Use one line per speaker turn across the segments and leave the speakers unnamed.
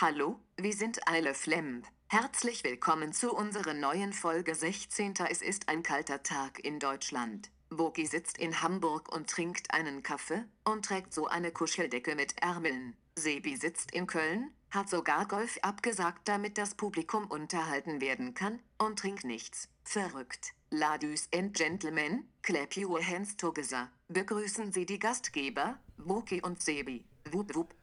Hallo, wir sind Eile Flemp. Herzlich willkommen zu unserer neuen Folge 16. Es ist ein kalter Tag in Deutschland. Bogi sitzt in Hamburg und trinkt einen Kaffee und trägt so eine Kuscheldecke mit Ärmeln. Sebi sitzt in Köln, hat sogar Golf abgesagt, damit das Publikum unterhalten werden kann und trinkt nichts. Verrückt. Ladies and Gentlemen, clap your hands together. Begrüßen Sie die Gastgeber, Boki und Sebi. Wup wup.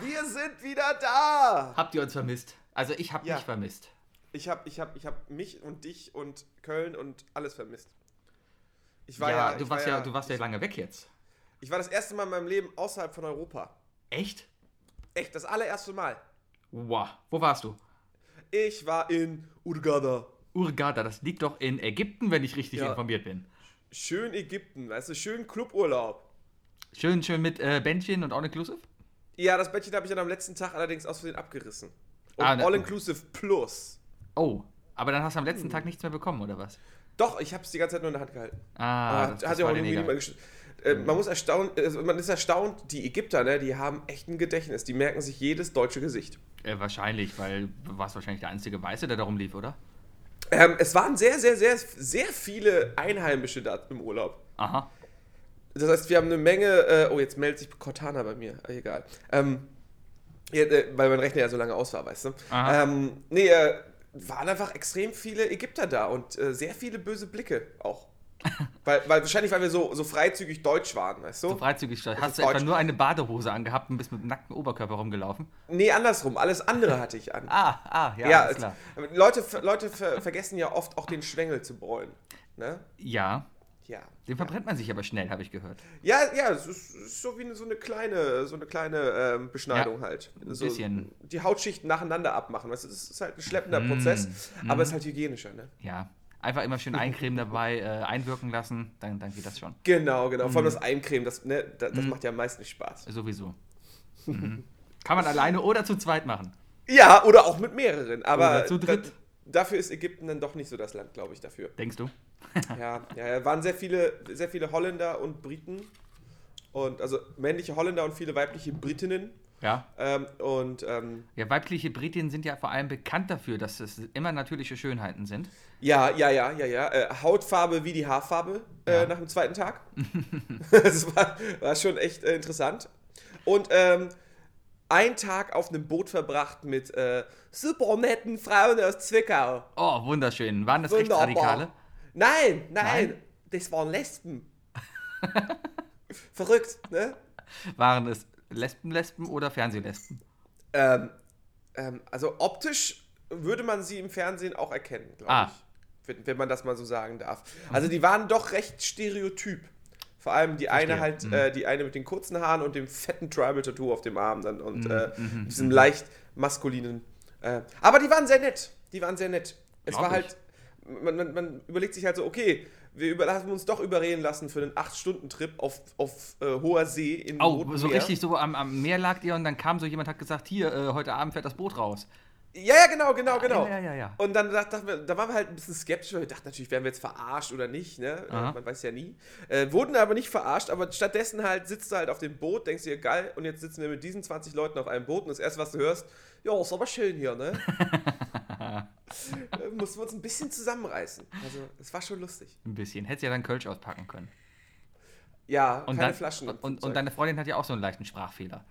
Wir sind wieder da!
Habt ihr uns vermisst? Also ich hab
Ja.
mich vermisst.
Ich hab, ich hab, ich hab mich und dich und Köln und alles vermisst. Ich war
ja,
ja,
du
ich
warst
war
ja, du warst ja lange weg jetzt.
Ich war das erste Mal in meinem Leben außerhalb von Europa.
Echt?
Echt, das allererste Mal.
Wow. Wo warst du?
Ich war in Urgada.
Urgada, das liegt doch in Ägypten, wenn ich richtig
Ja.
informiert bin.
Schön Ägypten, weißt du, schön Cluburlaub.
Schön, schön mit äh, Bändchen und All Inclusive?
Ja, das Bettchen habe ich dann am letzten Tag allerdings aus Versehen abgerissen. Und
Ah, ne-
All-Inclusive Plus.
Oh, aber dann hast du am
Hm.
letzten Tag nichts mehr bekommen, oder was?
Doch, ich habe es die ganze Zeit nur in der Hand gehalten.
Ah,
hat, hat ja auch
dir
irgendwie
egal.
niemand gesch- äh,
Mhm.
man muss erstaunt, also man ist erstaunt, die Ägypter, ne, die haben echt ein Gedächtnis, die merken sich jedes deutsche Gesicht.
äh, Wahrscheinlich, weil du warst wahrscheinlich der einzige Weiße, der da rumlief, oder?
Ähm, es waren sehr, sehr, sehr, sehr viele Einheimische da im Urlaub.
Aha.
Das heißt, wir haben eine Menge, äh, oh, jetzt meldet sich Cortana bei mir, äh, egal. Ähm, ja, äh, weil mein Rechner ja so lange aus war, weißt du.
Aha.
Ähm, nee, äh, waren einfach extrem viele Ägypter da und äh, sehr viele böse Blicke auch. weil, weil wahrscheinlich, weil wir so, so freizügig deutsch waren, weißt du?
So freizügig. Hast
ist
du etwa
Deutsch.
nur eine Badehose angehabt und bist mit nacktem Oberkörper rumgelaufen?
nee, andersrum, alles andere hatte ich an.
Ah, ah, ja,
Ja,
alles
es-
klar.
Leute, ver- Leute ver vergessen ja oft auch den Schwengel zu bräunen. Ne?
Ja,
Ja.
den verbrennt man sich aber schnell, habe ich gehört.
Ja, ja, es ist, es ist so wie eine, so eine kleine, so eine kleine ähm, Beschneidung
Ja,
halt.
ein
so,
bisschen. Mm.
Die Hautschichten nacheinander abmachen. Weißt du, es ist halt ein schleppender Prozess, aber es ist halt hygienischer, ne?
Ja, einfach immer schön eincremen dabei, äh, einwirken lassen, dann, dann geht das schon.
Genau, genau. Vor allem
Mm.
das Eincremen, das, ne, das, das macht ja am meisten Spaß.
Sowieso. Mhm. Kann man alleine oder zu zweit machen.
Ja, oder auch mit mehreren, aber
Oder zu dritt.
da, dafür ist Ägypten dann doch nicht so das Land, glaube ich, dafür.
Denkst du?
Ja, ja, ja, waren sehr viele, sehr viele Holländer und Briten. Und also männliche Holländer und viele weibliche Britinnen.
Ja.
Ähm, und ähm,
Ja, weibliche Britinnen sind ja vor allem bekannt dafür, dass es immer natürliche Schönheiten sind.
ja, ja, ja, ja, ja. Äh, Hautfarbe wie die Haarfarbe äh,
Ja.
nach dem zweiten Tag. das war, war schon echt äh, interessant. Und ähm, ein Tag auf einem Boot verbracht mit äh, super netten Frauen aus Zwickau.
Oh, wunderschön. Waren das
Wunderbar.
Rechtsradikale?
Nein, nein,
Nein?
das waren Lesben. Verrückt, ne?
Waren es Lesben-Lesben oder Fernsehlesben?
Ähm, ähm, also optisch würde man sie im Fernsehen auch erkennen, glaube
Ah. Mhm.
ich. Wenn, wenn man das mal so sagen darf. Also die waren doch recht stereotyp. Vor allem die eine halt,
Mhm.
äh, die eine mit den kurzen Haaren und dem fetten Tribal-Tattoo auf dem Arm dann
Mhm.
und äh, diesem leicht maskulinen. Äh, aber die waren sehr nett. Die waren sehr nett. Es
Glaub
war
ich.
halt, man, man, man überlegt sich halt so, okay, wir über, haben uns doch überreden lassen für einen 8-Stunden-Trip auf, auf äh, hoher See in
Oh,
Roten
so
Meer.
richtig, so am, am Meer lagt ihr und dann kam so jemand, hat gesagt, hier, äh, heute Abend fährt das Boot raus.
Ja, ja, genau, genau, genau.
Ah, ja, ja, ja.
Und dann dacht- dachten wir, da waren wir halt ein bisschen skeptisch, weil wir dachten natürlich, werden wir jetzt verarscht oder nicht, ne? Äh,
Aha.
Man weiß ja nie. Äh, wurden aber nicht verarscht, aber stattdessen halt sitzt du halt auf dem Boot, denkst dir, geil, und jetzt sitzen wir mit diesen 20 Leuten auf einem Boot und das erste, was du hörst, ja, ist aber schön hier, ne? Äh, Mussten wir uns ein bisschen zusammenreißen. Also, es war schon lustig.
Ein bisschen. Hättest ja dann Kölsch auspacken können.
Ja,
Und
keine
dann,
Flaschen. im
Und, und,
Flugzeug.
und deine Freundin hat ja auch so einen leichten Sprachfehler.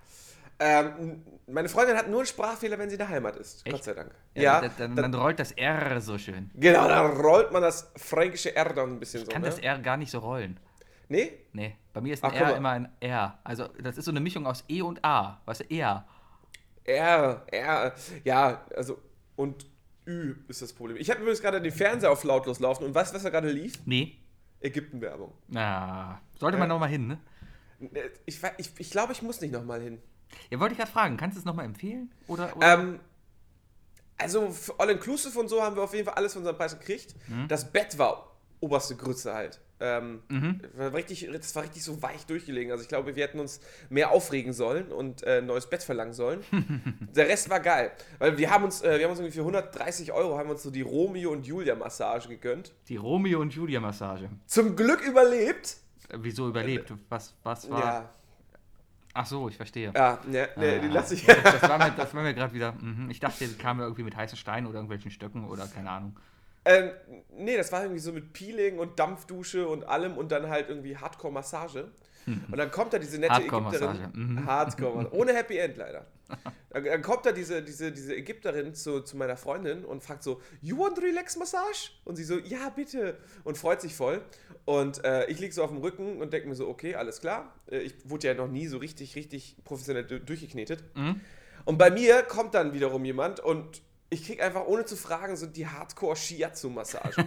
ähm, meine Freundin hat nur einen Sprachfehler, wenn sie in der Heimat ist. Gott sei Dank.
dann, dann rollt das R so schön.
Genau, da rollt man das fränkische R dann ein bisschen so.
Kann
ne?
das R gar nicht so rollen.
Nee?
Nee, bei mir ist ein
Ach, guck
R
mal.
immer ein R. Also das ist so eine Mischung aus E und A. Weißt du, R.
R, R. Ja, also und Ü ist das Problem. Ich habe übrigens gerade den Fernseher auf lautlos laufen und was, was da gerade lief?
Nee.
Ägypten-Werbung.
Na, sollte man man nochmal hin, ne?
Äh, Ich, wei- ich, ich glaube, ich muss nicht nochmal hin.
Ja, wollte ich gerade fragen, kannst du es nochmal empfehlen? Oder, oder?
Ähm, also für All-Inclusive und so haben wir auf jeden Fall alles für unseren Preis gekriegt. Das Bett war oberste Grütze halt. Ähm, war richtig, das war richtig so weich durchgelegen. Also ich glaube, wir hätten uns mehr aufregen sollen und äh, ein neues Bett verlangen sollen. Der Rest war geil. Weil wir haben uns, äh, wir haben uns irgendwie für 130 Euro haben wir uns so die Romeo und Julia Massage gegönnt.
Die Romeo und Julia Massage.
Zum Glück überlebt. Äh,
Äh, Wieso überlebt? Was, was war?
Ja.
Ach so, ich verstehe.
Ja, ne, ne, die lasse ich.
Das war mir, das war mir gerade wieder. mhm. Ich dachte, die kamen irgendwie mit heißen Steinen oder irgendwelchen Stöcken oder keine Ahnung.
Ähm, nee, das war irgendwie so mit Peeling und Dampfdusche und allem und dann halt irgendwie Hardcore-Massage. Und dann kommt da diese nette
Hardcore-Massage,
Ägypterin.
mhm.
Hardcore. Ohne Happy End leider. Dann, dann kommt da diese, diese, diese Ägypterin zu, zu meiner Freundin und fragt so: You want relax Massage? Und sie so: Ja, bitte. Und freut sich voll. Und äh, ich liege so auf dem Rücken und denke mir so: Okay, alles klar. Äh, ich wurde ja noch nie so richtig, richtig professionell du- durchgeknetet. Und bei mir kommt dann wiederum jemand und ich krieg einfach ohne zu fragen so die Hardcore Shiatsu-Massage.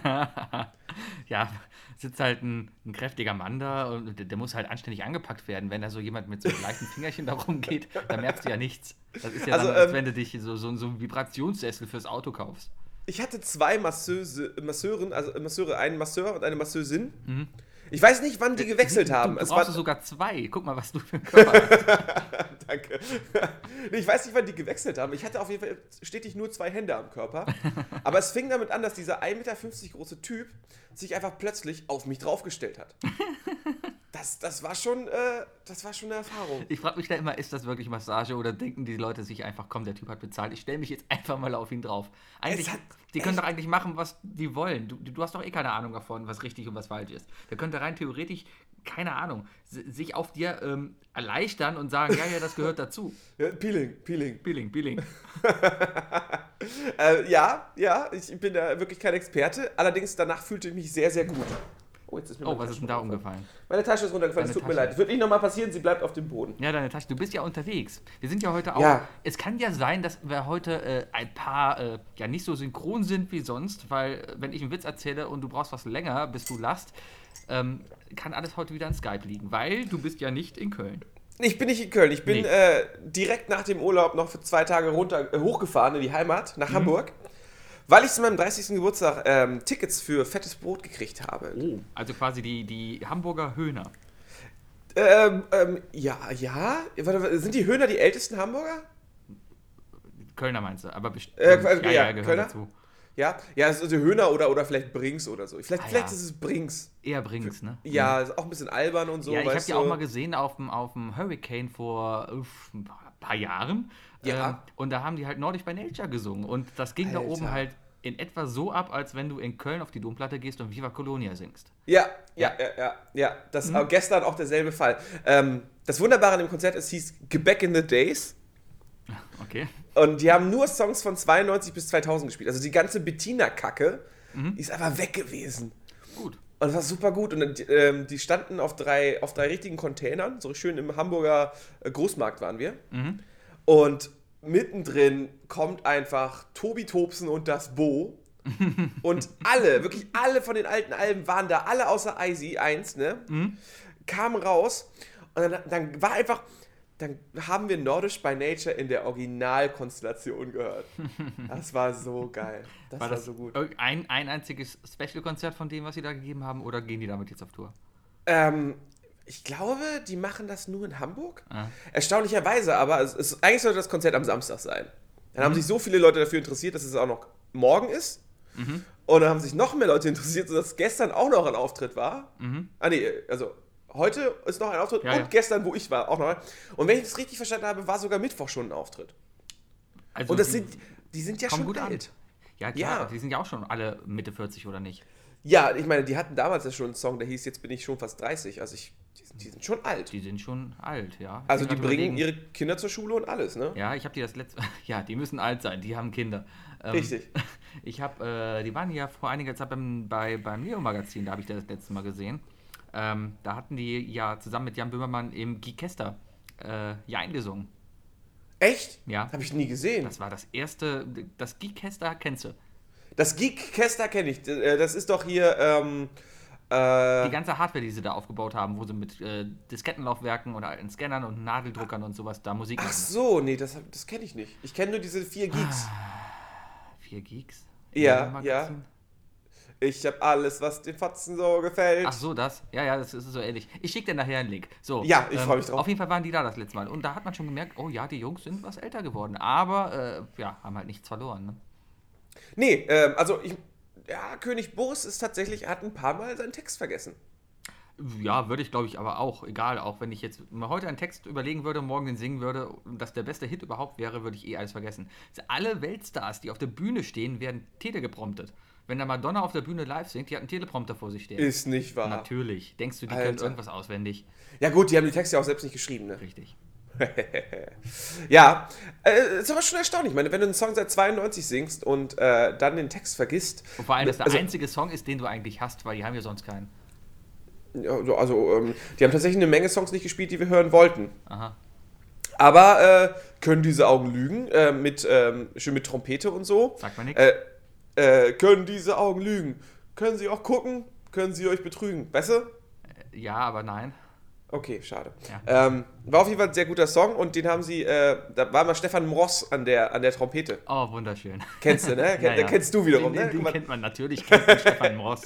Ja, sitzt halt ein, ein kräftiger Mann da und der, der muss halt anständig angepackt werden. Wenn da so jemand mit so einem leichten Fingerchen da rumgeht, dann merkst du ja nichts. Das ist ja
Also,
dann, als
ähm,
wenn du dich so, so, so einen Vibrationssessel fürs Auto kaufst.
ich hatte zwei Masseuse, Masseuren, also äh, Masseure, einen Masseur und eine Masseusin. Ich weiß nicht, wann die gewechselt haben.
Mhm. Äh, Du, du
es
brauchst
war,
sogar zwei. Guck mal, was du für ein Körper hast.
danke. Nee, ich weiß nicht, wann die gewechselt haben. Ich hatte auf jeden Fall stetig nur zwei Hände am Körper. Aber es fing damit an, dass dieser 1,50 Meter große Typ sich einfach plötzlich auf mich draufgestellt hat. Das, das, war schon, äh, das war schon eine Erfahrung.
Ich frage mich da immer, ist das wirklich Massage oder denken die Leute sich einfach, komm, der Typ hat bezahlt, ich stelle mich jetzt einfach mal auf ihn drauf. Eigentlich,
Es hat
die können
echt-
doch eigentlich machen, was die wollen. Du, du hast doch eh keine Ahnung davon, was richtig und was falsch ist. Der könnte rein theoretisch, keine Ahnung, si- sich auf dir ähm, erleichtern und sagen, ja, ja, das gehört dazu.
Ja, Äh, Peeling, Peeling.
Billing, Billing.
Äh, ja, ja, ich bin da wirklich kein Experte. Allerdings danach fühlte ich mich sehr, sehr gut. Oh, jetzt ist mir
Oh,
meine
was
Tasche
ist denn da
runtergefallen.
umgefallen?
Meine Tasche ist runtergefallen, es
Deine
tut mir
Tasche.
leid. Es wird nicht nochmal passieren, sie bleibt auf dem Boden.
Ja, deine Tasche. Du bist ja unterwegs. Wir sind ja heute auch.
Ja.
Es kann ja sein, dass wir heute äh, ein paar äh, ja nicht so synchron sind wie sonst, weil äh, wenn ich einen Witz erzähle und du brauchst was länger, bis du lachst, ähm, kann alles heute wieder an Skype liegen, weil du bist ja nicht in Köln.
Ich bin nicht in Köln, ich bin
Nee.
äh, direkt nach dem Urlaub noch für zwei Tage runter, äh, hochgefahren in die Heimat,
Mhm.
nach Hamburg, weil ich zu meinem 30. Geburtstag ähm, Tickets für fettes Brot gekriegt habe.
Also quasi die, die Hamburger Höhner.
Ähm, ähm, ja, ja, warte, warte, sind die Höhner die ältesten Hamburger?
Kölner meinst du, aber bestimmt.
Äh, also, ja,
gehört
Kölner?
dazu.
Ja, ja, es ist also Höhner oder, oder vielleicht Brings oder so. Vielleicht,
Ah,
vielleicht
ja.
ist es Brings.
Eher Brings, ne?
Ja, ist auch ein bisschen albern und so.
ja, ich habe
weißt
die auch
du.
mal gesehen auf dem, auf dem Hurricane vor uff, ein paar Jahren.
Ja.
und da haben die halt Nordic by Nature gesungen. Und das ging da
Alter.
oben halt in etwa so ab, als wenn du in Köln auf die Domplatte gehst und Viva Colonia singst.
Ja, ja, ja, ja, ja. Das
Mhm.
war gestern auch derselbe Fall. Ähm, das Wunderbare an dem Konzert, es hieß Get Back in the Days.
Okay.
Und die haben nur Songs von 92 bis 2000 gespielt. Also die ganze Bettina-Kacke
Mhm.
die ist einfach weg gewesen.
Gut.
Und das war super gut. Und dann, die- ähm, die standen auf drei, auf drei richtigen Containern. So schön im Hamburger äh, Großmarkt waren wir. Und mittendrin kommt einfach Tobi Tobsen und das Bo. und alle, wirklich alle von den alten Alben waren da. Alle außer Icy, eins, ne? Kamen raus. Und dann, dann war einfach. Dann haben wir Nordisch by Nature in der Originalkonstellation gehört. Das war so geil. Das war,
War das
so gut.
Ein, ein einziges Special-Konzert von dem, was sie da gegeben haben, oder gehen die damit jetzt auf Tour?
Ähm, ich glaube, die machen das nur in Hamburg.
Ah.
Erstaunlicherweise, aber es ist, eigentlich sollte das Konzert am Samstag sein. Dann
Mhm.
haben sich so viele Leute dafür interessiert, dass es auch noch morgen ist.
Mhm.
Und dann haben sich noch mehr Leute interessiert, sodass gestern auch noch ein Auftritt war. Ah, nee, also heute ist noch ein Auftritt
Mhm. Ja,
und
ja.
gestern, wo ich war, auch noch ein. Und wenn ich das richtig verstanden habe, war sogar Mittwoch schon ein Auftritt.
Also
Und das
die
sind, die sind ja
kommen
schon
gut an.
alt.
Ja, klar,
Ja.
die sind ja auch schon alle Mitte 40 oder nicht.
Ja, ich meine, die hatten damals ja schon einen Song, der hieß Jetzt bin ich schon fast 30. Also ich, die, sind, die sind schon alt.
Die sind schon alt, ja. Ich
Also
bin
die
grad
bringen
überlegen.
ihre Kinder zur Schule und alles, ne?
Ja, ich habe die das letzte. Ja, die müssen alt sein, die haben Kinder. Ähm,
Richtig.
Ich habe, äh, die waren ja vor einiger Zeit beim, bei, beim Leo-Magazin, da habe ich das letzte Mal gesehen. Ähm, da hatten die ja zusammen mit Jan Böhmermann im Gikester äh, ja eingesungen.
Echt?
Ja.
Habe ich nie gesehen.
Das war das erste, das Gikester kennst du.
Das Geek-Kester kenne ich. Äh, Das ist doch hier. Ähm,
Die
äh,
ganze Hardware, die sie da aufgebaut haben, wo sie mit äh, Diskettenlaufwerken und alten Scannern und Nadeldruckern und sowas da Musik
ach
machen.
so, nee, das, hab- das kenne ich nicht. Ich kenne nur diese vier Geeks.
Ah. Vier Geeks?
Ja, ja.
Leo-Magazin?
Ich habe alles, was den Fatzen so gefällt.
Ach so, das. Ja, ja, das ist so ähnlich. Ich schicke dir nachher einen Link. So, ähm,
Ja, ich freu mich drauf.
Auf jeden Fall waren die da das letzte Mal. Und da hat man schon gemerkt, oh ja, die Jungs sind was älter geworden. Aber, äh, ja, haben halt nichts verloren. Ne?
Nee, ähm, also ich. Ja, König Boris ist tatsächlich, hat ein paar Mal seinen Text vergessen.
Ja, würde ich, glaube ich, aber auch. Egal, auch wenn ich jetzt mal heute einen Text überlegen würde und morgen den singen würde, dass der beste Hit überhaupt wäre, würde ich eh alles vergessen. Alle Weltstars, die auf der Bühne stehen, werden telegepromptet. Wenn da Madonna auf der Bühne live singt, die hat einen Teleprompter vor sich stehen.
Ist nicht wahr.
Natürlich. Denkst du, die
Alter.
können irgendwas auswendig?
Ja gut, die haben die Texte ja auch selbst nicht geschrieben. Ne?
Richtig.
ja, äh, ist aber schon erstaunlich. Ich meine, wenn du einen Song seit 92 singst und äh, dann den Text vergisst.
Und vor allem, dass der
also,
einzige Song ist, den du eigentlich hast, weil die haben ja sonst keinen.
ja, also ähm, die haben tatsächlich eine Menge Songs nicht gespielt, die wir hören wollten.
Aha.
Aber äh, können diese Augen lügen? Äh, mit, ähm, schön mit Trompete und so.
Sagt mir nix.
Äh, äh, können diese Augen lügen? Können sie auch gucken? Können sie euch betrügen? Weißt du?
Ja, aber nein.
Okay, schade.
Ja.
Ähm, war auf jeden Fall ein sehr guter Song und den haben sie, äh, da war mal Stefan Mross an der, an der Trompete.
Oh, wunderschön.
Kennst du, ne? Ken, Den kennst du wiederum,
den,
ne?
Den,
Guck mal.
kennt man natürlich, kennt man Stefan Moss.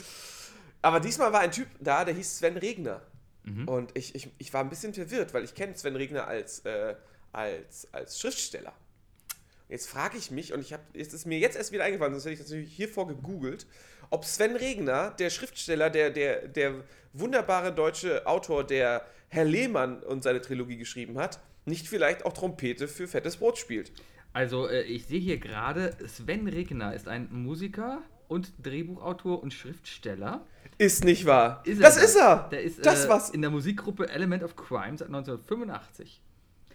Aber diesmal war ein Typ da, der hieß Sven Regner.
Mhm.
Und ich, ich, ich war ein bisschen verwirrt, weil ich kenne Sven Regner als, äh, als, als Schriftsteller. Jetzt frage ich mich, und ich hab, es ist mir jetzt erst wieder eingefallen, sonst hätte ich das natürlich hiervor gegoogelt, ob Sven Regner, der Schriftsteller, der, der, der wunderbare deutsche Autor, der Herr Lehmann und seine Trilogie geschrieben hat, nicht vielleicht auch Trompete für fettes Brot spielt.
Also, äh, ich sehe hier gerade, Sven Regner ist ein Musiker und Drehbuchautor und Schriftsteller.
Ist nicht wahr.
Ist
das
er
ist er.
Der ist
das
äh,
was.
in der Musikgruppe Element of Crime seit 1985.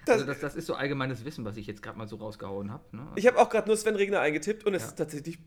Das,
Also das, das ist so allgemeines Wissen, was ich jetzt gerade mal so rausgehauen habe. Ne?
Ich habe auch gerade nur Sven Regner eingetippt und es ist tatsächlich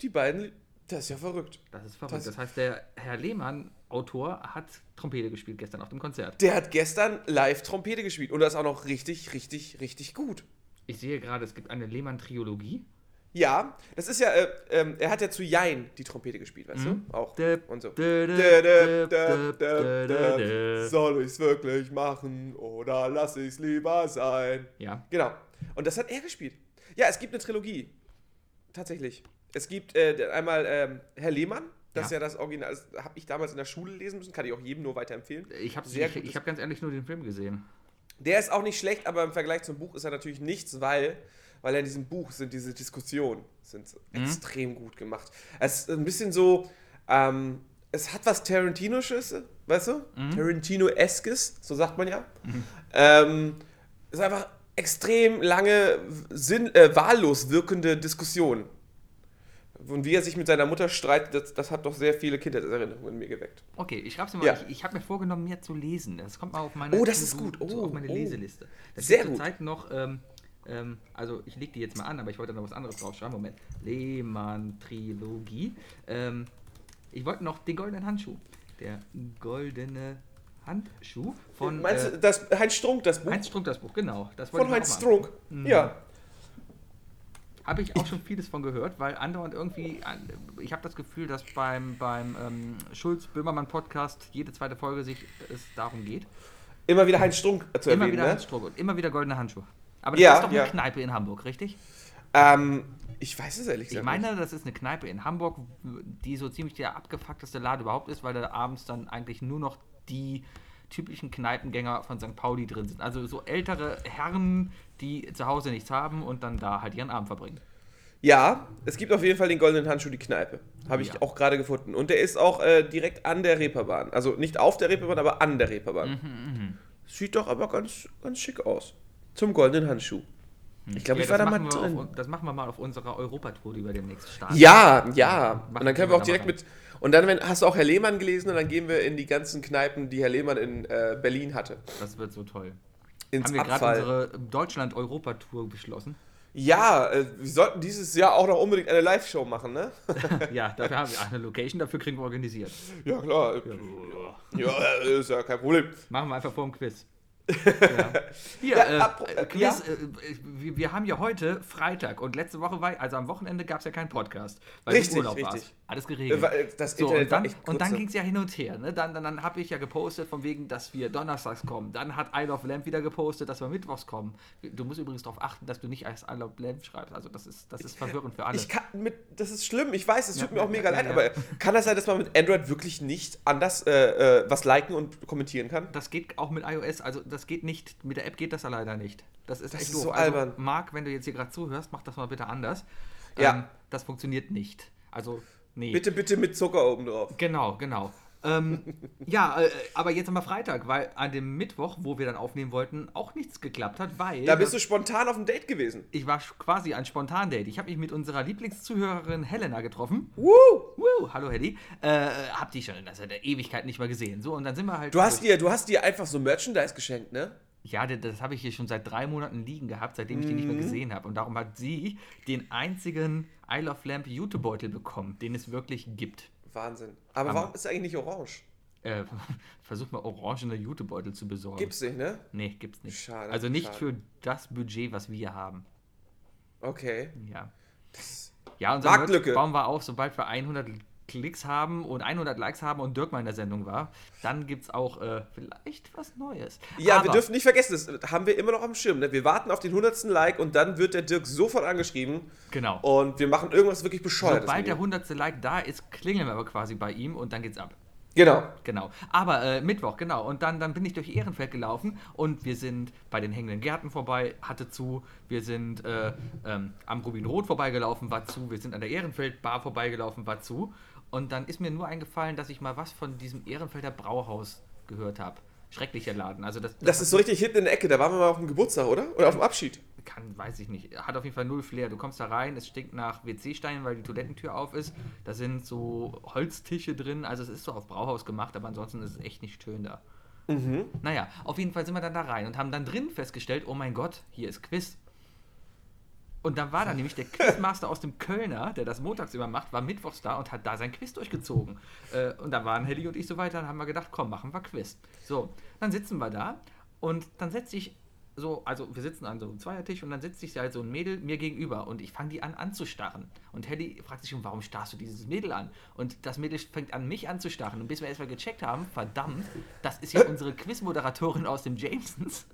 die beiden. Das ist ja verrückt.
Das ist verrückt.
das-
Das, heißt, der Herr Lehmann, Autor, hat Trompete gespielt gestern auf dem Konzert.
Der hat gestern live Trompete gespielt und das auch noch richtig, richtig, richtig gut.
Ich sehe gerade, es gibt eine Lehmann-Triologie.
Ja, das ist ja, äh, ähm, er hat ja zu Jein die Trompete gespielt, weißt
Mhm.
du? Auch. Und so. Dä, dä, dä, dä, dä.
Ja.
Soll ich's wirklich machen oder lass ich's lieber sein? Genau. Und das hat er gespielt. Ja, es gibt eine Trilogie. Tatsächlich. Es gibt äh, einmal ähm, Herr Lehmann, das
Ja.
ist ja das Original, das habe ich damals in der Schule lesen müssen, kann ich auch jedem nur weiterempfehlen.
Ich habe
Sehr
ich,
gutes-
ich hab ganz ehrlich nur den Film gesehen.
Der ist auch nicht schlecht, aber im Vergleich zum Buch ist er natürlich nichts, weil, weil in diesem Buch sind diese Diskussionen sind
Mhm.
extrem gut gemacht. Es ist ein bisschen so, ähm, es hat was Tarantino-sches, weißt du?
Mhm.
Tarantino-eskes, so sagt man ja. Ähm, es ist einfach extrem lange, sinn, äh, wahllos wirkende Diskussion. Und wie er sich mit seiner Mutter streitet, das, das hat doch sehr viele Kindheitserinnerungen in mir geweckt.
Okay, ich schreibe es mal.
Ja.
Ich, ich habe mir vorgenommen, mehr zu lesen. Das kommt mal auf meine,
Oh, das ist gut.
so
Oh,
auf meine
oh.
Leseliste. Das
Sehr
steht
gut.
Zurzeit noch, ähm, ähm, also ich lege die jetzt mal an, aber ich wollte noch was anderes draufschreiben. Moment. Lehmann-Trilogie. Ähm, ich wollte noch den goldenen Handschuh. Der goldene Handschuh von
Meinst du,
äh,
das, Heinz Strunk, das Buch?
Heinz Strunk, das Buch, genau. Das wollte
von
ich mir
Heinz
auch Mhm. mal-
Strunk. Ja.
Habe ich auch schon vieles von gehört, weil andauernd irgendwie, an- ich habe das Gefühl, dass beim, beim ähm, Schulz-Böhmermann-Podcast jede zweite Folge sich äh, es darum geht.
Immer wieder Heinz Strunk zu
Immer
erwähnen.
wieder
Ne?
Handstroke und immer wieder goldene Handschuhe. Aber das
Ja,
ist doch eine
ja.
Kneipe in Hamburg, richtig?
Ähm, ich weiß es ehrlich
Ich
gesagt. nicht.
meine, das ist eine Kneipe in Hamburg, die so ziemlich der abgefuckteste Laden überhaupt ist, weil da abends dann eigentlich nur noch die typischen Kneipengänger von St. Pauli drin sind. Also so ältere Herren, die zu Hause nichts haben und dann da halt ihren Abend verbringen.
Ja, es gibt auf jeden Fall den goldenen Handschuh, die Kneipe. Habe ich
Ja.
auch gerade gefunden. Und der ist auch äh, direkt an der Reeperbahn. Also nicht auf der Reeperbahn, aber an der Reeperbahn.
Mhm,
Sieht doch aber ganz, ganz schick aus. Zum goldenen Handschuh. Ich glaube,
Hm. Ja,
ich war da
das,
mal
machen wir
drin.
auf, das machen wir mal auf unserer Europatour, die wir demnächst starten.
Ja, ja. Und
Machen
dann können
wir
wir auch
da
direkt
mal
mit. Und dann wenn, hast du auch Herr Lehmann gelesen und dann gehen wir in die ganzen Kneipen, die Herr Lehmann in äh, Berlin hatte.
Das wird so toll.
Ins
Haben wir
Abfall.
gerade unsere Deutschland-Europatour beschlossen?
Ja, äh, wir sollten dieses Jahr auch noch unbedingt eine Live-Show machen, ne?
ja, dafür haben wir eine Location, dafür kriegen wir organisiert.
Ja, klar. Ja, äh, ist ja kein Problem.
Machen wir einfach vor dem Quiz. ja. Hier,
Ja,
äh,
apro-
äh, Quiz,
ja.
äh, äh, wir, wir haben ja heute Freitag und letzte Woche war, also am Wochenende gab es ja keinen Podcast, weil
Richtig,
du im Urlaub
richtig.
warst. Alles
Äh,
geregelt.
war- äh, Das
so,
Internet
und dann,
war echt kurz
und dann
so.
ging es ja hin und her. Ne? Dann, dann, dann habe ich ja gepostet, von wegen, dass wir donnerstags kommen. Dann hat Isle of Lamp wieder gepostet, dass wir mittwochs kommen. Du musst übrigens darauf achten, dass du nicht als Isle of Lamp schreibst. Also, das ist, das ist verwirrend für alle.
ich kann mit, das ist schlimm, ich weiß, es tut mir auch
ja,
mega
ja,
leid,
ja.
aber kann das sein, dass man mit Android wirklich nicht anders äh, äh, was liken und kommentieren kann?
das geht auch mit iOS, also das geht nicht, mit der App geht das ja leider nicht. Das ist
Das
echt
ist so
doof.
albern.
Also, Marc, wenn du jetzt hier gerade zuhörst, mach das mal bitte anders.
Ja.
das funktioniert nicht. Also, nee.
Bitte, bitte mit Zucker oben drauf.
Genau, genau. ähm, ja, äh, aber jetzt haben wir Freitag, weil an dem Mittwoch, wo wir dann aufnehmen wollten, auch nichts geklappt hat, weil.
Da bist du spontan auf dem Date gewesen.
Ich war quasi ein Spontan-Date. Ich habe mich mit unserer Lieblingszuhörerin Helena getroffen.
Woo!
Woo, hallo Helly. Äh, hab die schon in der Ewigkeit nicht mehr gesehen. So, und dann sind wir halt.
Du hast dir, du hast dir einfach so Merchandise geschenkt, ne?
Ja, das, das habe ich hier schon seit drei Monaten liegen gehabt, seitdem ich die
Mhm.
nicht mehr gesehen habe. Und darum hat sie den einzigen I Love Lamp Jutebeutel bekommen, den es wirklich gibt.
Wahnsinn. Aber warum ist er eigentlich nicht orange?
Äh, versuch mal orangene Jutebeutel zu besorgen.
Gibt's nicht, ne?
Nee, gibt's nicht.
Schade,
also nicht
schade.
für das Budget, was wir haben.
Okay.
Ja. Ja, unser
Marktlücke.
Merch bauen wir auf, sobald wir 100 Klicks haben und 100 Likes haben und Dirk mal in der Sendung war. Dann gibt's auch äh, vielleicht was Neues.
Ja, wir
Aber-
dürfen nicht vergessen, das haben wir immer noch am Schirm. Ne? Wir warten auf den 100. Like und dann wird der Dirk sofort angeschrieben
Genau.
und wir machen irgendwas wirklich Bescheuertes.
Sobald
mit
der
ihm.
100. Like da ist, klingeln wir aber quasi bei ihm und dann geht's ab.
genau.
Genau. Aber äh, Mittwoch, genau. Und dann, dann bin ich durch Ehrenfeld gelaufen und wir sind bei den hängenden Gärten vorbei, hatte zu. Wir sind äh, ähm, am Rubin Rot vorbeigelaufen, war zu. Wir sind an der Ehrenfeld Bar vorbeigelaufen, war zu. Und dann ist mir nur eingefallen, dass ich mal was von diesem Ehrenfelder Brauhaus gehört habe. Schrecklicher Laden. Also das,
Das ist so richtig hinten in der Ecke. Da waren wir mal auf dem Geburtstag, oder? Oder auf dem Abschied.
kann, weiß ich nicht. Hat auf jeden Fall null Flair. Du kommst da rein, es stinkt nach WC-Steinen, weil die Toilettentür auf ist. Da sind so Holztische drin. Also es ist so auf Brauhaus gemacht, aber ansonsten ist es echt nicht schön da. Naja, auf jeden Fall sind wir dann da rein und haben dann drin festgestellt, oh mein Gott, hier ist Quiz. Und dann war da nämlich der Quizmaster aus dem Kölner, der das montags immer macht, war mittwochs da und hat da sein Quiz durchgezogen. Äh, und dann waren Helly und ich so weiter und haben wir gedacht, komm, machen wir Quiz. So, dann sitzen wir da und dann setzt sich so, also wir sitzen an so einem Zweiertisch und dann setzt sich halt so ein Mädel mir gegenüber und ich fange die an anzustarren. Und Helly fragt sich schon, warum starrst du dieses Mädel an? Und das Mädel fängt an, mich anzustarren. Und bis wir erstmal gecheckt haben, verdammt, das ist ja unsere Quizmoderatorin aus dem Jamesons.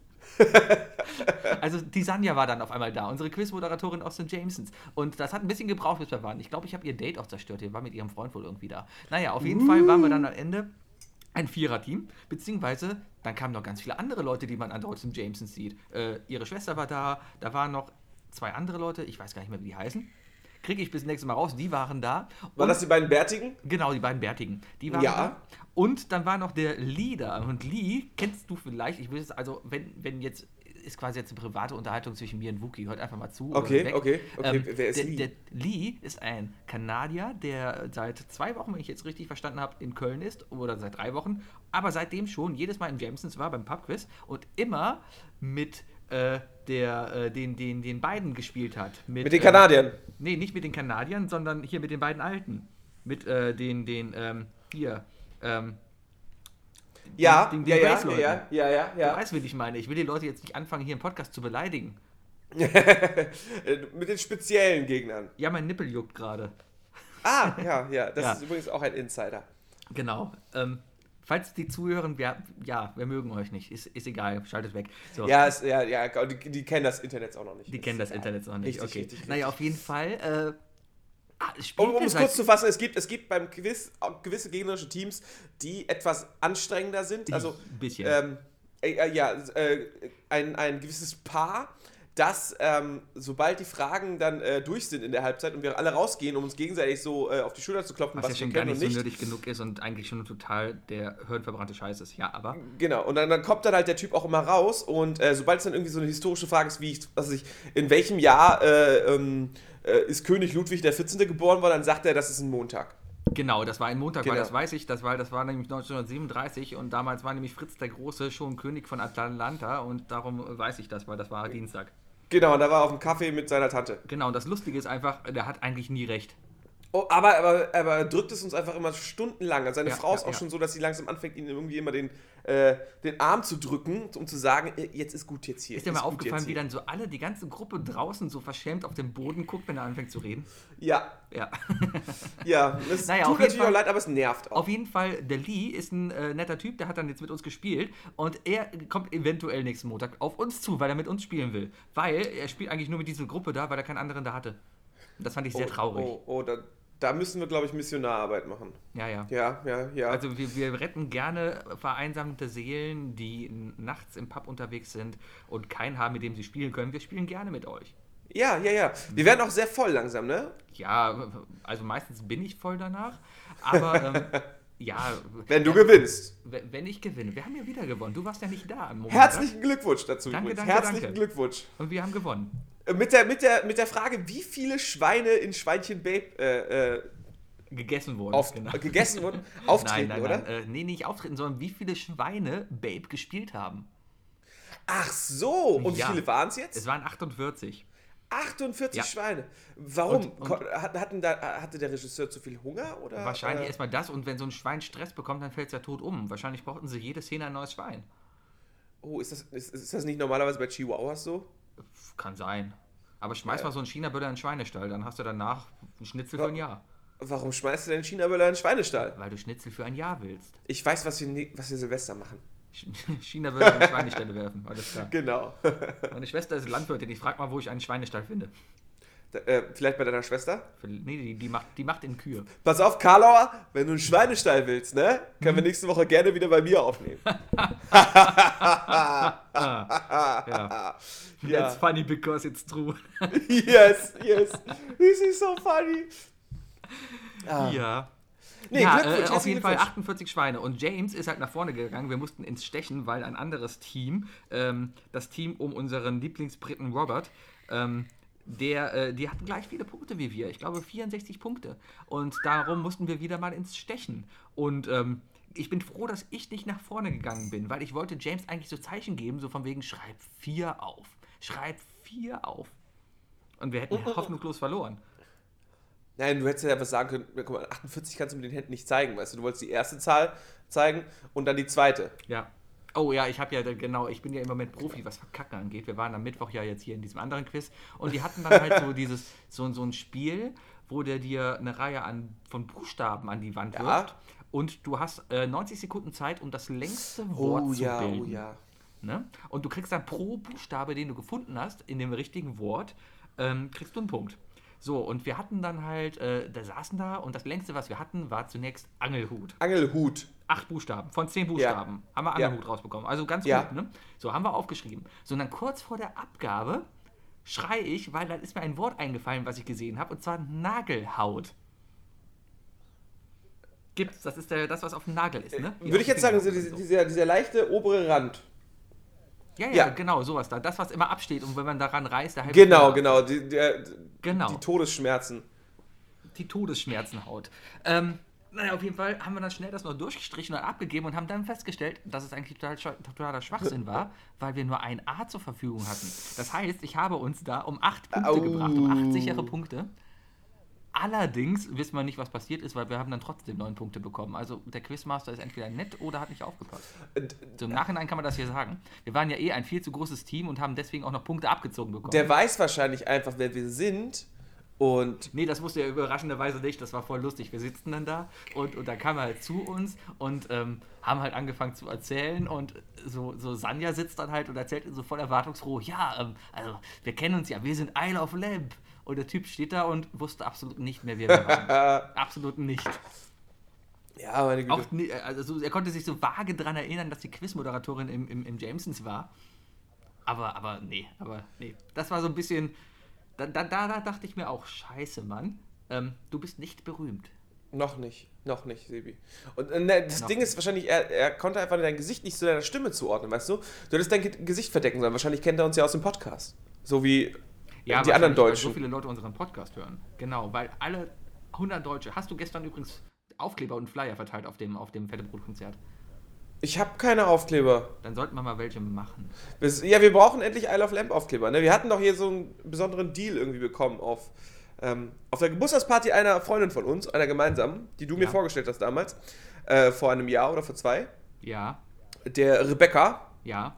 Also die Sanja war dann auf einmal da, unsere Quizmoderatorin aus den Jamesons. Und das hat ein bisschen gebraucht, bis wir waren. Ich glaube, ich habe ihr Date auch zerstört. Die war mit ihrem Freund wohl irgendwie da. Naja, auf jeden Fall waren wir dann am Ende ein Viererteam. Beziehungsweise dann kamen noch ganz viele andere Leute, die man an aus den Jamesons sieht. Äh, ihre Schwester war da, da waren noch zwei andere Leute, ich weiß gar nicht mehr, wie die heißen. Kriege ich bis nächstes Mal raus, die waren da.
Waren
Und-
das die beiden Bärtigen?
Genau, die beiden Bärtigen. Die waren
Ja.
da. Und dann war noch der Lee da. Und Lee kennst du vielleicht, ich will es also, wenn, wenn jetzt, ist quasi jetzt eine private Unterhaltung zwischen mir und Wookie, hört einfach mal zu. oder
Okay,
weg. Ähm,
okay, okay. Wer ist
der,
Lee?
Der Lee ist ein Kanadier, der seit zwei Wochen, wenn ich jetzt richtig verstanden habe, in Köln ist, oder seit drei Wochen, aber seitdem schon jedes Mal in Jamesons war beim Pubquiz und immer mit äh, der, äh, den, den, den beiden gespielt hat.
Mit den
ähm,
Kanadiern.
Nee, nicht mit den Kanadiern, sondern hier mit den beiden Alten. Mit äh, den, den, ähm, hier, ähm,
Ja, ja,
den- den
ja,
Brace-Leuten.
ja, ja, ja,
du
ja.
weißt, wen ich meine. Ich will die Leute jetzt nicht anfangen, hier im Podcast zu beleidigen.
Äh, Mit den speziellen Gegnern.
Ja, mein Nippel juckt gerade.
Ah, ja, ja. Das
Ja.
ist übrigens auch ein Insider.
Genau. Ähm, falls die zuhören, wir, ja, wir mögen euch nicht. Ist, ist egal, schaltet weg. So.
Ja, ist, ja, ja, die, die kennen das Internet auch noch nicht.
Die kennen das Internet noch nicht.
Richtig,
okay.
richtig,
naja, auf jeden Fall. Äh, ah, es
Um,
spielte
um es
seit-
kurz zu fassen, es gibt, es gibt beim Quiz auch gewisse gegnerische Teams, die etwas anstrengender sind. Also,
Ein bisschen.
ähm, äh, äh, ja, äh, ein, ein gewisses Paar, das, ähm, sobald die Fragen dann äh, durch sind in der Halbzeit und wir alle rausgehen, um uns gegenseitig so äh, auf die Schulter zu klopfen,
was,
was,
ja
wir
schon gar
kennen
nicht
und
so
nicht.
nötig genug ist und eigentlich schon total der hirnverbrannte Scheiß ist. Ja, aber.
Genau, und dann, dann kommt dann halt der Typ auch immer raus und äh, sobald es dann irgendwie so eine historische Frage ist, wie ich, was weiß ich, in welchem Jahr äh, ähm, äh, ist König Ludwig der 14. geboren worden, dann sagt er, das ist ein Montag.
Genau, das war ein Montag, weil
Genau.
das weiß ich, das war, das war nämlich 1937 und damals war nämlich Fritz der Große schon König von Atlanta und darum weiß ich das, weil das war Dienstag.
Genau, und da war er auf dem Kaffee mit seiner Tante.
Genau, und das Lustige ist einfach, der hat eigentlich nie recht.
Oh, aber, aber, aber er drückt es uns einfach immer stundenlang. Also seine
Ja,
Frau ist
ja,
auch
ja.
schon so, dass sie langsam anfängt, ihm irgendwie immer den, äh, den Arm zu drücken, um zu sagen, äh, jetzt ist gut jetzt hier.
Ist dir mal
gut
aufgefallen,
jetzt
wie
hier.
dann so alle, die ganze Gruppe draußen so verschämt auf den Boden guckt, wenn er anfängt zu reden?
Ja,
Ja.
ja. Es
Naja, auf
tut
jeden
natürlich auch
Fall-
leid, aber es nervt auch.
Auf jeden Fall, der Lee ist ein äh, netter Typ, der hat dann jetzt mit uns gespielt und er kommt eventuell nächsten Montag auf uns zu, weil er mit uns spielen will. Weil er spielt eigentlich nur mit dieser Gruppe da, weil er keinen anderen da hatte. Und Das fand ich sehr traurig.
Oh, oh, da, da müssen wir, glaube ich, Missionararbeit machen.
Ja, ja.
Ja, ja, ja.
Also wir, wir retten gerne vereinsamte Seelen, die n- nachts im Pub unterwegs sind und keinen haben, mit dem sie spielen können. Wir spielen gerne mit euch.
ja, ja, ja.
Mhm.
Wir werden auch sehr voll langsam, ne?
Ja, also meistens bin ich voll danach, aber ähm, Ja,
Wenn du gewinnst.
w- wenn ich gewinne. Wir haben ja wieder gewonnen. Du warst ja nicht da am Moment.
Herzlichen Glückwunsch dazu
Danke,
übrigens.
danke,
Herzlichen
danke.
Glückwunsch.
Und wir haben gewonnen.
Äh, Mit der, mit, der, mit der Frage, wie viele Schweine in Schweinchen Babe äh, äh,
Gegessen worden.
auf, äh,
genau.
gegessen wurden, auftreten,
nein, nein,
oder?
nein. Äh, nee, nicht auftreten, sondern wie viele Schweine Babe gespielt haben.
Ach so, und
Ja.
wie viele waren es
Es
jetzt?
waren 48.
48
Ja.
Schweine. Warum?
Und- und-
Ko- hat- hatten da, hatte der Regisseur zu viel Hunger? Oder?
Wahrscheinlich
äh,
erstmal das und wenn so ein Schwein Stress bekommt, dann fällt es ja tot um. Wahrscheinlich brauchten sie jede Szene ein neues Schwein.
Oh, ist das, ist, ist das nicht normalerweise bei Chihuahuas so?
Pff, Kann sein. Aber schmeiß mal so einen China-Böller in den Schweinestall, dann hast du danach einen Schnitzel für ein Jahr.
Warum schmeißt du denn China-Böller in den Schweinestall?
Weil du Schnitzel für ein Jahr willst.
Ich weiß, was wir, ne- was wir Silvester machen.
Sch- China-Böller in die Schweinestelle werfen, alles klar.
Genau.
Meine Schwester ist Landwirtin, ich frag mal, wo ich einen Schweinestall finde.
Da- äh, vielleicht bei deiner Schwester?
Für- Nee, die, die, macht, die macht in Kühe.
Pass auf, Karlauer, wenn du einen Schweinestall willst, ne? Können
Mhm.
wir nächste Woche gerne wieder bei mir aufnehmen.
Ja.
Ja.
That's funny because it's true.
yes, yes. This is so funny.
ja.
Nee,
ja,
Glückwunsch,
äh, auf
herzlichen
jeden Fall
Glückwunsch.
48 Schweine. Und James ist halt nach vorne gegangen. Wir mussten ins Stechen, weil ein anderes Team, ähm, das Team um unseren Lieblingsbriten Robert, ähm, der, äh, die hatten gleich viele Punkte wie wir. Ich glaube 64 Punkte. Und darum mussten wir wieder mal ins Stechen. Und ähm, ich bin froh, dass ich nicht nach vorne gegangen bin, weil ich wollte James eigentlich so Zeichen geben, so von wegen, schreib vier auf. Schreib vier auf. Und wir
Oh,
hätten hoffnungslos verloren.
Nein, du hättest ja einfach sagen können, guck mal, 48 kannst du mit den Händen nicht zeigen, weißt du. Du wolltest die erste Zahl zeigen und dann die zweite.
Ja. Oh ja, ich habe ja, da- genau, ich bin ja immer mit Profi, was Verkacken angeht. Wir waren am Mittwoch ja jetzt hier in diesem anderen Quiz und die hatten dann halt so dieses, so, so ein Spiel, wo der dir eine Reihe an, von Buchstaben an die Wand
Ja.
wirft und du hast äh, 90 Sekunden Zeit, um das längste
Oh
Wort zu bilden. Ne? Und du kriegst dann pro Buchstabe, den du gefunden hast, in dem richtigen Wort, ähm, kriegst du einen Punkt. So, und wir hatten dann halt, äh, da saßen da und das längste, was wir hatten, war zunächst Angelhut
Angelhut.
acht Buchstaben, von zehn Buchstaben haben wir
Ja.
Angelhut rausbekommen. Also ganz
Ja.
gut, ne? So haben wir aufgeschrieben. So, und dann kurz vor der Abgabe schrei ich, weil dann ist mir ein Wort eingefallen, was ich gesehen habe, und zwar Nagelhaut. Gibt's, das ist der, das, was auf dem Nagel ist, ne? Hier auf
Äh, Würde ich
dem
jetzt sagen, so
Finger
diese,
oder
dieser, dieser leichte obere Rand.
Ja, ja,
ja.
genau, sowas da. Das, was immer absteht und wenn man daran reißt, der halbe
Genau,
Finger-
genau. Die, der,
Genau.
die Todesschmerzen.
die Todesschmerzenhaut. Ähm, naja, auf jeden Fall haben wir dann schnell das noch durchgestrichen und abgegeben und haben dann festgestellt, dass es eigentlich total, sch- totaler Schwachsinn war, weil wir nur ein A zur Verfügung hatten. Das heißt, ich habe uns da um acht Punkte
Au.
gebracht, um acht sichere Punkte. Allerdings wissen wir nicht, was passiert ist, weil wir haben dann trotzdem neun Punkte bekommen. Also der Quizmaster ist entweder nett oder hat nicht aufgepasst.
Und
So, Im Nachhinein kann man das hier sagen. Wir waren ja eh ein viel zu großes Team und haben deswegen auch noch Punkte abgezogen bekommen.
Der weiß wahrscheinlich einfach, wer wir sind. Und
Nee, das wusste er überraschenderweise nicht. Das war voll lustig. Wir sitzen dann da und, und dann kam er halt zu uns und ähm, haben halt angefangen zu erzählen. Und so, so Sanja sitzt dann halt und erzählt so voll erwartungsfroh: Ja, ähm, also wir kennen uns ja, wir sind Isle of Lamp. Und der Typ steht da und wusste absolut nicht mehr, wer wir waren. absolut nicht.
ja, meine Güte.
Auch, ni- also so- er konnte sich so vage daran erinnern, dass die Quizmoderatorin im, im, im Jamesons war. Aber, aber nee, aber nee. Das war so ein bisschen. Da, da, da, da dachte ich mir auch, scheiße, Mann. Ähm, du bist nicht berühmt.
Noch nicht, noch nicht, Sebi. Und äh, ne, das
Noch
Ding ist wahrscheinlich, er, er konnte einfach dein Gesicht nicht zu deiner Stimme zuordnen, weißt du? Du hättest dein Ge- Gesicht verdecken sollen. Wahrscheinlich kennt er uns ja aus dem Podcast. So wie äh, die
wahrscheinlich,
anderen
weil
Deutschen.
So viele Leute unseren Podcast hören. Genau, weil alle 100 Deutsche. Hast du gestern übrigens Aufkleber und Flyer verteilt auf dem, auf dem Fettebrot-Konzert?
ich habe keine Aufkleber.
Dann sollten wir mal welche machen.
Das- Ja, wir brauchen endlich Isle of Lamp Aufkleber. Ne? Wir hatten doch hier so einen besonderen Deal irgendwie bekommen auf, ähm, auf der Geburtstagsparty einer Freundin von uns, einer gemeinsamen, die du mir
Ja.
vorgestellt hast damals, äh, vor einem Jahr oder vor zwei,
Ja,
der Rebecca.
ja.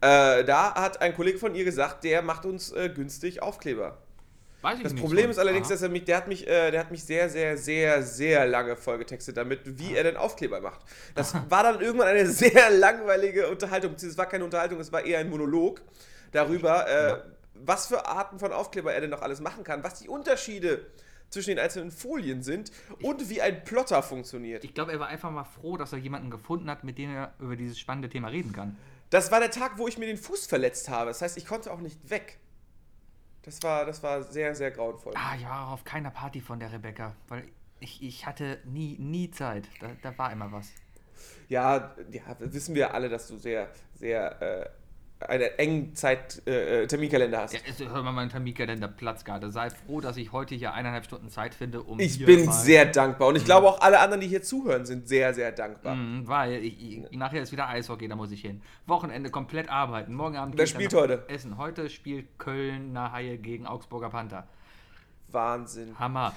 Äh, da hat ein Kollege von ihr gesagt, der macht uns äh, günstig Aufkleber.
Weiß ich
Das
nicht
Problem
schon.
ist allerdings,
Aha.
dass er mich, der hat mich, äh, der hat mich sehr, sehr, sehr, sehr lange vollgetextet damit, wie er denn Aufkleber macht. Das war dann irgendwann eine sehr langweilige Unterhaltung, beziehungsweise es war keine Unterhaltung, es war eher ein Monolog darüber, äh,
Ja.
was für Arten von Aufkleber er denn noch alles machen kann, was die Unterschiede zwischen den einzelnen Folien sind und wie ein Plotter funktioniert.
Ich glaube, er war einfach mal froh, dass er jemanden gefunden hat, mit dem er über dieses spannende Thema reden kann.
Das war der Tag, wo ich mir den Fuß verletzt habe. Das heißt, ich konnte auch nicht weg. Das war, das war sehr, sehr grauenvoll.
Ah, ich war auch auf keiner Party von der Rebecca, weil ich, ich hatte nie, nie Zeit. Da, da war immer was.
Ja, ja, wissen wir alle, dass du sehr, sehr äh, einen engen Zeit, äh, Terminkalender hast.
Ja, also hör mal meinen Terminkalender Platzgarde. Sei froh, dass ich heute hier eineinhalb Stunden Zeit finde, um.
ich
hier
bin
mal-
sehr dankbar und ich glaube auch alle anderen, die hier zuhören, sind sehr, sehr dankbar.
Mhm, Weil ich, ich, nachher ist wieder Eishockey, da muss ich hin. Wochenende komplett arbeiten. Morgen Abend.
Wer
geht's dann
spielt
noch
heute?
Essen. Heute spielt Kölner Haie gegen Augsburger Panther.
Wahnsinn.
Hammer.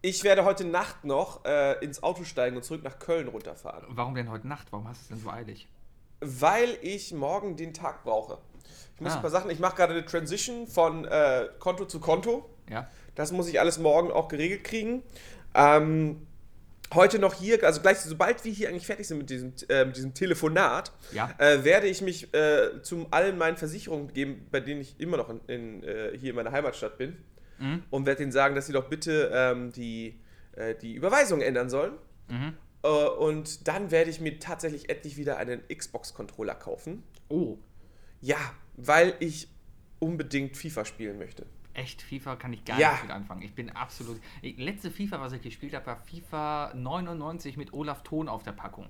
Ich werde heute Nacht noch äh, ins Auto steigen und zurück nach Köln runterfahren,
Warum denn heute Nacht? Warum hast du es denn so eilig?
weil ich morgen den Tag brauche. Ich muss
Ah.
ein paar Sachen, ich mache gerade eine Transition von äh, Konto zu Konto.
Ja.
Das muss ich alles morgen auch geregelt kriegen. Ähm, heute noch hier, also gleich, sobald wir hier eigentlich fertig sind mit diesem, äh, mit diesem Telefonat,
Ja.
äh, werde ich mich äh, zu allen meinen Versicherungen begeben, bei denen ich immer noch in, in, äh, hier in meiner Heimatstadt bin. Und werde denen sagen, dass sie doch bitte ähm, die, äh, die Überweisung ändern sollen. Äh, und dann werde ich mir tatsächlich endlich wieder einen Xbox-Controller kaufen.
Oh,
Ja, weil ich unbedingt FIFA spielen möchte.
echt, FIFA kann ich gar
Ja.
nicht mit anfangen. Ich bin absolut. Ich, letzte FIFA, was ich gespielt habe, war FIFA 99 mit Olaf Thon auf der Packung.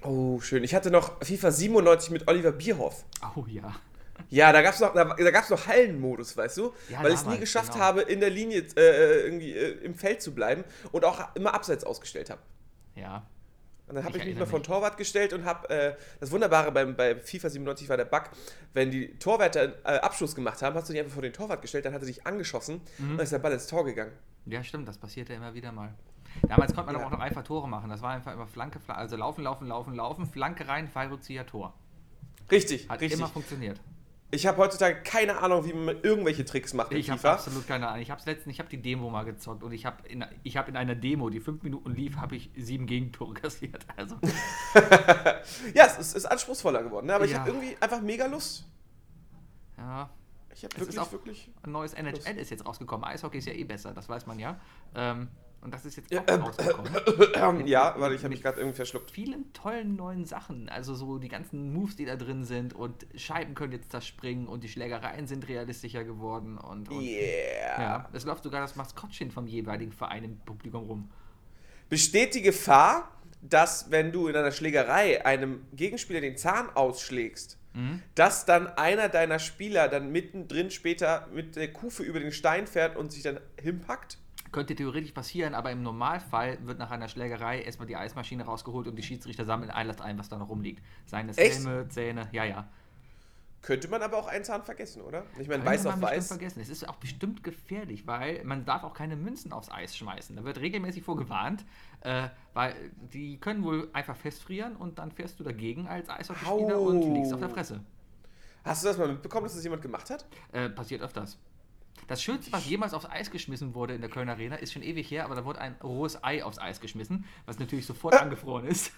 Oh, schön. Ich hatte noch FIFA 97 mit Oliver Bierhoff.
Oh ja.
Ja, da gab es noch, da, da gab's noch Hallenmodus, weißt du?
Ja,
Weil ich es
damals,
nie geschafft
genau.
habe, in der Linie äh, irgendwie äh, im Feld zu bleiben und auch immer abseits ausgestellt habe.
Ja.
Und dann habe
Ich
ich, mich
erinnere
mal von
mich.
Torwart gestellt und habe äh, das Wunderbare beim, bei FIFA 97 war der Bug, wenn die Torwärter äh, Abschluss gemacht haben, hast du dich einfach vor den Torwart gestellt, dann hat er dich angeschossen
Mhm.
und dann ist der Ball ins Tor gegangen.
Ja, stimmt, das passierte immer wieder mal. Damals konnte man
Ja.
aber auch noch einfach Tore machen. Das war einfach immer Flanke, Flanke, also laufen, laufen, laufen, laufen, Flanke rein, Fallrückzieher, Tor.
Richtig,
Hat
richtig.
immer funktioniert.
Ich habe heutzutage keine Ahnung, wie man irgendwelche Tricks macht in
Ich habe
FIFA.
absolut keine Ahnung. Ich habe letztens, ich habe die Demo mal gezockt und ich habe in, ich hab in einer Demo, die fünf Minuten lief, habe ich sieben Gegentore kassiert. Also,
Ja, es ist, ist anspruchsvoller geworden, ne? aber ich
Ja.
habe irgendwie einfach mega Lust.
ja,
Ich habe
Es ist
wirklich,
auch-
wirklich.
ein neues NHL ist jetzt rausgekommen. Eishockey ist ja eh besser, das weiß man ja. Ähm, und das ist jetzt
Ja,
auch
ähm,
rausgekommen.
ja, weil ich habe mich
mit-
gerade irgendwie verschluckt.
vielen tollen neuen Sachen. Also so die ganzen Moves, die da drin sind und Scheiben können jetzt da springen und die Schlägereien sind realistischer geworden und, und
Yeah.
ja, es läuft sogar das Maskottchen vom jeweiligen Verein im Publikum rum.
Besteht die Gefahr, dass wenn du in einer Schlägerei einem Gegenspieler den Zahn ausschlägst,
Mhm.
dass dann einer deiner Spieler dann mittendrin später mit der Kufe über den Stein fährt und sich dann hinpackt?
Könnte theoretisch passieren, aber im Normalfall wird nach einer Schlägerei erstmal die Eismaschine rausgeholt und die Schiedsrichter sammeln Einlass ein, was da noch rumliegt. Seine
Echt?
Helme, Zähne, ja, ja.
Könnte man aber auch einen Zahn vergessen, oder? Ich meine,
Könnte
weiß
man
auf
bestimmt
weiß.
Vergessen. Es ist auch bestimmt gefährlich, weil man darf auch keine Münzen aufs Eis schmeißen. Da wird regelmäßig vorgewarnt, äh, weil die können wohl einfach festfrieren und dann fährst du dagegen als Eishockeyspieler
Au.
und liegst auf der Fresse.
Hast du das mal mitbekommen, dass das jemand gemacht hat?
Äh, passiert öfters. Das Schönste, was jemals aufs Eis geschmissen wurde in der Kölner Arena, ist schon ewig her, aber da wurde ein rohes Ei aufs Eis geschmissen, was natürlich sofort
Äh.
angefroren ist.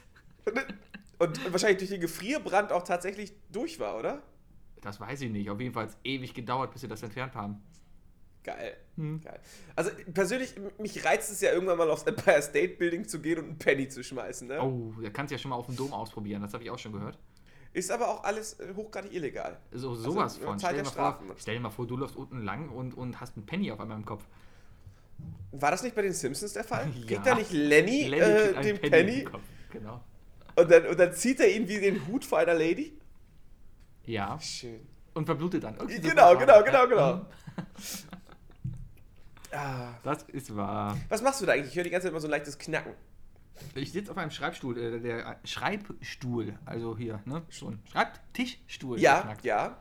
Und wahrscheinlich durch den Gefrierbrand auch tatsächlich durch war, oder?
Das weiß ich nicht. Auf jeden Fall hat es ewig gedauert, bis sie das entfernt haben.
Geil.
Hm.
Geil. Also persönlich, m- mich reizt es ja irgendwann mal aufs Empire State Building zu gehen und einen Penny zu schmeißen. Ne?
Oh, da kannst du ja schon mal auf dem Dom ausprobieren. Das habe ich auch schon gehört.
Ist aber auch alles äh, hochgradig illegal.
So, sowas
man
von.
zahlt
Stell dir,
ja
mal vor,
äh, Strafen.
stell dir mal vor, du läufst unten lang und, und hast einen Penny auf einmal im Kopf.
War das nicht bei den Simpsons der Fall?
Ja.
Kriegt da nicht Lenny,
Lenny kriegt
äh,
einen
den Penny,
im Kopf. Genau.
und, dann, und dann zieht er ihn wie den Hut vor einer Lady?
Ja,
Schön.
und verblutet dann. Irgendwie so
Genau,
was
genau,
war.
genau, genau.
Mhm,
Ah.
Das ist wahr.
Was machst du da eigentlich? Ich höre die ganze Zeit immer so ein leichtes Knacken.
Ich sitze auf einem Schreibstuhl, äh, der Schreibstuhl, also hier, ne? Schon. Schreibtischstuhl.
Ja,
geknackt.
ja.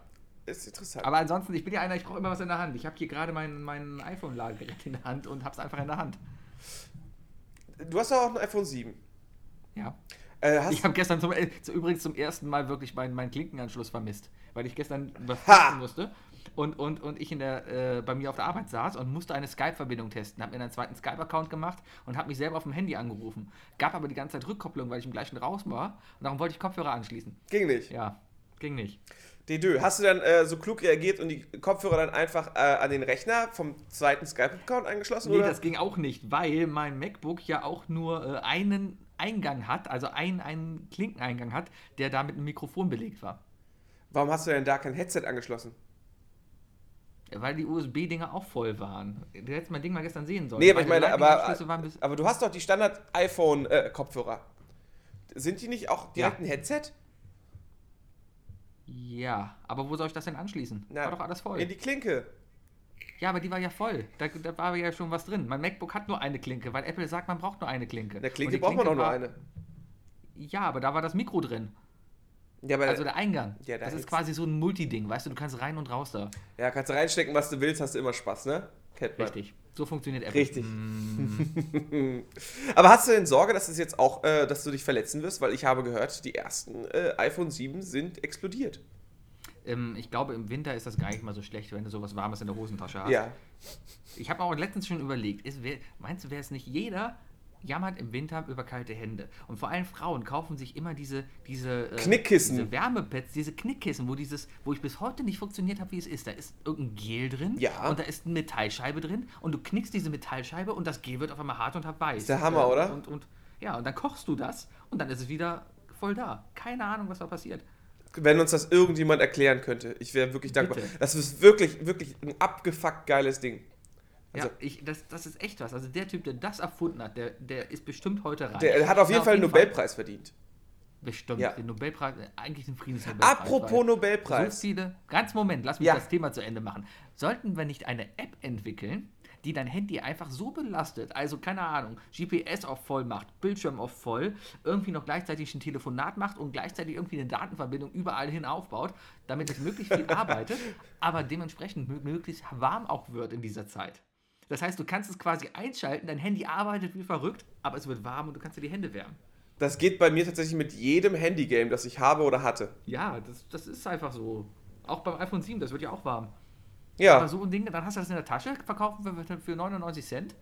Ist interessant.
Aber ansonsten, ich bin ja einer, ich brauche immer was in der Hand. Ich habe hier gerade mein, mein iPhone-Ladegerät in der Hand und habe es einfach in der Hand.
du hast doch auch ein iPhone 7.
Ja.
Äh, hast,
Ich habe gestern zum, äh, zu, übrigens zum ersten Mal wirklich meinen, meinen Klinkenanschluss vermisst, weil ich gestern
Ha!
testen musste und, und, und ich in der, äh, bei mir auf der Arbeit saß und musste eine Skype-Verbindung testen. Habe mir einen zweiten Skype-Account gemacht und habe mich selber auf dem Handy angerufen. Gab aber die ganze Zeit Rückkopplung, weil ich im gleichen raus war und darum wollte ich Kopfhörer anschließen.
ging nicht.
Ja, ging nicht.
Dedö. Hast du dann äh, so klug reagiert und die Kopfhörer dann einfach äh, an den Rechner vom zweiten Skype-Account angeschlossen?
Nee,
oder?
das ging auch nicht, weil mein MacBook ja auch nur äh, einen Eingang hat, also einen, einen Klinkeneingang hat, der da mit einem Mikrofon belegt war.
Warum hast du denn da kein Headset angeschlossen?
Weil die USB-Dinger auch voll waren. Du hättest mein Ding mal gestern sehen sollen.
Nee, aber ich
Beide
meine, aber,
Lightning-Anschlüsse waren bis-
aber du hast doch die Standard-iPhone-Kopfhörer. Sind die nicht auch direkt ein
Ja.
Headset?
ja, aber wo soll ich das denn anschließen?
Na,
war doch alles voll.
In die Klinke.
Ja, aber die war ja voll. Da, da war ja schon was drin. Mein MacBook hat nur eine Klinke, weil Apple sagt, man braucht nur eine Klinke.
In der
Und
Klinke
die
braucht man doch nur
war-
eine.
Ja, aber da war das Mikro drin.
Ja, aber
Also der Eingang.
Äh, Ja, da
das ist
ist-
quasi so ein Multiding, weißt du, du kannst rein und raus da.
ja, kannst du reinstecken, was du willst, hast du immer Spaß, ne? Kennt man.
Richtig. So funktioniert Apple.
Richtig. Aber hast du denn Sorge, dass es jetzt auch, äh, dass du dich verletzen wirst? Weil ich habe gehört, die ersten äh, iPhone 7 sind explodiert.
Ähm, ich glaube, im Winter ist das gar nicht mal so schlecht, wenn du sowas Warmes in der Hosentasche hast.
Ja.
Ich habe mir auch letztens schon überlegt, ist, wer, meinst du, wäre es nicht jeder jammert im Winter über kalte Hände? Und vor allem Frauen kaufen sich immer diese, diese äh,
Knickkissen.
diese Wärmepads, diese Knickkissen, wo dieses, wo ich bis heute nicht funktioniert habe, wie es ist. Da ist irgendein Gel drin
Ja.
und da ist eine Metallscheibe drin und du knickst diese Metallscheibe und das Gel wird auf einmal hart und hab weiß. Ist
der Hammer, oder?
Und, und ja, und dann kochst du das und dann ist es wieder voll da. Keine Ahnung, was da passiert.
Wenn uns das irgendjemand erklären könnte, ich wäre wirklich dankbar.
Bitte.
Das ist wirklich, wirklich ein abgefuckt geiles Ding.
Ja,
Also-
ich, das, das ist echt was. Also der Typ, der das erfunden hat, der, der ist bestimmt heute reich.
Der hat auf
Ah, Na,
jeden Fall einen Nobelpreis verdient.
Bestimmt,
Ja.
den Nobelpreis, äh, eigentlich den Friedensnobelpreis.
Apropos
weil So
Nobelpreis.
viele, ganz Moment, lass mich
Ja.
das Thema zu Ende machen. Sollten wir nicht eine App entwickeln, die dein Handy einfach so belastet, also keine Ahnung, GPS auf voll macht, Bildschirm auf voll, irgendwie noch gleichzeitig ein Telefonat macht und gleichzeitig irgendwie eine Datenverbindung überall hin aufbaut, damit es möglichst viel arbeitet, aber dementsprechend mö- möglichst warm auch wird in dieser Zeit. Das heißt, du kannst es quasi einschalten, dein Handy arbeitet wie verrückt, aber es wird warm und du kannst dir die Hände wärmen.
Das geht bei mir tatsächlich mit jedem Handygame, das ich habe oder hatte.
Ja, das, das ist einfach so. Auch beim iPhone 7, das wird ja auch warm. Aber
Ja,
so ein Ding, dann hast du das in der Tasche, verkaufen wir für 99 Cent.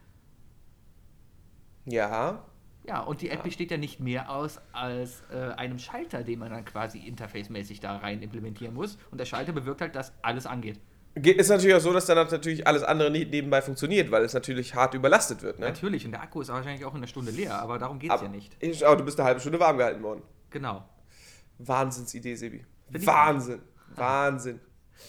ja.
Ja, und die App besteht ja nicht mehr aus als äh, einem Schalter, den man dann quasi interfacemäßig da rein implementieren muss. Und der Schalter bewirkt halt, dass alles angeht.
Ge- Ist natürlich auch so, dass dann natürlich alles andere nie- nebenbei funktioniert, weil es natürlich hart überlastet wird. Ne?
Natürlich, und der Akku ist wahrscheinlich auch in der Stunde leer, aber darum geht es
Aber,
ja nicht.
Ich, aber du bist eine halbe Stunde warm gehalten worden.
Genau.
Wahnsinnsidee, Sebi.
Bin ich
Wahnsinn. Wahnsinn.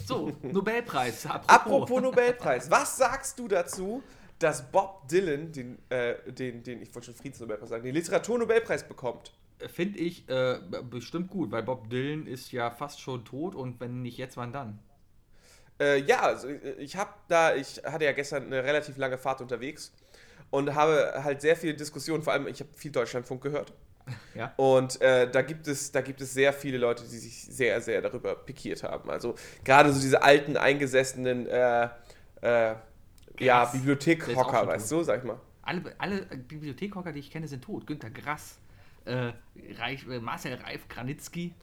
So, Nobelpreis. Apropos.
Apropos Nobelpreis, was sagst du dazu, dass Bob Dylan den, äh, den, den ich wollte schon Friedensnobelpreis sagen, den Literaturnobelpreis bekommt?
Finde ich äh, b- bestimmt gut, weil Bob Dylan ist ja fast schon tot und wenn nicht jetzt, wann dann?
Äh, ja, also äh, ich habe da, ich hatte ja gestern eine relativ lange Fahrt unterwegs und habe halt sehr viele Diskussionen, vor allem ich habe viel Deutschlandfunk gehört.
Ja.
Und äh, da, gibt es, da gibt es sehr viele Leute, die sich sehr, sehr darüber pikiert haben. Also gerade so diese alten, eingesessenen äh, äh, ja,
Krass. Der ist auch
Bibliothekhocker,
schon
weißt du, sag ich mal.
Alle, alle Bibliothekhocker, die ich kenne, sind tot. Günter Grass, äh, Reich, äh, Marcel Reif Granitzky.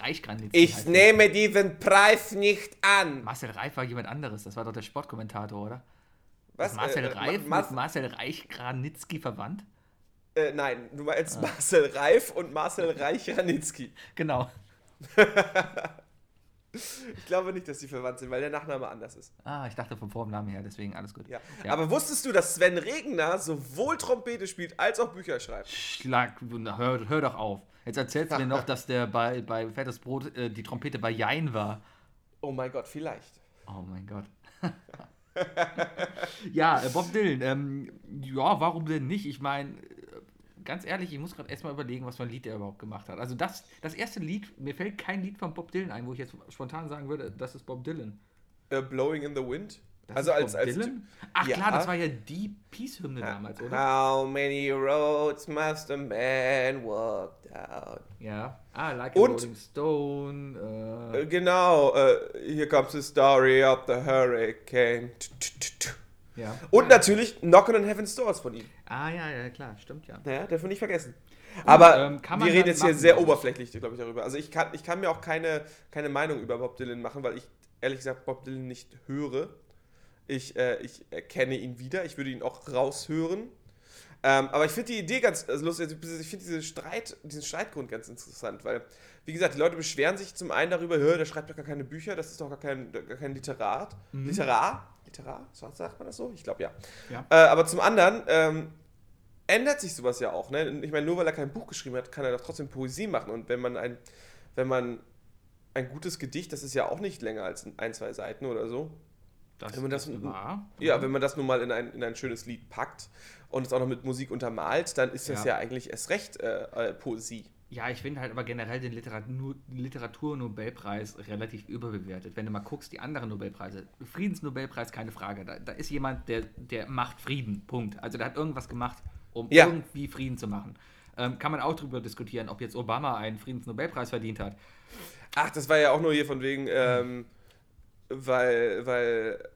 Reich Granitzky.
Ich
heißt er.
nehme diesen Preis nicht an.
Marcel Reif war jemand anderes. Das war doch der Sportkommentator, oder?
Was?
Marcel
äh,
Reif
Ma-
mit Marcel Reich Granitzky verwandt?
äh, nein, du meinst
Ah.
Marcel Reif und Marcel Reich-Ranitzky.
Genau.
Ich glaube nicht, dass die verwandt sind, weil der Nachname anders ist.
Ah, ich dachte vom Vornamen her, deswegen alles gut.
Ja.
Ja.
Aber wusstest du, dass Sven Regner sowohl Trompete spielt als auch Bücher schreibt?
Schlag, hör, hör doch auf. Jetzt erzählst du mir noch, dass der bei, bei Fettes Brot äh, die Trompete bei Jein war.
Oh mein Gott, vielleicht.
Oh mein Gott. ja, äh, Bob Dylan. Ähm, ja, warum denn nicht? Ich meine, ganz ehrlich, ich muss gerade erstmal überlegen, was für ein Lied er überhaupt gemacht hat. Also das, das erste Lied, mir fällt kein Lied von Bob Dylan ein, wo ich jetzt spontan sagen würde, das ist Bob Dylan.
Äh, Blowing in the Wind?
Das
also
ist
als,
Bob
als
Dylan? Ach
Ja. Ah.
klar, das war ja die Peace-Hymne damals, oder?
How many roads must a man walk down?
Ja. Ah, Like
Und-
a Rolling Stone. Äh,
Äh, genau, äh, here comes the story of the hurricane. T- t- t- t.
ja.
Und natürlich Knockin' on Heaven's Doors von ihm.
Ah ja, ja, klar, stimmt ja.
Ja, dürfen wir nicht vergessen. Aber
ähm, kann man
wir reden
dann
jetzt hier
machen,
sehr
glaub ich.
oberflächlich, glaube ich, darüber. Also ich kann, ich kann mir auch keine, keine Meinung über Bob Dylan machen, weil ich ehrlich gesagt Bob Dylan nicht höre. Ich, äh, ich erkenne ihn wieder, ich würde ihn auch raushören. Ähm, aber ich finde die Idee ganz also lustig, also ich finde diese Streit, diesen Streitgrund ganz interessant, weil, wie gesagt, die Leute beschweren sich zum einen darüber, "Hö, der schreibt doch gar keine Bücher, das ist doch gar kein, gar kein Literat. Literar? Literar? So Sagt man das so? Ich glaube ja.
Mhm. Ja.
Äh, aber zum anderen ähm, ändert sich sowas ja auch. Ne? Ich meine, nur weil er kein Buch geschrieben hat, kann er doch trotzdem Poesie machen. Und wenn man ein, wenn man ein gutes Gedicht, das ist ja auch nicht länger als ein, zwei Seiten oder so,
Das
Wenn man das-
ist wahr.
Ja, wenn man das nun mal in ein, in ein schönes Lied packt und es auch noch mit Musik untermalt, dann ist das ja,
Ja.
eigentlich erst recht äh, äh, Poesie.
Ja, ich finde halt aber generell den Literatur- Literatur-Nobelpreis relativ überbewertet. Wenn du mal guckst, die anderen Nobelpreise, Friedensnobelpreis, keine Frage. Da, da ist jemand, der, der macht Frieden, Punkt. Also der hat irgendwas gemacht, um
Ja.
irgendwie Frieden zu machen. Ähm, kann man auch darüber diskutieren, ob jetzt Obama einen Friedensnobelpreis verdient hat.
Ach, das war ja auch nur hier von
Mhm.
wegen, ähm, weil, weil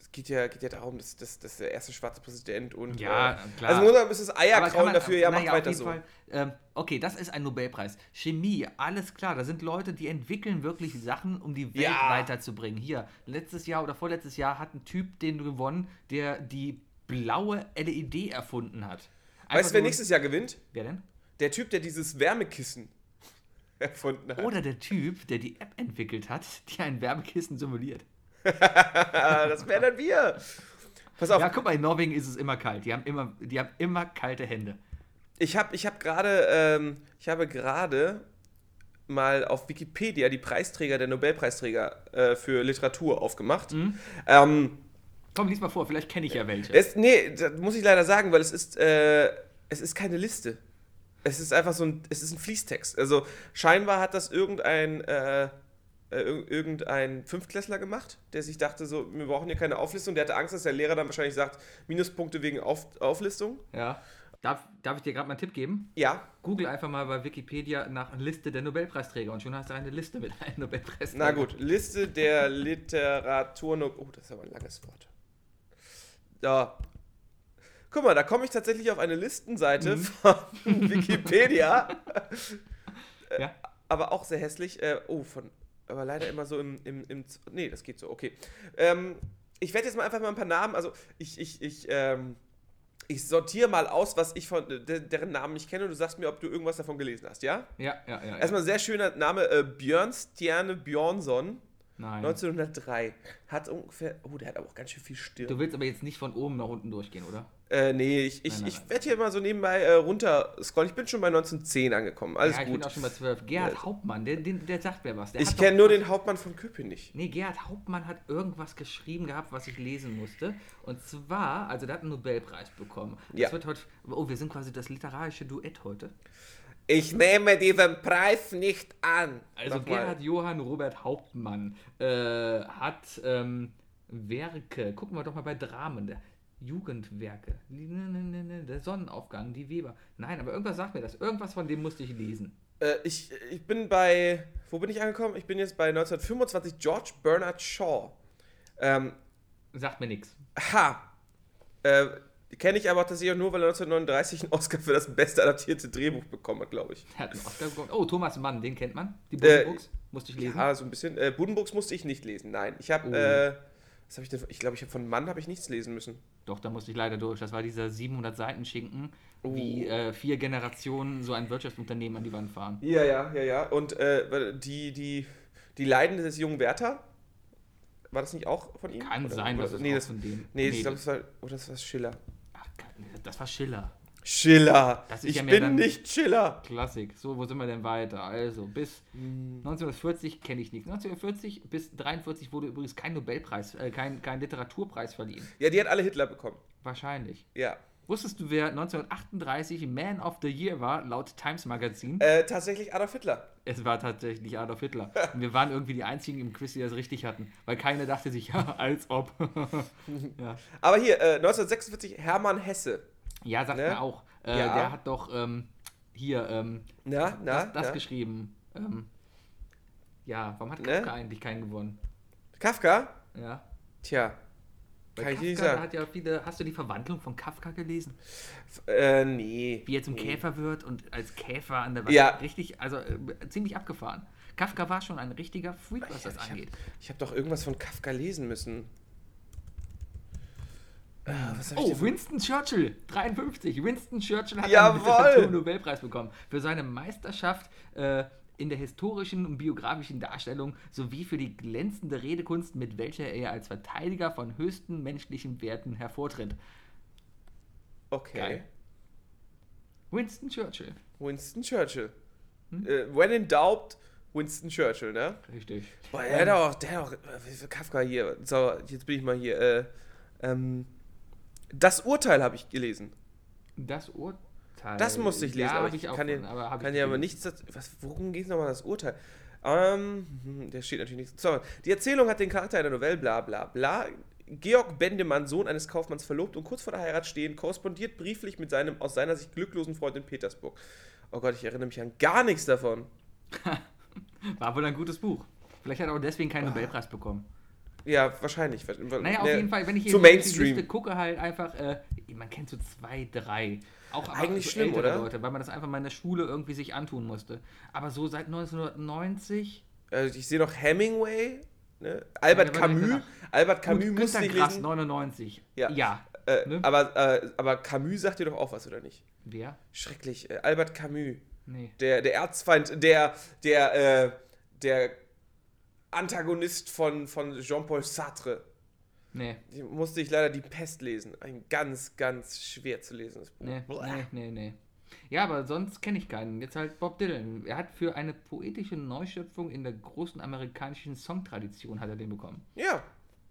es geht ja, geht ja darum, dass, dass, dass der erste schwarze Präsident und.
Ja,
äh,
klar.
Also, Mutter ist das
Aber kann
Eierkrauen
man- also,
dafür, ja,
naja,
macht
auf
weiter
jeden
so.
Fall, ähm, okay, das ist ein Nobelpreis. Chemie, alles klar. Da sind Leute, die entwickeln wirklich Sachen, um die Welt
Ja.
weiterzubringen. Hier, letztes Jahr oder vorletztes Jahr hat ein Typ den gewonnen, der die blaue LED erfunden hat. Einfach
Weißt du, wer
nur-
nächstes Jahr gewinnt?
Wer denn?
Der Typ, der dieses Wärmekissen erfunden hat.
Oder der Typ, der die App entwickelt hat, die ein Wärmekissen simuliert.
Ah, das wären dann wir. Pass auf,
Ja, guck mal, in Norwegen ist es immer kalt. Die haben immer, die haben immer kalte Hände.
Ich habe ich hab gerade ähm, ich habe gerade mal auf Wikipedia die Preisträger der Nobelpreisträger äh, für Literatur aufgemacht.
Mhm.
Ähm,
Komm, lies mal vor, vielleicht kenne ich ja welche.
es, nee, das muss ich leider sagen, weil es ist äh, es ist keine Liste. Es ist einfach so ein es ist ein Fließtext. Also scheinbar hat das irgendein äh, äh, irg- irgendein Fünftklässler gemacht, der sich dachte so, wir brauchen hier keine Auflistung. Der hatte Angst, dass der Lehrer dann wahrscheinlich sagt Minuspunkte wegen auf Auflistung.
Ja. Darf, darf ich dir gerade mal einen Tipp geben?
Ja,
Google einfach mal bei Wikipedia nach Liste der Nobelpreisträger und schon hast du eine Liste mit allen Nobelpreisträgern.
Na gut, Liste der Literatur. Oh, das ist aber ein langes Wort. Ja. Guck mal, da komme ich tatsächlich auf eine Listenseite von Wikipedia, Äh,
Ja?
aber auch sehr hässlich. Äh, oh, von. Aber leider immer so im. im, im Z- nee, das geht so, okay. Ähm, ich werde jetzt mal einfach mal ein paar Namen. Also, ich. ich, ich ähm, ich sortiere mal aus, was ich von äh, de- deren Namen ich kenne und du sagst mir, ob du irgendwas davon gelesen hast, ja?
Ja, ja, ja.
Erstmal ein sehr schöner Name, äh, Björn Stjerne Björnsson.
Nein.
1903 hat ungefähr. Oh, der hat aber auch ganz schön viel Stirn.
Du willst aber jetzt nicht von oben nach unten durchgehen, oder?
Äh, nee, ich, ich,
Nein, nein,
ich
nein.
werde hier mal so nebenbei äh, runter scrollen. Ich bin schon bei 1910 angekommen. Alles
ja, ich
gut.
bin auch schon bei 12. Gerhard Hauptmann, der, den, der sagt mir was. Der
Ich
hat
kenne nur
doch-
den Hauptmann von Köpenick.
Nee, Gerhard Hauptmann hat irgendwas geschrieben gehabt, was ich lesen musste. Und zwar, also der hat einen Nobelpreis bekommen. Das
Ja.
wird heute, oh, wir sind quasi das literarische Duett heute.
Ich nehme diesen Preis nicht an.
Also
Nochmal.
Gerhard Johann Robert Hauptmann äh, hat ähm, Werke, gucken wir doch mal bei Dramen, der Jugendwerke, ne, der Sonnenaufgang, die Weber. Nein, aber irgendwas sagt mir das. Irgendwas von dem musste ich lesen.
Äh, ich, ich bin bei. Wo bin ich angekommen? Ich bin jetzt bei 1925 George Bernard Shaw. Ähm,
Sagt mir nichts.
ha! Äh, kenne ich aber tatsächlich auch nur, weil er 1939 einen Oscar für das beste adaptierte Drehbuch bekommen hat, glaube ich.
Er hat einen Oscar bekommen. Oh, Thomas Mann, den kennt man. Die
Äh,
Buchenbuchs, musste ich lesen.
Ja, so ein bisschen. Äh, Buddenbrooks musste ich nicht lesen. Nein, ich habe.
Oh.
Äh, was habe ich denn? Ich glaube, ich habe von Mann habe ich nichts lesen müssen.
Doch, da musste ich leider durch. Das war dieser 700 Seiten Schinken, wie äh, vier Generationen so ein Wirtschaftsunternehmen an die Wand fahren.
Ja, ja, ja, ja. Und äh, warte, die, die, die Leiden des jungen Werther. War das nicht auch von ihm?
Kann
Oder-
sein,
oder,
dass es
nee,
auch
das,
von dem.
Nee,
Nee,
ich glaube,
das-
das war. Oh, das war Schiller.
Ach, das war Schiller.
Schiller!
Das ist
ich
ja mehr
bin
dann-
nicht Schiller!
Klassik. So, wo sind wir denn weiter? Also, bis
Hm.
1940 kenne ich nichts. 1940 bis 43 wurde übrigens kein Nobelpreis, äh, kein, kein Literaturpreis verliehen.
Ja, die hat alle Hitler bekommen.
Wahrscheinlich.
Ja.
Wusstest du, wer 1938 Man of the Year war, laut Times Magazin?
Äh, tatsächlich Adolf Hitler.
Es war tatsächlich Adolf Hitler. Und wir waren irgendwie die einzigen im Quiz, die das richtig hatten. Weil keiner dachte sich, ja, als ob. ja.
Aber hier, äh, 1946 Hermann Hesse.
ja, sagt
Ne?
mir auch. Äh,
Ja.
Der hat doch ähm, hier ähm,
Na, na,
das, das
na.
geschrieben. Ähm, ja, warum hat
Ne?
Kafka eigentlich keinen gewonnen?
Kafka?
Ja.
Tja.
Weil
Kann ich
Kafka
nicht sagen.
hat ja viele. Hast du die Verwandlung von Kafka gelesen?
Äh, nee.
Wie er zum Käfer wird und als Käfer an der Wand.
Ja.
Richtig, also äh, ziemlich abgefahren. Kafka war schon ein richtiger Freak, was das angeht.
Ich habe doch irgendwas von Kafka lesen müssen. Ah, was hab ich
Oh,
denn für-
Winston Churchill, 53. Winston Churchill hat
Jawohl!
einen Literatur-Nobelpreis bekommen für seine Meisterschaft äh, in der historischen und biografischen Darstellung sowie für die glänzende Redekunst, mit welcher er als Verteidiger von höchsten menschlichen Werten hervortritt.
okay.
Geil. Winston Churchill.
Hm? Winston Churchill. Äh, when in doubt, Winston Churchill, ne?
Richtig.
Boah, der hat auch, der hat auch, äh, wie viel Kafka hier, so, jetzt bin ich mal hier, äh, ähm, das Urteil habe ich gelesen.
Das Urteil.
Das musste ich lesen,
Also, ja,
aber
hab
ich
auch
kann dir,
von, aber hab
kann
ich
dir aber
gelesen.
nichts dazu, was, worum ging es nochmal das Urteil? Ähm, hm, der steht natürlich nichts dazu. Die Erzählung hat den Charakter einer Novelle, bla bla bla. Georg Bendemann, Sohn eines Kaufmanns, verlobt und kurz vor der Heirat stehend, korrespondiert brieflich mit seinem aus seiner Sicht glücklosen Freund in Petersburg. Oh Gott, ich erinnere mich an gar nichts davon.
War wohl ein gutes Buch. Vielleicht hat er auch deswegen
Ah.
keinen Nobelpreis bekommen.
Ja, wahrscheinlich.
Naja, auf
Ne,
jeden Fall, wenn ich
Zu
jetzt auf die
Mainstream.
gucke, halt einfach, äh, man kennt so zwei, drei. Auch aber
Eigentlich
so
schlimm,
ältere
oder?
Leute, weil man das einfach mal in der Schule irgendwie sich antun musste. Aber so seit 1990.
Also ich sehe noch Hemingway, ne? Albert
der war
Camus.
danach.
Albert Camus
Gut,
musste
Günter
ich
Grass,
lesen.
99.
Ja.
ja.
äh,
ne?
aber, äh, aber Camus sagt dir doch auch was, oder nicht?
Wer?
Schrecklich. Äh, Albert Camus,
Nee.
der, der Erzfeind, der, der, äh, der Antagonist von, von Jean-Paul Sartre.
Nee.
Die musste ich leider die Pest lesen. Ein ganz, ganz schwer zu lesendes Buch.
Nee, nee, nee, nee. Ja, aber sonst kenne ich keinen. Jetzt halt Bob Dylan. Er hat für eine poetische Neuschöpfung in der großen amerikanischen Songtradition hat er den bekommen.
Ja.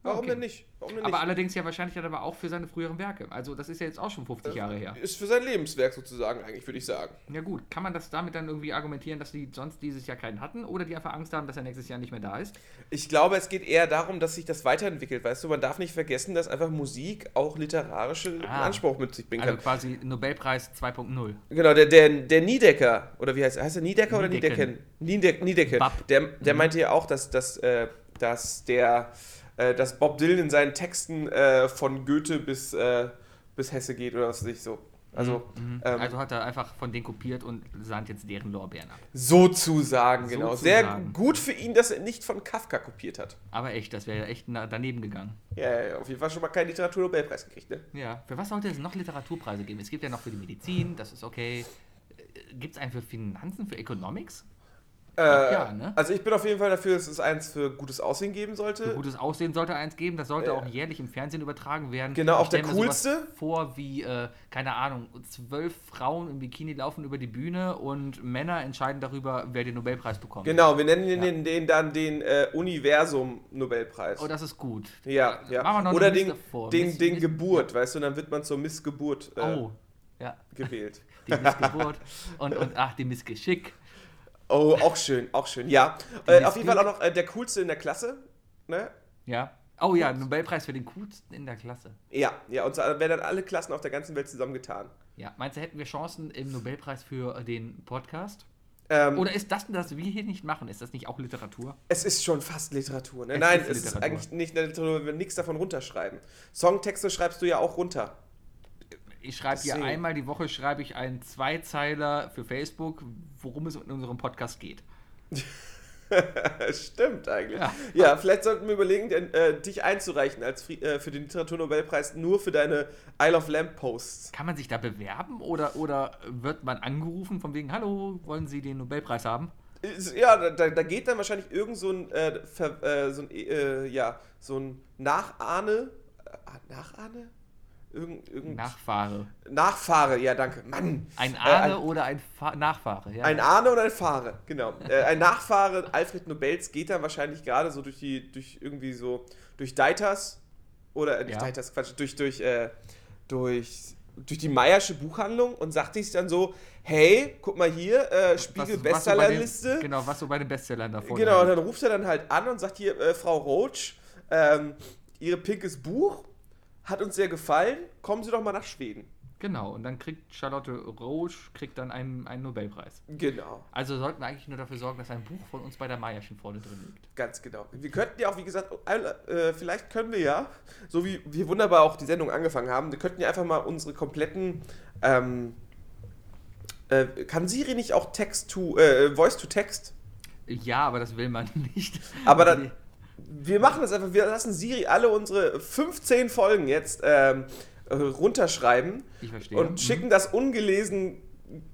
Warum
Okay.
denn nicht? Warum denn
Aber
nicht?
allerdings ja wahrscheinlich dann aber auch für seine früheren Werke. Also das ist ja jetzt auch schon 50 Jahre her.
Ist für sein Lebenswerk sozusagen, eigentlich, würde ich sagen.
Ja gut, kann man das damit dann irgendwie argumentieren, dass die sonst dieses Jahr keinen hatten oder die einfach Angst haben, dass er nächstes Jahr nicht mehr da ist?
Ich glaube, es geht eher darum, dass sich das weiterentwickelt. Weißt du, man darf nicht vergessen, dass einfach Musik auch literarischen
Ah.
Anspruch mit sich bringen
Also
kann.
quasi Nobelpreis 2.0.
Genau, der, der, der Niedecker, oder wie heißt er? Heißt er Niedecker oder Niedecken?
Niedecken.
Niedecken. Niedecken.
Bab. Mhm.
Der, der meinte ja auch, dass, dass, äh, dass, der, äh, dass Bob Dylan in seinen Texten äh, von Goethe bis, äh, bis Hesse geht oder was weiß ich so. Also, ähm,
Also hat er einfach von denen kopiert und sandt jetzt deren Lorbeeren ab.
sozusagen, genau. Sehr
Sozusagen.
gut für ihn, dass er nicht von Kafka kopiert hat.
Aber echt, das wäre ja echt na- daneben gegangen.
Ja, ja, ja, auf jeden Fall schon mal keinen Literaturnobelpreis gekriegt, ne?
Ja, für was sollte es noch Literaturpreise geben? Es gibt ja noch für die Medizin, das ist okay. Gibt es einen für Finanzen, für Economics?
Äh,
Ja, ne?
Also ich bin auf jeden Fall dafür, dass es eins für gutes Aussehen geben sollte.
Gutes Aussehen sollte eins geben, das sollte
Ja.
auch jährlich im Fernsehen übertragen werden.
Äh, Genau,
Ich
auch der
stell mir sowas
coolste.
Vor wie, äh, keine Ahnung, zwölf Frauen im Bikini laufen über die Bühne und Männer entscheiden darüber, wer den Nobelpreis bekommt.
Genau, wir nennen den,
Ja.
den, den dann den äh, Universum-Nobelpreis.
Oh, das ist gut.
ja,
Äh,
ja.
machen wir noch
Oder
eine
den,
Liste vor.
den,
Miss-
den
Miss-
Geburt, weißt du, dann wird man zur Missgeburt äh,
Oh, ja,
gewählt.
die Missgeburt und, und ach, die Missgeschick.
Oh, auch schön, auch schön, ja. Äh, auf
Missgeburt.
jeden Fall auch noch äh, der Coolste in der Klasse, ne?
Ja. Oh ja, Nobelpreis für den coolsten in der Klasse.
Ja, ja, und so werden dann alle Klassen auf der ganzen Welt zusammengetan.
Ja, meinst du, hätten wir Chancen im Nobelpreis für äh, den Podcast?
Ähm,
Oder ist das, was wir hier nicht machen, ist das nicht auch Literatur?
Es ist schon fast Literatur, ne?
Es
Nein,
ist
es ist
Literatur.
eigentlich nicht eine Literatur, wenn wir nichts davon runterschreiben. Songtexte schreibst du ja auch runter.
Ich schreibe hier
Deswegen.
einmal die Woche schreibe ich einen Zweizeiler für Facebook, worum es in unserem Podcast geht.
Stimmt eigentlich. Ja.
Ja.
vielleicht sollten wir überlegen, denn, äh, dich einzureichen als Fri äh, für den Literaturnobelpreis nur für deine Isle of Lamp Posts.
Kann man sich da bewerben oder, oder wird man angerufen von wegen, hallo, wollen Sie den Nobelpreis haben?
Ist- Ja, da- da, da geht dann wahrscheinlich irgend so ein, äh, Ver, äh, so ein, äh, ja, so ein Nachahne. Äh, Nachahne? Irgend, irgend
Nachfahre.
Nachfahre, ja, danke. Mann!
Ein
Äh,
Ahne oder ein Fa Nachfahre, ja.
Ein Ahne und ein Fahre, genau. Äh, ein Nachfahre Alfred Nobels geht dann wahrscheinlich gerade so durch die, durch irgendwie so, durch Deiters oder äh, nicht
Ja.
Deiters, Quatsch, durch, durch, äh, durch, durch die Meiersche Buchhandlung und sagt sich dann so, hey, guck mal hier, äh,
Was-
Spiegel
was so bei den-
Bestsellerliste.
Genau, was so bei den Bestsellern davor
Genau, und dann ruft er dann halt an und sagt hier, äh, Frau Roach, ähm, ihr pinkes Buch hat uns sehr gefallen, kommen Sie doch mal nach Schweden.
genau, und dann kriegt Charlotte Roche kriegt dann einen, einen Nobelpreis.
Genau.
Also sollten wir eigentlich nur dafür sorgen, dass ein Buch von uns bei der Meierschen vorne drin liegt.
Ganz genau. Wir könnten ja auch, wie gesagt, äh, vielleicht können wir ja, so wie wir wunderbar auch die Sendung angefangen haben, wir könnten ja einfach mal unsere kompletten. Ähm, äh, kann Siri nicht auch Text to äh, Voice to Text?
Ja, aber das will man nicht.
Aber dann, wir machen das einfach. Wir lassen Siri alle unsere 15 Folgen jetzt ähm, äh, runterschreiben
Ich verstehe. Mhm.
und schicken das ungelesen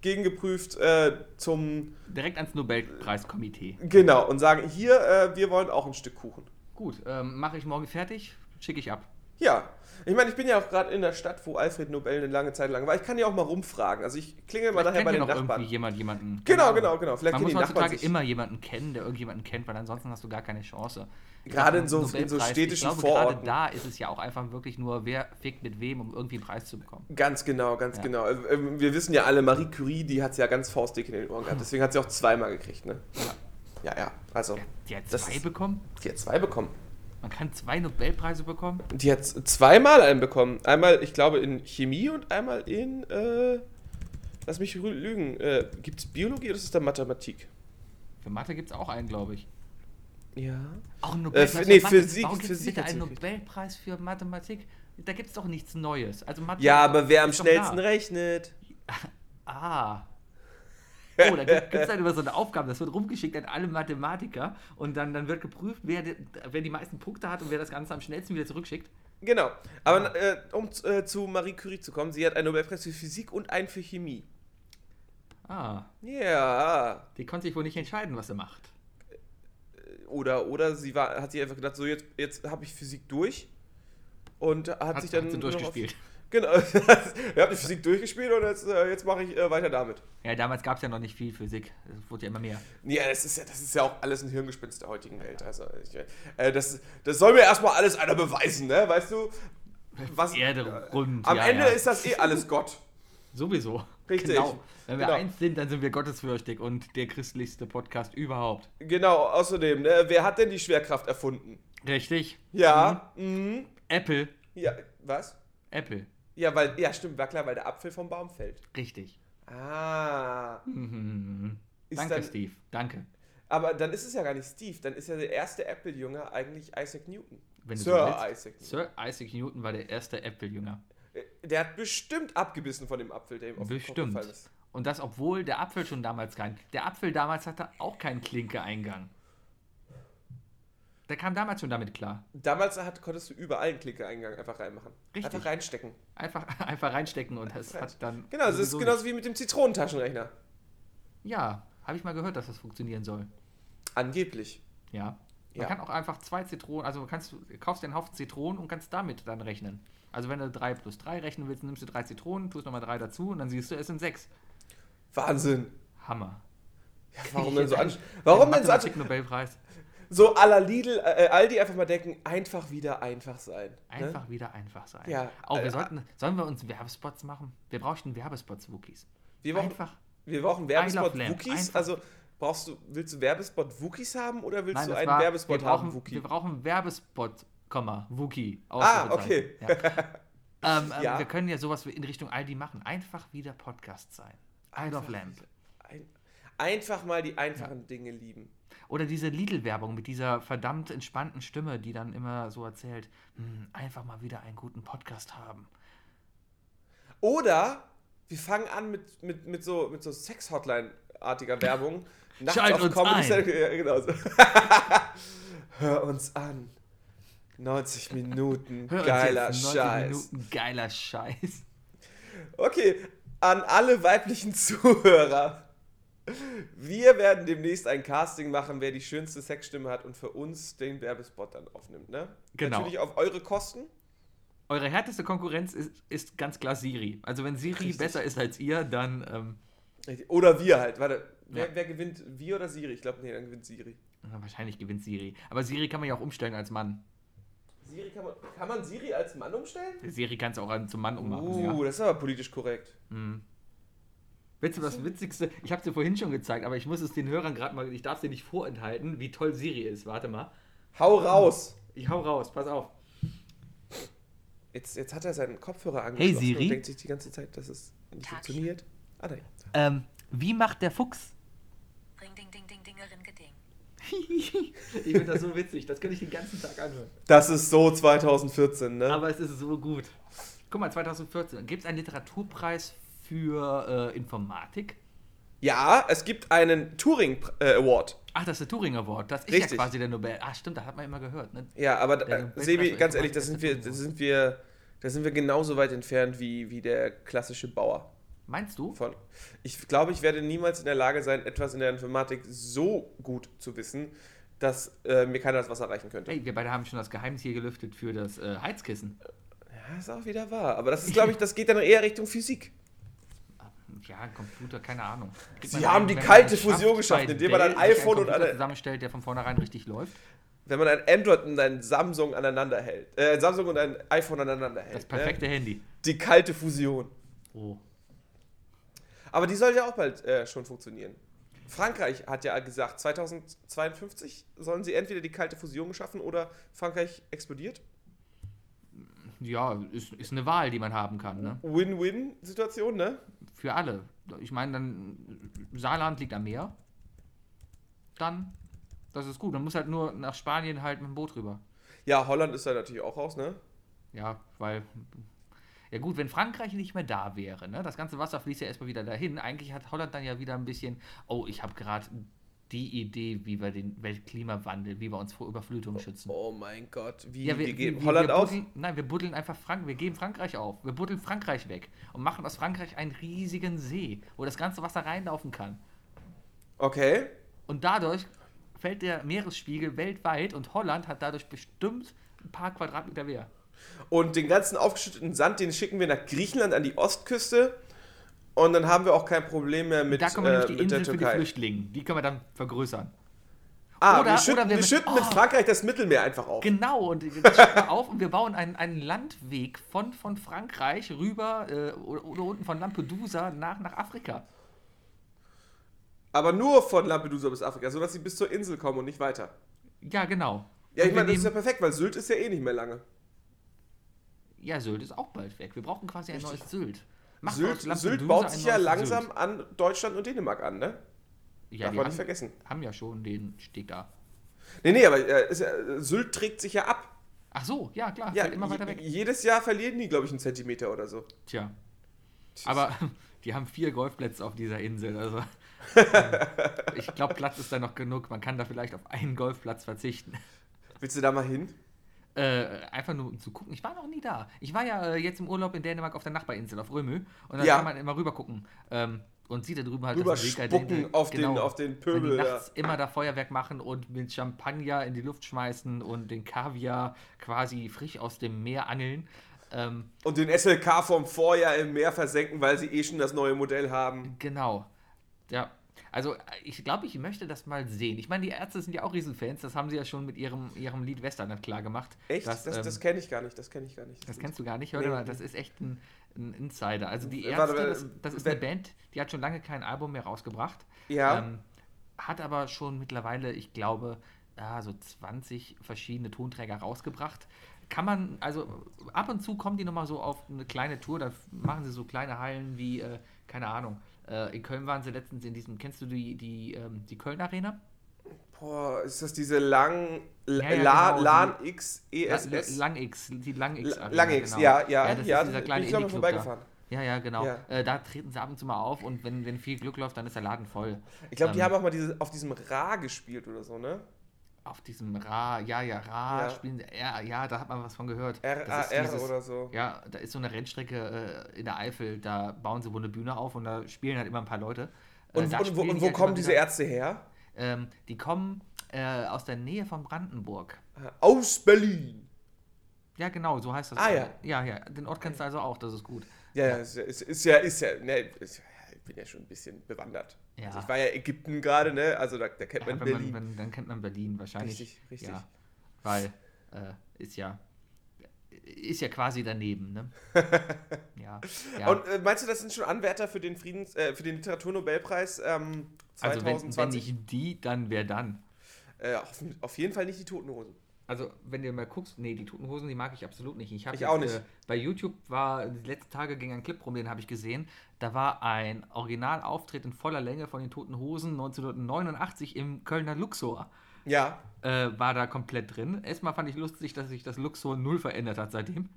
gegengeprüft äh, zum
Direkt ans Nobelpreiskomitee.
genau und sagen hier, äh, wir wollen auch ein Stück Kuchen.
Gut, ähm, mache ich morgen fertig, schicke ich ab.
Ja. Ich meine, ich bin ja auch gerade in der Stadt, wo Alfred Nobel eine lange Zeit lang war. Ich kann ja auch mal rumfragen. Also ich klingel mal nachher
kennt
bei
ja
den
noch
Nachbarn.
irgendwie jemand jemanden.
Genau,
Keine
genau,
Ahnung.
genau. Vielleicht gehen
Man muss
die Nachbarn
heutzutage
sich
immer jemanden kennen, der irgendjemanden kennt, weil ansonsten hast du gar keine Chance.
gerade in so, in
Nobelpreis,
so
ich
städtischen
glaube,
Vororten.
Gerade da ist es ja auch einfach wirklich nur, wer fickt mit wem, um irgendwie einen Preis zu bekommen.
Ganz genau, ganz
Ja.
genau. Ähm, Wir wissen ja alle, Marie Curie, die hat es ja ganz faustdick in den Ohren gehabt. Deswegen hat sie auch zweimal gekriegt, ne? Ja, ja. Also,
Die hat
Das
zwei
ist-
bekommen?
die hat zwei bekommen.
Man kann zwei Nobelpreise bekommen?
Die hat zweimal einen bekommen. Einmal, ich glaube, in Chemie und einmal in, äh, lass mich rü- lügen, äh, gibt es Biologie oder ist es dann Mathematik?
Für Mathe gibt es auch einen, glaube ich.
Ja.
Auch einen
Äh, f-
Nobelpreis
nee,
für Mathe?
Physik-
Warum gibt's
Physik
bitte
hat sie
einen
gekriegt.
Nobelpreis für Mathematik? Da gibt es doch nichts Neues. Also Mathe
Ja, aber wer am
ist doch
schnellsten
da.
rechnet?
Ah. Oh, da gibt es dann immer so eine Aufgabe, das wird rumgeschickt an alle Mathematiker und dann, dann wird geprüft, wer, de, wer die meisten Punkte hat und wer das Ganze am schnellsten wieder zurückschickt.
Genau. Aber äh, um z- äh, zu Marie Curie zu kommen, sie hat einen Nobelpreis für Physik und einen für Chemie.
Ah,
Ja.
die konnte sich wohl nicht entscheiden, was er macht.
Oder, oder sie war, hat sich einfach gedacht, so jetzt, jetzt habe ich Physik durch. Und hat,
Hat,
sich dann.
hat sie
nur noch auf-
durchgespielt.
Genau. Ihr habt die Physik durchgespielt und jetzt, äh, jetzt mache ich äh, weiter damit.
Ja, damals gab es ja noch nicht viel Physik. Es wurde ja immer mehr.
Ja das, ist ja, das ist ja auch alles ein Hirngespinst der heutigen Welt. Also, ich, äh, das, das soll mir erstmal alles einer beweisen, ne? Weißt du? Was, äh,
Erde rund.
am
ja,
Ende
ja.
ist das eh alles Gott.
Sowieso.
Richtig.
Genau. Wenn wir
Genau.
eins sind, dann sind wir gottesfürchtig und der christlichste Podcast überhaupt.
Genau, außerdem, ne? wer hat denn die Schwerkraft erfunden?
Richtig.
Ja, mhm.
Apple.
ja, was?
Apple.
Ja, weil, ja, stimmt, war klar, weil der Apfel vom Baum fällt.
Richtig.
Ah.
Mhm.
Ist
Danke,
dann,
Steve. Danke.
aber dann ist es ja gar nicht Steve, dann ist ja der erste Apple-Junge eigentlich Isaac Newton.
Wenn du so
Sir
willst.
Isaac Newton. Äh,
Sir Isaac Newton war der erste Apple-Jünger.
Der hat bestimmt abgebissen von dem Apfel, der ihm auf den Kopf
Bestimmt.
gefallen ist.
Und das, obwohl der Apfel schon damals kein. Der Apfel damals hatte auch keinen Klinke-Eingang. Der kam damals schon damit klar.
Damals hat, konntest du überall einen Klinke-Eingang einfach reinmachen.
Richtig.
Einfach reinstecken.
Einfach, einfach reinstecken und das hat dann.
Genau, das ist
sowieso
genauso wie mit dem Zitronentaschenrechner.
nicht- Ja, habe ich mal gehört, dass das funktionieren soll.
Angeblich.
Ja. Man
Ja.
kann auch einfach zwei Zitronen, also man kannst, du kaufst dir einen Haufen Zitronen und kannst damit dann rechnen. Also wenn du 3 plus 3 rechnen willst, nimmst du drei Zitronen, tust nochmal drei dazu und dann siehst du, es sind sechs.
Wahnsinn.
Hammer.
Warum denn so an?
Der
Warum denn so an?
Mathematik-Nobelpreis?
So à la Lidl, äh, Aldi einfach mal denken, einfach wieder einfach sein. Ne?
Einfach wieder einfach sein.
Ja.
Oh, wir
Äh,
sollten, sollen wir uns Werbespots machen? Wir brauchen Werbespots, Wookies.
Wir brauchen,
Einfach.
wir brauchen
I love
Werbespot
Lamb.
Wookies.
Einfach.
Also brauchst du, willst du Werbespot Wookies haben oder willst du
das
einen
war-
Werbespot
wir brauchen,
haben, Wookie?
Wir brauchen Werbespot, Komma, Wookie.
Ah,
Ausrufezeichen. Ja. ähm, ähm,
Ja.
Wir können ja sowas in Richtung Aldi machen. Einfach wieder Podcast sein. I love Lamp.
Ein, einfach mal die einfachen Dinge lieben.
Oder diese Lidl-Werbung mit dieser verdammt entspannten Stimme, die dann immer so erzählt, "Hm, einfach mal wieder einen guten Podcast haben.
Oder wir fangen an mit, mit, mit so, mit so Sex-Hotline-artiger Werbung. Nachts
Schalt uns ein.
Center- Ja, genau so. Hör uns an. 90 Minuten
Hör uns
geiler
jetzt 90
Scheiß.
Minuten geiler Scheiß.
Okay, an alle weiblichen Zuhörer. Wir werden demnächst ein Casting machen, wer die schönste Sexstimme hat und für uns den Werbespot dann aufnimmt, ne?
Genau.
Natürlich auf eure Kosten.
Eure härteste Konkurrenz ist, ist ganz klar Siri. Also wenn Siri
Richtig.
besser ist als ihr, dann ähm,
Oder wir halt. Warte, wer,
Ja.
wer gewinnt? Wir oder Siri? Ich glaube, nee, dann gewinnt Siri.
na, wahrscheinlich gewinnt Siri. Aber Siri kann man ja auch umstellen als Mann.
Siri kann man, kann man Siri als Mann umstellen?
Siri kann es auch an- zum Mann ummachen.
Uh,
Ja.
das ist aber politisch korrekt.
Willst du das Witzigste? Ich habe es dir vorhin schon gezeigt, aber ich muss es den Hörern gerade mal, ich darf es dir nicht vorenthalten, wie toll Siri ist. Warte mal.
Hau raus!
Ich hau raus, pass auf.
Jetzt, jetzt hat er seinen Kopfhörer angeschlossen
Siri?
und denkt sich die ganze Zeit, dass es nicht
Tag.
funktioniert. Ah, nein.
Ähm, wie macht der Fuchs?
Ring ding ding ding dingerin geding.
ich finde das so witzig, das könnte ich den ganzen Tag anhören.
Das ist so 2014, ne?
Aber es ist so gut. Guck mal, 2014. Gibt es einen Literaturpreis für äh, Informatik?
Ja, es gibt einen Turing äh, Award.
Ach, das ist der Turing Award. Das ist ja
Richtig.
quasi der Nobel. Ach, stimmt, das hat man immer gehört. Ne?
Ja, aber
Der
äh,
Nobelpreis
Sebi,
für
ganz ehrlich, da sind
Informatik
wir,
ist
da
der
sind wir, da sind wir genauso weit entfernt wie, wie der klassische Bauer.
Meinst du?
Von. Ich glaube, ich werde niemals in der Lage sein, etwas in der Informatik so gut zu wissen, dass äh, mir keiner das Wasser reichen könnte.
Hey, wir beide haben schon das Geheimnis hier gelüftet für das äh, Heizkissen.
Ja, ist auch wieder wahr. Aber das ist, glaube ich, das geht dann eher Richtung Physik.
Ja, Computer, keine Ahnung. Kriegt
Sie
man
haben
einen,
die
wenn
kalte
man es schafft,
Fusion geschafft,
bei
indem man
Dell
ein
sich einen
iPhone und
Computer
eine-
zusammenstellt, der von vornherein richtig läuft.
Wenn man ein Android und ein Samsung aneinander hält, äh, ein Samsung und ein iPhone aneinander hält.
Das perfekte
Ne?
Handy.
Die kalte Fusion.
Oh.
Aber die soll ja auch bald äh, schon funktionieren. Frankreich hat ja gesagt, 2052 sollen sie entweder die kalte Fusion geschaffen oder Frankreich explodiert.
Ja, ist, ist eine Wahl, die man haben kann, ne?
Win-Win-Situation, ne?
Für alle. Ich meine, dann Saarland liegt am Meer. Dann, das ist gut. Man muss halt nur nach Spanien halt mit dem Boot rüber.
Ja, Holland ist da natürlich auch raus, ne?
Ja, weil. Ja gut, wenn Frankreich nicht mehr da wäre, ne? Das ganze Wasser fließt ja erstmal wieder dahin. Eigentlich hat Holland dann ja wieder ein bisschen, oh, ich habe gerade die Idee, wie wir den Weltklimawandel, wie wir uns vor Überflutung schützen.
Oh mein Gott, wie,
Ja,
wir,
wir,
geben
wir,
Holland
wir
auf?
buddeln, Nein, wir buddeln einfach Frank, wir geben Frankreich auf. Wir buddeln Frankreich weg und machen aus Frankreich einen riesigen See, wo das ganze Wasser reinlaufen kann.
Okay.
Und dadurch fällt der Meeresspiegel weltweit und Holland hat dadurch bestimmt ein paar Quadratmeter mehr.
Und den ganzen aufgeschütteten Sand, den schicken wir nach Griechenland an die Ostküste. Und dann haben wir auch kein Problem mehr mit,
da kommen wir
äh,
nämlich die
mit der
Insel für die
Türkei.
Flüchtlinge. Die können wir dann vergrößern.
ah,
Oder-
wir schütten,
oder wir
wir
mit-
schütten mit
Oh.
Frankreich das Mittelmeer einfach auf.
Genau, und das schreiben wir auf und wir bauen einen, einen Landweg von, von Frankreich rüber äh, oder, oder unten von Lampedusa nach, nach Afrika.
Aber nur von Lampedusa bis Afrika, sodass sie bis zur Insel kommen und nicht weiter.
Ja, genau.
Ja,
Und
ich
wir
meine, das ist ja
nehmen-
perfekt, weil Sylt ist ja eh nicht mehr lange.
ja, Sylt ist auch bald weg. Wir brauchen quasi ein neues Sylt. Macht
Sylt,
aus Lampedusa
Sylt baut
ein
sich ja
neues
langsam
Sylt.
an Deutschland und Dänemark an, ne?
Ja,
darf
die
man
haben,
nicht vergessen.
haben ja schon den Steg da.
Nee, nee, aber äh, ist ja, äh, Sylt trägt sich ja ab.
Ach so, ja, klar,
Ja,
fällt immer
je-
weiter weg.
jedes Jahr verlieren die, glaube ich, einen Zentimeter oder so.
Tja. Aber die haben vier Golfplätze auf dieser Insel. Also, ähm, ich glaube, Platz ist da noch genug. Man kann da vielleicht auf einen Golfplatz verzichten.
Willst du da mal hin?
Äh, einfach nur um zu gucken. Ich war noch nie da. Ich war ja äh, jetzt im Urlaub in Dänemark auf der Nachbarinsel, auf Römö. Und da
Ja.
kann man immer rüber gucken. Ähm, und sieht da drüben halt
Rüber
das Genau.
spucken auf den- auf den Pöbel,
Wenn die
ja.
nachts immer da Feuerwerk machen und mit Champagner in die Luft schmeißen und den Kaviar quasi frisch aus dem Meer angeln. Ähm,
Und den SLK vom Vorjahr im Meer versenken, weil sie eh schon das neue Modell haben.
Genau. Ja. Also äh, ich glaube, ich möchte das mal sehen. Ich meine, die Ärzte sind ja auch Riesenfans. Das haben sie ja schon mit ihrem, ihrem Lied Western klar gemacht.
Echt? Das,
Das,
das,
ähm, das,
kenne ich gar nicht, das kenne ich gar nicht.
kennst du gar nicht, oder? Das ist echt ein, ein Insider. Also die
Warte,
Ärzte,
warte,
das, das ist
wer-
eine Band, die hat schon lange kein Album mehr rausgebracht.
Ja.
Ähm, hat aber schon mittlerweile, ich glaube, ja, so 20 verschiedene Tonträger rausgebracht. Kann man, also ab und zu kommen die nochmal so auf eine kleine Tour, da f- machen sie so kleine Hallen wie, äh, keine Ahnung. Äh, in Köln waren sie letztens in diesem, kennst du die, die, ähm, die Köln Arena?
Boah, ist das diese lang.
Ja, ja,
La,
genau,
LAN X E
La-
ESS?
Lang X, die Lang X. Arena, genau.
Lang X, ja, ja,
das
ja,
ist dieser
bin
kleine
ich glaub mal
Indie-Club da.
vorbeigefahren.
Ja, ja, genau.
Ja.
Äh, da treten sie ab und zu mal auf und wenn, wenn viel Glück läuft, dann ist der Laden voll.
Ich glaube, die
Ähm,
haben auch mal diese, auf diesem Ra gespielt oder so, ne?
Auf diesem Ra, ja, ja, Ra
Ja.
spielen sie, ja, ja, da hat man was von gehört. Das ist
RAR
dieses-
oder so.
Ja, da ist so eine Rennstrecke äh, in der Eifel, da bauen sie wohl eine Bühne auf und da spielen halt immer ein paar Leute. Äh,
Und,
da
und, wo,
spielen
und
die
wo
halt
kommen
immer
diese
wieder-
Ärzte her?
Ähm, die kommen äh, aus der Nähe von Brandenburg.
Äh, Aus Berlin.
Ja, genau, so heißt das.
Ah, ja.
Ja, ja, den Ort kennst du also auch, das ist gut.
Ja, ja, ist, ja- ist, ist ja, ist ja, ne, ist, ja, ich bin ja schon ein bisschen bewandert.
Ja.
Also ich war ja Ägypten gerade, ne? Also da, da kennt
Ja,
man
wenn
Berlin.
man, wenn, dann kennt man Berlin wahrscheinlich.
Richtig, richtig.
Ja, weil äh, ist ja ist ja quasi daneben, ne? ja. ja.
Und äh, meinst du, das sind schon Anwärter für den Friedens, äh, für den Literaturnobelpreis ähm,
also wenn, wenn
2020?
nicht die, dann wer dann?
äh, auf, auf jeden Fall nicht die Toten Hosen.
Also, wenn du mal guckst, nee, die Toten Hosen, die mag ich absolut nicht. Ich, hab
Ich
jetzt,
auch nicht.
Äh, bei YouTube war, die letzten Tage ging ein Clip rum, den habe ich gesehen. Da war ein Originalauftritt in voller Länge von den Toten Hosen 1989 im Kölner Luxor.
Ja.
Äh, war da komplett drin. Erstmal fand ich lustig, dass sich das Luxor null verändert hat seitdem.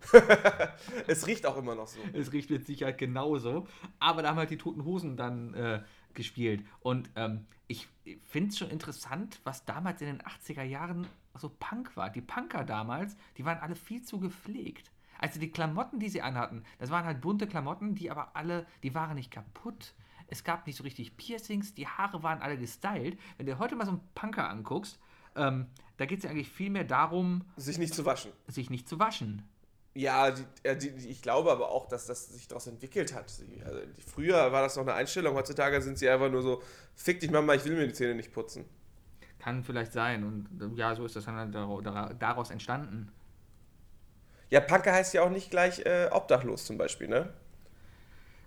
Es riecht auch immer noch so.
Es riecht mit Sicherheit genauso. Aber da haben halt die Toten Hosen dann äh, gespielt. Und ähm, ich finde es schon interessant, was damals in den 80er Jahren so Punk war. Die Punker damals, die waren alle viel zu gepflegt. Also die Klamotten, die sie anhatten, das waren halt bunte Klamotten, die aber alle, die waren nicht kaputt. Es gab nicht so richtig Piercings, die Haare waren alle gestylt. Wenn du dir heute mal so einen Punker anguckst, Ähm, da geht es ja eigentlich viel mehr darum,
Sich nicht zu waschen.
sich nicht zu waschen.
Ja, die, äh, die, die, ich glaube aber auch, dass das sich daraus entwickelt hat. Sie, also, die, früher war das noch eine Einstellung, heutzutage sind sie einfach nur so, fick dich Mama, ich will mir die Zähne nicht putzen.
Kann vielleicht sein. Und äh, ja, so ist das dann dar- dar- daraus entstanden.
Ja, Panke heißt ja auch nicht gleich äh, obdachlos zum Beispiel, ne?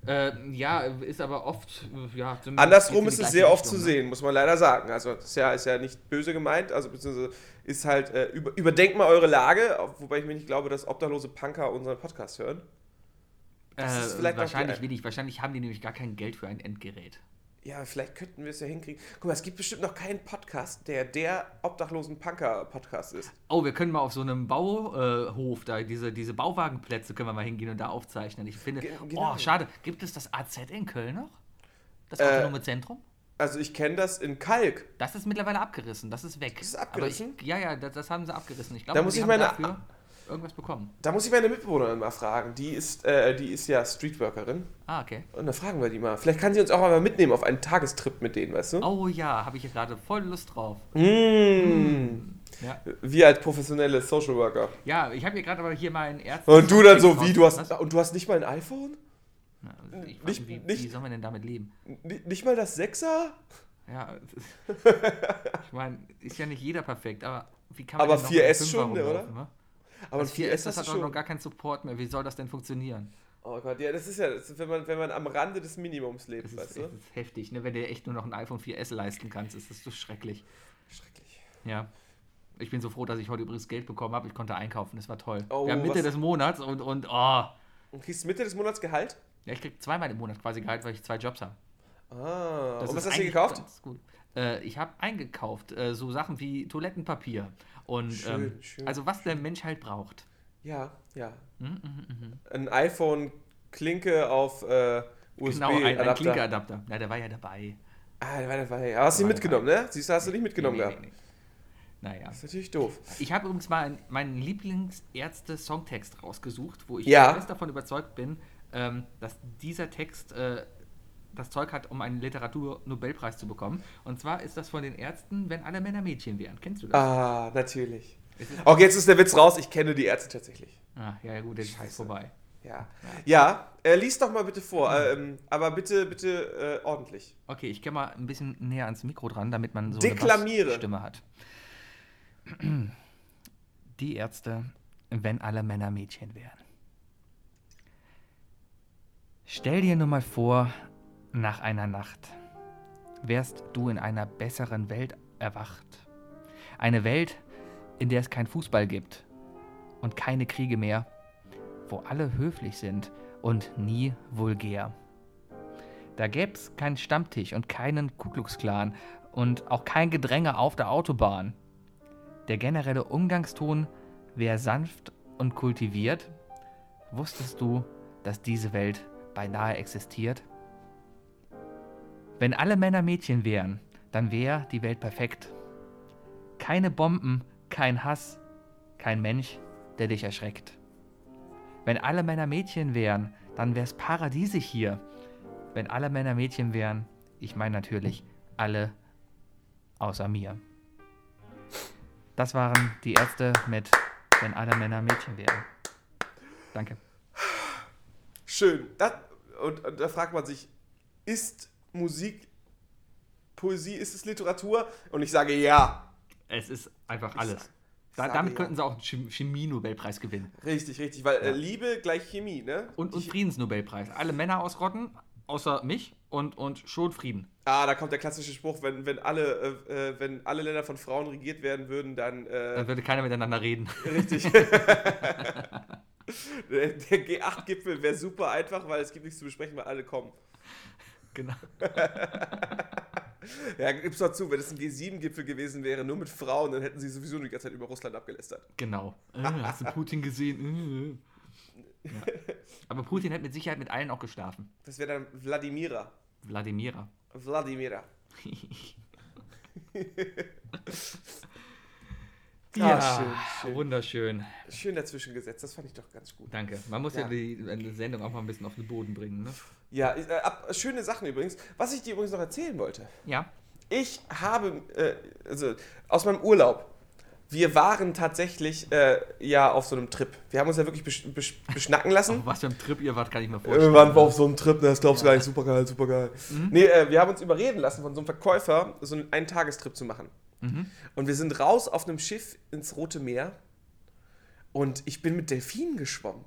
Äh, ja, ist aber oft. äh, Ja, zumindest
Andersrum
geht's
ist
in die
es
gleiche
sehr oft zu
Richtung, ne?
sehen, muss man leider sagen. Also das ist ja, ist ja nicht böse gemeint, also beziehungsweise ist halt, äh, über, überdenkt mal eure Lage, auf- wobei ich mir nicht glaube, dass obdachlose Punker unseren Podcast hören.
Ne?
Das ist
äh,
vielleicht noch
wahrscheinlich
die-
wenig. Wahrscheinlich haben die nämlich gar kein Geld für ein Endgerät.
Ja, vielleicht könnten wir es ja hinkriegen. Guck mal, es gibt bestimmt noch keinen Podcast, der der obdachlosen Punker-Podcast ist.
Oh, wir können mal auf so einem Bauhof, äh, Hof da diese, diese Bauwagenplätze können wir mal hingehen und da aufzeichnen. Ich finde,
Ge- genau. Äh.
oh, schade. Gibt es das AZ in Köln noch? Das autonome Zentrum?
Also ich kenne das in Kalk.
Das ist mittlerweile abgerissen. Das ist weg.
ist abgerissen?
Aber ich, ja, ja, das, das haben sie abgerissen. Ich glaube,
Da muss
sie
ich
haben
meine-
dafür irgendwas bekommen.
Da muss ich meine Mitbewohnerin mal fragen. Die ist, äh, die ist ja Streetworkerin.
Ah, okay.
Und da fragen wir die mal. Vielleicht kann sie uns auch mal mitnehmen auf einen Tagestrip mit denen, weißt du?
Oh ja, habe ich ja gerade voll Lust drauf.
Mmh.
Ja,
Wir als professionelle Social Worker.
ja ich habe hier gerade aber hier meinen Ärzte.
Und du dann so,
Was?
wie, du hast,
Was?
und du hast nicht mal ein iPhone?
Na, Ich
nicht-
nicht, wie, wie
nicht-
soll man denn damit leben?
N nicht mal das Sechser?
Ja, es ist- ich meine, ist ja nicht jeder perfekt, aber wie kann
Aber
denn noch
4S
mit dem Fünfer
schon, ne,
rumlaufen, ne?
Aber
Das 4S, das
hast
hat
du
auch noch gar keinen Support mehr. Wie soll das denn funktionieren?
Oh Gott, ja, das ist ja, das ist, wenn, man, wenn man am Rande des Minimums lebt,
Das ist,
weißt
echt-
du?
das ist heftig, ne? Wenn du dir echt nur noch ein iPhone 4S leisten kannst, ist das so schrecklich.
Schrecklich.
Ja. Ich bin so froh, dass ich heute übrigens Geld bekommen habe. Ich konnte einkaufen, das war toll.
Oh,
ja, Mitte
was-
des Monats und, und oh. Ja,
Und kriegst Mitte des Monats Gehalt?
ich krieg zweimal im Monat quasi Gehalt, weil ich zwei Jobs habe.
Ah, und was
Das ist
hast du
eigentlich
gekauft?
ganz Gut. Äh, ich habe eingekauft, äh, so Sachen wie Toilettenpapier. Und
Schön,
ähm,
schön,
also was der Mensch halt braucht.
Ja, ja.
Mhm,
Ein iPhone-Klinke auf äh,
Genau, ein,
USB-Adapter.
ein Klinkeadapter. Na, der war ja dabei.
ah, der war dabei. Aber hast du ihn
Der war
mitgenommen, ne? Siehst du, hast du nicht mitgenommen
Nee, nee,
gehabt.
nee, nee. Naja.
Das ist natürlich doof.
Ich habe übrigens mal einen- meinen Lieblingsärzte-Songtext rausgesucht, wo ich
Ja.
fest davon überzeugt bin, ähm, dass dieser Text äh, das Zeug hat, um einen Literaturnobelpreis zu bekommen. Und zwar ist das von den Ärzten, wenn alle Männer Mädchen wären. Kennst du das?
Ah, natürlich. Okay, jetzt ist der Witz raus. Ich kenne die Ärzte tatsächlich.
Ah, ja, ja, gut, der Scheiß vorbei.
Ja. Ja, äh, lies doch mal bitte vor. Ähm, aber bitte, bitte äh, ordentlich.
Okay, ich gehe mal ein bisschen näher ans Mikro dran, damit man so
Deklamiere.
eine Stimme hat. Die Ärzte, wenn alle Männer Mädchen wären. Stell dir nur mal vor, nach einer Nacht wärst du in einer besseren Welt erwacht. Eine Welt, in der es keinen Fußball gibt und keine Kriege mehr, wo alle höflich sind und nie vulgär. Da gäb's keinen Stammtisch und keinen Ku Klux Klan und auch kein Gedränge auf der Autobahn. Der generelle Umgangston wäre sanft und kultiviert. Wusstest du, dass diese Welt beinahe existiert? Wenn alle Männer Mädchen wären, dann wäre die Welt perfekt. Keine Bomben, kein Hass, kein Mensch, der dich erschreckt. Wenn alle Männer Mädchen wären, dann wär's paradiesig hier wenn alle Männer Mädchen wären, ich meine natürlich alle außer mir. Das waren die Ärzte mit Wenn alle Männer Mädchen wären. Danke.
Schön. Das, und, und da fragt man sich, ist Musik Poesie, ist es Literatur? Und ich sage ja.
Es ist einfach
alles.
alles.
Da- damit könnten
damit könnten sie auch einen Chemie-Nobelpreis gewinnen.
Richtig, richtig. Weil äh, Liebe gleich Chemie, ne?
Und, und Friedensnobelpreis. Alle Männer ausrotten, außer mich und, und schon Frieden.
Ah, da kommt der klassische Spruch, wenn, wenn, alle, äh, äh, wenn alle Länder von Frauen regiert werden würden, dann äh,
Dann würde keiner miteinander reden.
richtig. der der G8-Gipfel wäre super einfach, weil es gibt nichts zu besprechen, weil alle kommen.
genau.
Ja, gib's doch zu, wenn es ein G7-Gipfel gewesen wäre, nur mit Frauen, dann hätten sie sowieso die ganze Zeit über Russland abgelästert.
Genau. Äh, hast du Putin gesehen? Äh. Ja. Aber Putin hat mit Sicherheit mit allen auch geschlafen.
Das wäre dann Wladimira.
Wladimira.
Wladimira.
Ja,
Ah, schön, schön.
wunderschön.
Schön dazwischen gesetzt, das fand ich doch ganz gut.
Danke. Man muss ja,
Ja.
die eine Sendung auch mal ein bisschen auf den Boden bringen, ne?
Ja, ich- äh, ab, schöne Sachen übrigens. Was ich dir übrigens noch erzählen wollte.
Ja.
Ich habe, äh, also aus meinem Urlaub, wir waren tatsächlich äh, ja auf so einem Trip. Wir haben uns ja wirklich besch besch beschnacken lassen.
Was für ein Trip ihr wart, kann ich mir vorstellen.
Äh, Wir waren auf so einem Trip, ne, das glaubst du gar nicht, super geil, super geil. Nee, äh, wir haben uns überreden lassen von so einem Verkäufer, so einen Eintagestrip zu machen. Und wir sind raus auf einem Schiff ins Rote Meer und ich bin mit Delfinen geschwommen.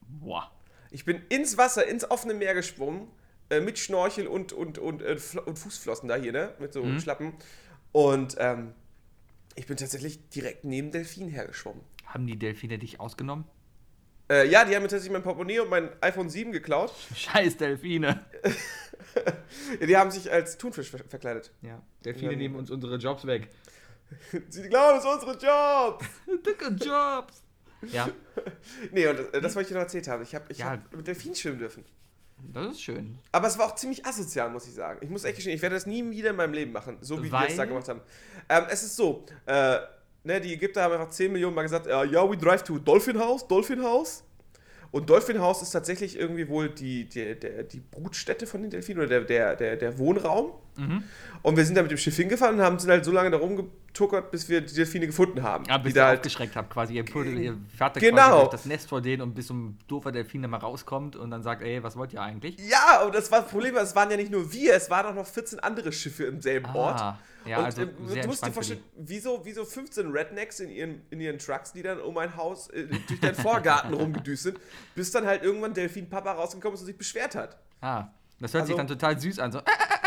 Boah.
Ich bin ins Wasser, ins offene Meer geschwommen, äh, mit Schnorchel und, und, und, äh, Fl- und Fußflossen da hier, ne? Mit so Schlappen. Und ähm, ich bin tatsächlich direkt neben Delfin hergeschwommen.
Haben die Delfine dich ausgenommen?
Äh, ja, die haben mir tatsächlich mein Portemonnaie und mein iPhone 7 geklaut.
Scheiß Delfine.
Ja, Die haben sich als Thunfisch ver verkleidet.
Ja, Delfine nehmen uns unsere Jobs weg.
Sie glauben, das ist unsere Job!
Dicke Jobs. Ja,
Nee, und äh, das wollte ich dir noch erzählt haben. Ich habe ich
Ja.
hab mit Delfin schwimmen dürfen.
das ist schön.
Aber es war auch ziemlich asozial, muss ich sagen. Ich muss echt gestehen, ich werde das nie wieder in meinem Leben machen, so wie wir
Weil?
es da gemacht haben. Ähm, es ist so, äh, ne, die Ägypter haben einfach 10 Millionen Mal gesagt, ja, ja, we drive to Dolphin House, Dolphin House. Und Dolphin House ist tatsächlich irgendwie wohl die, die, der, die Brutstätte von den Delfinen oder der, der, der, der Wohnraum.
Mhm.
Und wir sind da mit dem Schiff hingefahren und haben sind halt so lange da rumgetuckert, bis wir die Delfine gefunden haben.
Ja, Ah, bis
die da
ihr
halt,
aufgeschreckt habt quasi. Ihr, pudelt, ihr fährt da
Genau.
quasi durch das Nest vor denen und bis so ein doofer Delfin da mal rauskommt und dann sagt, ey, was wollt ihr eigentlich?
ja, und das war das Problem, es waren ja nicht nur wir, es waren auch noch 14 andere Schiffe im selben Ort.
Ah, ja,
und
also
äh,
sehr
du musst dir
entspannt für
vorstellen, wieso, wieso 15 Rednecks in ihren, in ihren Trucks, die dann um ein Haus äh, durch deinen Vorgarten rumgedüst sind, bis dann halt irgendwann Delfin Papa rausgekommen ist und sich beschwert hat.
die. Ah, das hört sich
Also-
dann total süß an. So.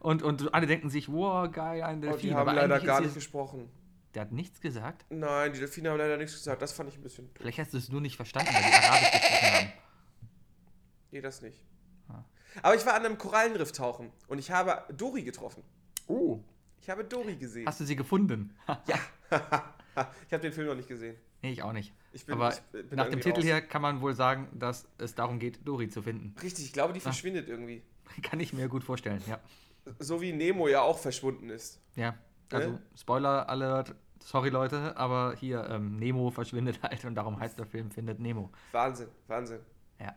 Und, und alle denken sich, wow, geil, ein
Und
Delfin.
Oh, die haben
Aber
leider
eigentlich
gar
ist
nicht
es-
gesprochen.
Der hat nichts gesagt?
Nein, die Delfine haben leider nichts gesagt. Das fand ich ein bisschen.
Vielleicht hast du es nur nicht verstanden, weil die Arabisch gesprochen haben.
Nee, das nicht.
Ah.
Aber ich war an einem Korallenriff tauchen und ich habe Dori getroffen.
Oh.
Ich habe Dori gesehen.
Hast du sie gefunden?
Ja. ich habe den Film noch nicht gesehen.
nee, ich auch nicht.
Ich bin-
Aber
ich bin
nach dem
irgendwie
Titel
raus.
her kann man wohl sagen, dass es darum geht, Dori zu finden.
Richtig, ich
Ah.
glaube, die verschwindet irgendwie.
Kann ich mir gut vorstellen, ja.
So wie Nemo ja auch verschwunden ist.
Ja, also
Äh?
Spoiler Alert, sorry Leute, aber hier ähm, Nemo verschwindet halt und darum heißt der Film Findet Nemo.
Wahnsinn, Wahnsinn.
Ja.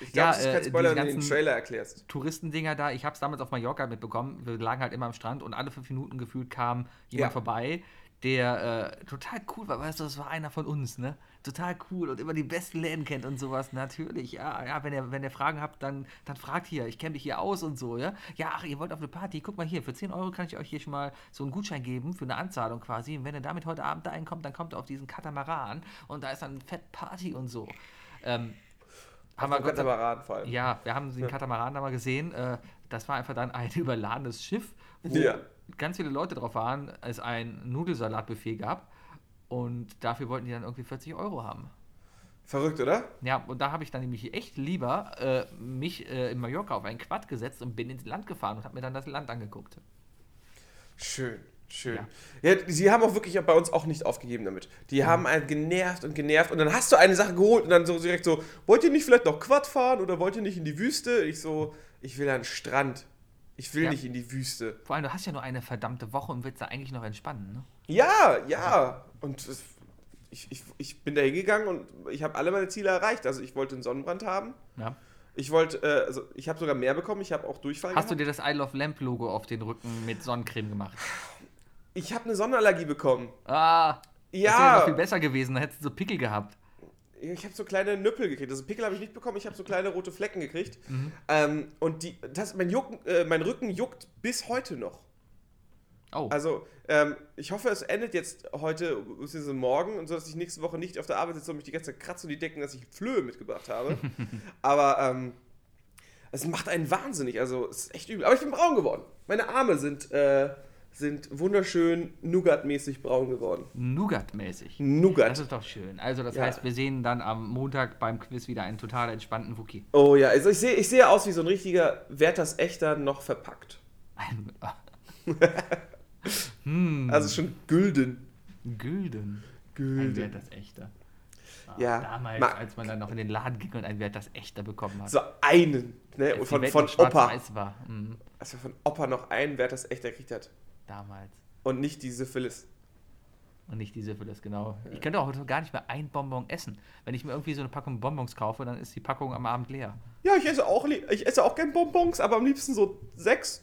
Ich glaube,
Ja,
das ist
äh,
kein
die
Spoiler, wenn du den
ganzen-
Trailer erklärst.
Touristendinger da, ich habe es damals auf Mallorca mitbekommen, wir lagen halt immer am Strand und alle fünf Minuten gefühlt kam
Ja.
jemand vorbei, der äh, total cool war, weißt du, das war einer von uns, ne? Total cool und immer die besten Läden kennt und sowas, natürlich, ja, ja, wenn ihr, wenn ihr Fragen habt, dann, dann fragt hier, ich kenne mich hier aus und so, ja? Ja, ach, ihr wollt auf eine Party, guck mal hier, für 10 Euro kann ich euch hier schon mal so einen Gutschein geben für eine Anzahlung quasi und wenn ihr damit heute Abend da einkommt, dann kommt ihr auf diesen Katamaran und da ist dann eine fett Party und so. Ähm,
Also,
haben wir Gott sei
Katamaran vor allem.
ja, wir haben den Katamaran da mal gesehen. Äh, Das war einfach dann ein überladenes Schiff, wo
Ja.
ganz viele Leute drauf waren, es ein Nudelsalatbuffet gab. Und dafür wollten die dann irgendwie 40 Euro haben.
Verrückt, oder?
Ja, und da habe ich dann nämlich echt lieber äh, mich äh, in Mallorca auf einen Quad gesetzt und bin ins Land gefahren und habe mir dann das Land angeguckt.
Schön, schön. Ja. sie haben auch wirklich bei uns auch nicht aufgegeben damit. Die haben einen genervt und genervt und dann hast du eine Sache geholt und dann so direkt so, wollt ihr nicht vielleicht noch Quad fahren oder wollt ihr nicht in die Wüste? Ich so, ich will an den Strand. Ich will
Ja.
nicht in die Wüste.
Vor allem, du hast ja nur eine verdammte Woche und willst da eigentlich noch entspannen. Ne?
Ja, ja. Und es, ich, ich, ich bin da hingegangen und ich habe alle meine Ziele erreicht. Also ich wollte einen Sonnenbrand haben.
Ja.
Ich wollte, äh, also ich habe sogar mehr bekommen. Ich habe auch Durchfall
Hast du
gehabt.
dir das Isle of Lamp Logo auf den Rücken mit Sonnencreme gemacht?
Ich habe eine Sonnenallergie bekommen.
Ah, das wäre noch
Ja,
viel besser gewesen, da hättest du so Pickel gehabt.
ich habe so kleine Nüppel gekriegt. Also Pickel habe ich nicht bekommen, ich habe so kleine rote Flecken gekriegt.
Mhm.
Ähm, und die, das, mein, Jucken, äh, mein Rücken juckt bis heute noch.
Oh,
Also ähm, ich hoffe, es endet jetzt heute bzw. morgen, und so dass ich nächste Woche nicht auf der Arbeit sitze und mich die ganze Zeit kratze und die denken, dass ich Flöhe mitgebracht habe. Aber ähm, es macht einen wahnsinnig. Also es ist echt übel. Aber ich bin braun geworden. Meine Arme sind, äh, sind wunderschön Nougat-mäßig braun geworden.
Nougat-mäßig.
Nougat.
Das ist doch schön. Also, das
Ja.
heißt, wir sehen dann am Montag beim Quiz wieder einen total entspannten Wookie.
Oh ja, also ich sehe ich sehe aus wie so ein richtiger Werthers Echter noch verpackt.
Ein ah, Mhm.
Also schon Gülden.
Gülden. Ein Wert
Gülden.
Also das Echter. Ah,
Ja,
Damals,
ma-
als man dann noch in den Laden ging und ein Wert das Echter bekommen hat.
So einen.
Als
Ne?
die
Von,
Welt
von
noch
Opa.
schwarz-weiß war. Mhm,
Als wir von Opa noch einen Werthers Echter gekriegt hat.
damals.
Und nicht die Syphilis.
Und nicht die Syphilis, genau. Ich könnte auch heute gar nicht mehr ein Bonbon essen. Wenn ich mir irgendwie so eine Packung Bonbons kaufe, dann ist die Packung am Abend leer.
Ja, ich esse auch, li- ich esse auch gern Bonbons, aber am liebsten so sechs.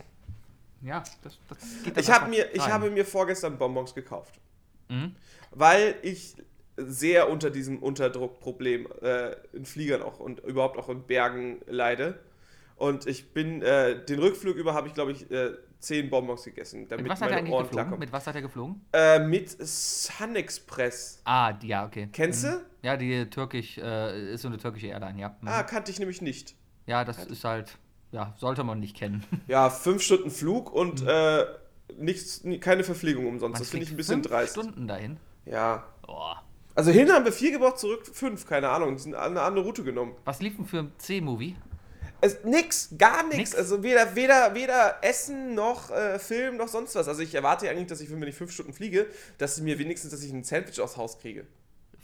Ja, das, das geht dann
Ich, hab
einfach
mir, ich
rein.
habe mir vorgestern Bonbons gekauft.
Mhm.
Weil ich sehr unter diesem Unterdruckproblem äh, in Fliegern auch und überhaupt auch in Bergen leide. Und ich bin, äh, den Rückflug über habe ich, glaube ich, äh, zehn Bonbons gegessen, damit
Mit was hat er
meine
eigentlich
Ohren
geflogen?
klarkommen.
Mit was hat er geflogen?
Äh, mit Sun Express.
Ah, die- ja, okay.
Kennst
Mhm.
du?
Ja, die türkisch, äh, ist so eine türkische Airline, ja. Mhm.
Ah, kannte ich nämlich nicht.
ja, das ist halt, ja, sollte man nicht kennen.
Ja, fünf Stunden Flug und äh, nichts, n- keine Verpflegung umsonst.
Hm. Man
das finde ich
fliegt
ein bisschen
fünf
dreist.
Stunden dahin.
Ja.
Boah.
Also hin haben wir vier gebraucht, zurück fünf, keine Ahnung. Die sind eine andere Route genommen.
Was lief denn für ein C-Movie?
Es, nix, gar nichts.
Nix?
Also weder, weder, weder Essen noch äh, Film noch sonst was. Also ich erwarte ja eigentlich, dass ich, wenn ich fünf Stunden fliege, dass sie mir wenigstens, dass ich ein Sandwich aufs Haus kriege.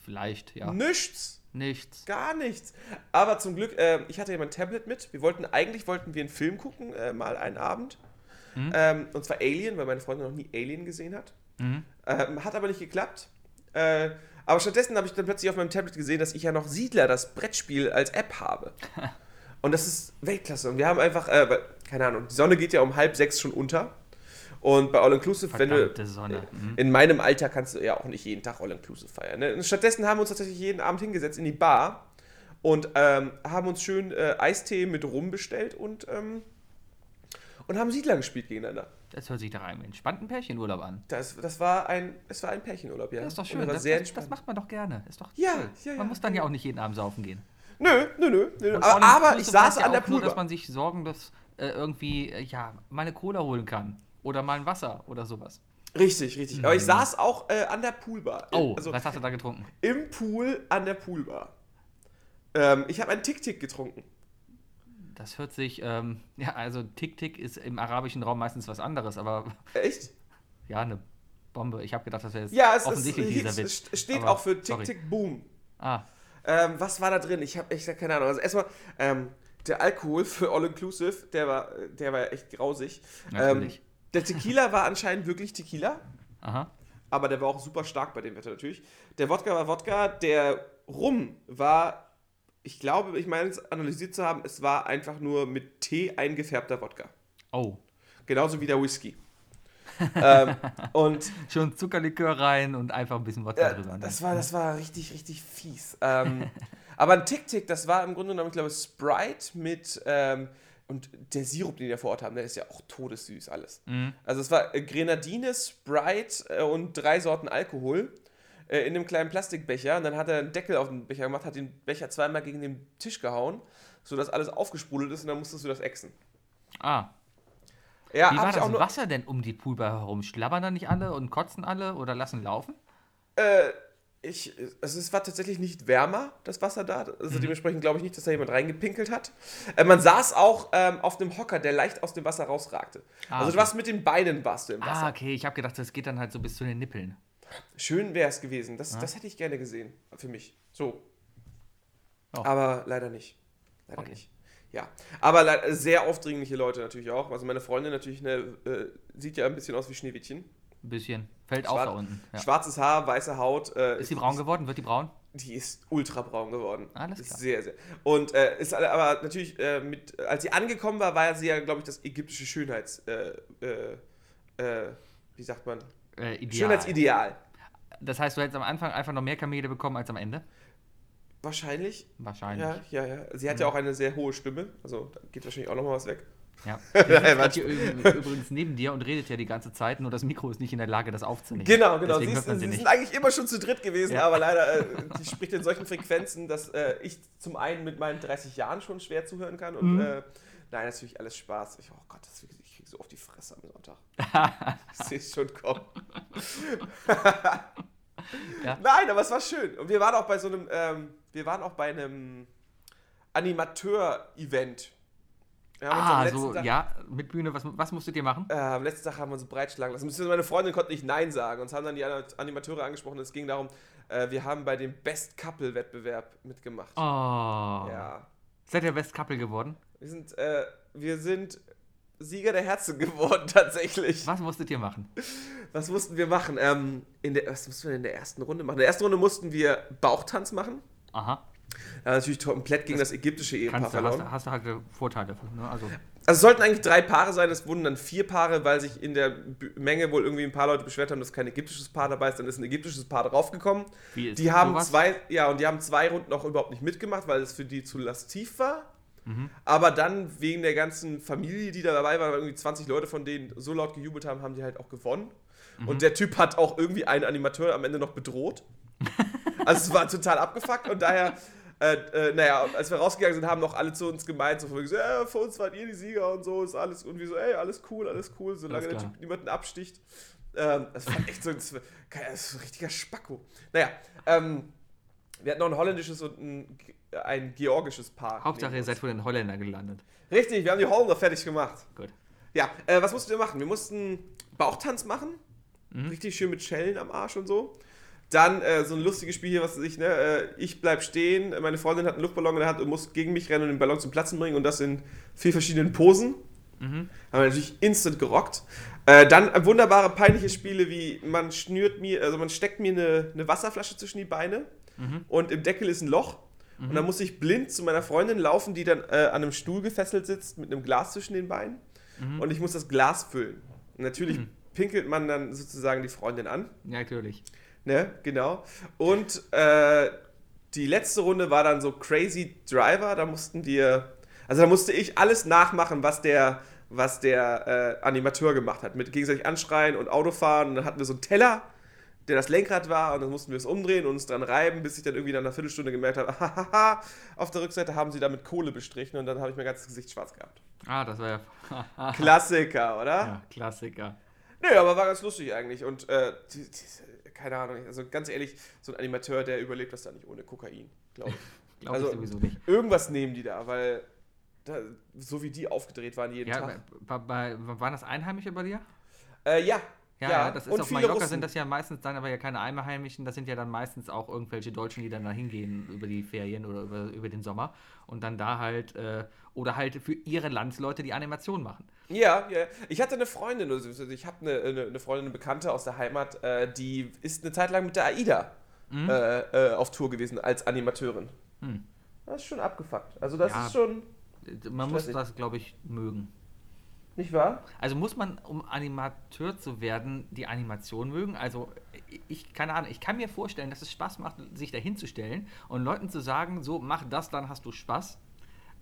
Vielleicht, ja.
Nichts.
Nichts.
Gar nichts. Aber zum Glück, äh, ich hatte ja mein Tablet mit. Wir wollten, eigentlich wollten wir einen Film gucken, äh, mal einen Abend.
Hm?
Ähm, und zwar Alien, weil meine Freundin noch nie Alien gesehen hat. Ähm, hat aber nicht geklappt. Äh, aber stattdessen habe ich dann plötzlich auf meinem Tablet gesehen, dass ich ja noch Siedler, das Brettspiel, als App habe. Und das ist Weltklasse. Und wir haben einfach, äh, weil- keine Ahnung, die Sonne geht ja um halb sechs schon unter. Und bei All Inclusive, wenn du, äh,
Verdammte Sonne. Mhm.
in meinem Alter kannst du ja auch nicht jeden Tag All-Inclusive feiern. Ne? Und Stattdessen haben wir uns tatsächlich jeden Abend hingesetzt in die Bar und ähm, haben uns schön äh, Eistee mit Rum bestellt und, ähm, und haben Siedler gespielt gegeneinander.
Das hört sich nach einem entspannten Pärchenurlaub an.
Das, das war ein, es war ein Pärchenurlaub, ja.
Das ist doch
Und
schön.
Das war
Das,
sehr
das, das
entspannt.
macht man doch gerne. Ist doch
Ja,
toll.
ja, ja.
Man muss dann ja auch nicht jeden Abend saufen gehen.
nö, nö, nö. nö.
Und
Aber,
ordentlich
aber
Plus
ich
und das
saß
ja
an der
auch nur, dass
Poolbar.
man sich sorgen, dass äh, irgendwie, äh, ja, mal eine Cola holen kann. Oder mal ein Wasser oder sowas.
Richtig, richtig. Aber ich saß auch äh, an der Poolbar.
Mhm. Oh,
also
was hast du da getrunken?
im Pool an der Poolbar. Ähm, ich habe einen Tick-Tick getrunken.
Das hört sich, ähm, ja, also Tick-Tick ist im arabischen Raum meistens was anderes, aber
Echt?
ja, eine Bombe. Ich habe gedacht, das wäre jetzt
Ja, es,
offensichtlich
ist,
dieser
es
Witz.
steht
aber
auch für
sorry.
Tick-Tick-Boom.
Ah,
Ähm, was war da drin? Ich habe echt keine Ahnung. Also erstmal, ähm, der Alkohol für All Inclusive, der war, der war echt grausig. Ähm,
Natürlich.
der Tequila war anscheinend wirklich Tequila,
aha.
aber der war auch super stark bei dem Wetter natürlich. Der Wodka war Wodka, der Rum war, ich glaube, ich meine es analysiert zu haben, es war einfach nur mit Tee eingefärbter Wodka.
Oh,
Genauso wie der Whisky. ähm, und
schon Zuckerlikör rein und einfach ein bisschen Wodka
Ja,
drüber. Und
Das
dann-
war, das war richtig, richtig fies. Ähm, aber ein Tick-Tick, das war im Grunde genommen, ich glaube, Sprite mit. Ähm, und der Sirup, den die da vor Ort haben, der ist ja auch todessüß alles.
Mhm.
Also es war äh, Grenadine, Sprite äh, und drei Sorten Alkohol äh, in einem kleinen Plastikbecher. Und dann hat er einen Deckel auf den Becher gemacht, hat den Becher zweimal gegen den Tisch gehauen, sodass alles aufgesprudelt ist und dann musstest du das ächzen.
ah,
Ja, hab
wie war
ich
das
auch nur-
Wasser denn um die Poolbar herum? Schlabbern da nicht alle und kotzen alle oder lassen laufen?
Ich, also es war tatsächlich nicht wärmer, das Wasser da.
Mhm.
Also dementsprechend glaube ich nicht, dass da jemand reingepinkelt hat. Äh, man saß auch ähm, auf dem Hocker, der leicht aus dem Wasser rausragte.
Ah,
also du
okay.
warst mit den Beinen warst du im Wasser.
Ah, okay, ich habe gedacht, das geht dann halt so bis zu den Nippeln.
Schön wäre es gewesen. Das, das hätte ich gerne gesehen für mich. So.
Oh.
Aber leider nicht. Leider nicht. Ja. Aber le- sehr aufdringliche Leute natürlich auch. Also meine Freundin natürlich ne, äh, sieht ja ein bisschen aus wie Schneewittchen.
Ein bisschen. Fällt auf da
Schwar-
unten. Ja.
Schwarzes Haar, weiße Haut. äh,
Ist die braun geworden? Wird die braun?
Die ist ultra braun geworden.
Alles
Ist
klar.
Sehr, sehr. Und äh, ist alle- aber natürlich, äh, mit, als sie angekommen war, war sie ja, glaube ich, das ägyptische Schönheits. Äh, äh, äh, wie sagt man?
Äh, ideal.
Schönheitsideal.
Das heißt, du hättest am Anfang einfach noch mehr Kamele bekommen als am Ende?
Wahrscheinlich.
Wahrscheinlich. Mhm.
Ja, ja, ja. Sie hat ja auch eine sehr hohe Stimme. Also da geht wahrscheinlich auch nochmal was weg.
Ja.
Nein,
ja. Hier üb- übrigens neben dir und redet ja die ganze Zeit, nur das Mikro ist nicht in der Lage, das aufzunehmen.
Genau, genau. Sie,
Deswegen
ist,
hört man
sie,
sie
sind
nicht.
eigentlich immer schon zu dritt gewesen,
Ja.
aber leider, äh, die spricht in solchen Frequenzen, dass äh, ich zum einen mit meinen 30 Jahren schon schwer zuhören kann und
Mhm.
äh, nein, natürlich alles Spaß. Ich, oh Gott, das, ich krieg so auf die Fresse am Sonntag. ich sehe es schon kommen.
Ja.
Nein, aber es war schön. Und wir waren auch bei so einem, ähm, wir waren auch bei einem Animateur-Event. Wir haben uns am
Ah,
letzten
so,
Tag-
ja, mit Bühne, was, was musstet ihr machen?
äh, am letzten Tag haben wir uns breitschlagen lassen. Beziehungsweise meine Freundin konnte nicht Nein sagen. Uns haben dann die Ana- Animateure angesprochen. Es ging darum, äh, wir haben bei dem Best Couple-Wettbewerb mitgemacht.
Oh.
Ja.
Seid ihr Best Couple geworden?
Wir sind, äh, wir sind Sieger der Herzen geworden, tatsächlich.
Was musstet ihr machen?
Was mussten wir machen? Ähm, in der, was mussten wir denn in der ersten Runde machen? In der ersten Runde mussten wir Bauchtanz machen.
Aha.
Ja, natürlich komplett gegen das, ägyptische Ehepaar
Kannst du, hast,
verloren.
du- hast du halt Vorteile. Ne? Also,
Also es sollten eigentlich drei Paare sein, es wurden dann vier Paare, weil sich in der B- Menge wohl irgendwie ein paar Leute beschwert haben, dass kein ägyptisches Paar dabei ist, dann ist ein ägyptisches Paar draufgekommen.
Wie ist
Die haben
sowas?
zwei, ja, und die haben zwei Runden auch überhaupt nicht mitgemacht, weil es für die zu lastiv war.
Mhm.
Aber dann wegen der ganzen Familie, die da dabei war, weil irgendwie 20 Leute von denen so laut gejubelt haben, haben die halt auch gewonnen.
Mhm.
Und der Typ hat auch irgendwie einen Animateur am Ende noch bedroht. Also es war total abgefuckt und daher, äh, äh, naja, als wir rausgegangen sind, haben auch alle zu uns gemeint, so von wegen so, äh, für uns wart ihr die Sieger und so, ist alles irgendwie so, ey, alles cool, alles cool, solange
Alles
der
klar.
Typ niemanden absticht. Ähm, das war echt so, das war, kein- das ist ein richtiger Spacko. Naja, ähm, wir hatten noch ein holländisches und ein, ein georgisches Paar.
Hauptsache,
neben
ihr
uns.
seid vor den Holländern gelandet.
Richtig, wir haben die Holländer fertig gemacht.
Gut.
Ja, äh, was mussten wir machen? Wir mussten Bauchtanz machen. Richtig schön mit Schellen am Arsch und so. Dann äh, so ein lustiges Spiel hier, was weiß ich, ne? Äh, ich bleib stehen, meine Freundin hat einen Luftballon in der Hand und muss gegen mich rennen und den Ballon zum Platzen bringen und das in vier verschiedenen Posen. Haben wir natürlich instant gerockt. Äh, dann äh, wunderbare peinliche Spiele wie man schnürt mir, also man steckt mir eine, eine Wasserflasche zwischen die Beine und im Deckel ist ein Loch. Und dann muss ich blind zu meiner Freundin laufen, die dann äh, an einem Stuhl gefesselt sitzt mit einem Glas zwischen den Beinen. Und ich muss das Glas füllen. Und natürlich pinkelt man dann sozusagen die Freundin an.
Ja, natürlich.
Ne, genau. Und äh, die letzte Runde war dann so Crazy Driver. Da mussten wir, also da musste ich alles nachmachen, was der, was der äh, Animateur gemacht hat. Mit gegenseitig anschreien und Autofahren. Und dann hatten wir so einen Teller, der das Lenkrad war. Und dann mussten wir es umdrehen und uns dran reiben, bis ich dann irgendwie nach einer Viertelstunde gemerkt habe, hahaha, auf der Rückseite haben sie damit Kohle bestrichen. Und dann habe ich mein ganzes Gesicht schwarz gehabt.
Ah, das war ja.
Klassiker, oder?
ja Klassiker.
Nö, aber war ganz lustig eigentlich. Und äh, die, die, keine Ahnung, also ganz ehrlich, so ein Animateur, der überlebt das da nicht ohne Kokain, glaube ich.
Glaube
Also-
ich sowieso nicht.
Irgendwas nehmen die da, weil da, so wie die aufgedreht waren jeden
Ja,
Tag.
bei, bei, waren das Einheimische bei dir?
Äh, ja.
Ja, ja, das ist
und
auf
viele
Mallorca
Russen.
sind das ja meistens dann aber ja keine Einheimischen, das sind ja dann meistens auch irgendwelche Deutschen, die dann da hingehen über die Ferien oder über, über den Sommer und dann da halt äh, oder halt für ihre Landsleute die Animation machen.
Ja, ja. Ich hatte eine Freundin, also ich habe eine, eine, eine Freundin, eine Bekannte aus der Heimat, äh, die ist eine Zeit lang mit der AIDA
Mhm.
äh, äh, auf Tour gewesen als Animateurin. Das ist schon abgefuckt. Also das
Hm. Ja.
ist schon,
Man muss
Stressig.
das, glaube ich, mögen.
nicht wahr?
Also muss man, um Animateur zu werden, die Animation mögen? Also ich, keine Ahnung, ich kann mir vorstellen, dass es Spaß macht, sich dahinzustellen und Leuten zu sagen, so mach das, dann hast du Spaß.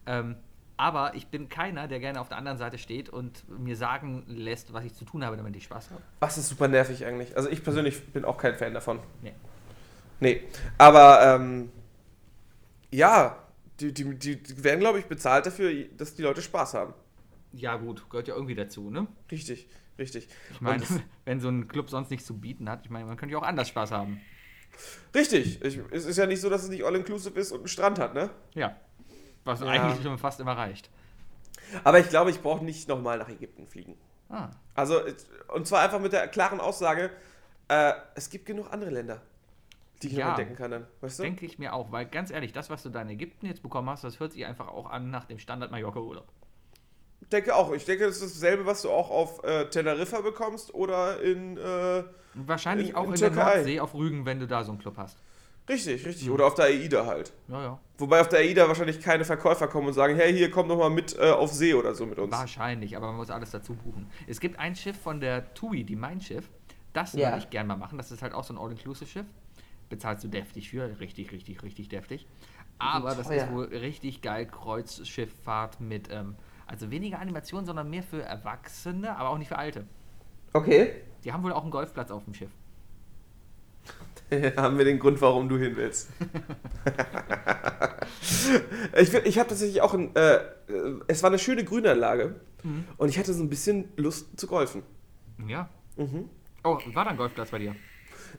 Ähm, aber ich bin keiner, der gerne auf der anderen Seite steht und mir sagen lässt, was ich zu tun habe, damit ich Spaß habe.
Was ist super nervig eigentlich? Also ich persönlich bin auch kein Fan davon.
Nee.
Nee, aber ähm, ja, die, die, die die werden, glaube ich, bezahlt dafür, dass die Leute Spaß haben.
Ja gut, gehört ja irgendwie dazu, ne?
Richtig, richtig.
Ich meine,
Und-
wenn so ein Club sonst nichts zu bieten hat, ich meine, man könnte ja auch anders Spaß haben.
richtig, ich, es ist ja nicht so, dass es nicht all-inclusive ist und einen Strand hat, ne?
Ja. Was
Ja.
eigentlich schon fast immer reicht.
Aber ich glaube, ich brauche nicht nochmal nach Ägypten fliegen.
Ah,
Also, es- und zwar einfach mit der klaren Aussage, äh, es gibt genug andere Länder, die ich
Ja.
noch entdecken kann dann, weißt du?
Denke ich mir auch, weil ganz ehrlich, das, was du da in Ägypten jetzt bekommen hast, das hört sich einfach auch an nach dem Standard Mallorca-Urlaub.
denke auch. Ich denke, das ist dasselbe, was du auch auf äh, Teneriffa bekommst oder in... Äh,
Wahrscheinlich
In-
auch
in
in, der
Türkei.
Nordsee auf Rügen, wenn du da so einen Club hast.
richtig, richtig. Oder auf der AIDA halt.
Ja, ja.
Wobei auf der AIDA wahrscheinlich keine Verkäufer kommen und sagen, hey, hier, komm doch mal mit äh, auf See oder so mit uns.
Wahrscheinlich, aber man muss alles dazu buchen. Es gibt ein Schiff von der TUI, die Mein Schiff. Das
Ja.
würde ich gerne mal machen. Das ist halt auch so ein All-Inclusive-Schiff. Bezahlst du deftig für. Richtig, richtig, richtig deftig. Aber das ist
teuer.
wohl richtig geil. Kreuzschifffahrt mit, ähm, also weniger Animationen, sondern mehr für Erwachsene, aber auch nicht für Alte.
Okay.
Die haben wohl auch einen Golfplatz auf dem Schiff.
Haben wir den Grund, warum du hin willst. ich will- ich habe tatsächlich auch ein. Äh, äh, es war eine schöne Grünanlage und ich hatte so ein bisschen Lust zu golfen.
Ja.
Mhm.
Oh, war da ein Golfplatz bei dir?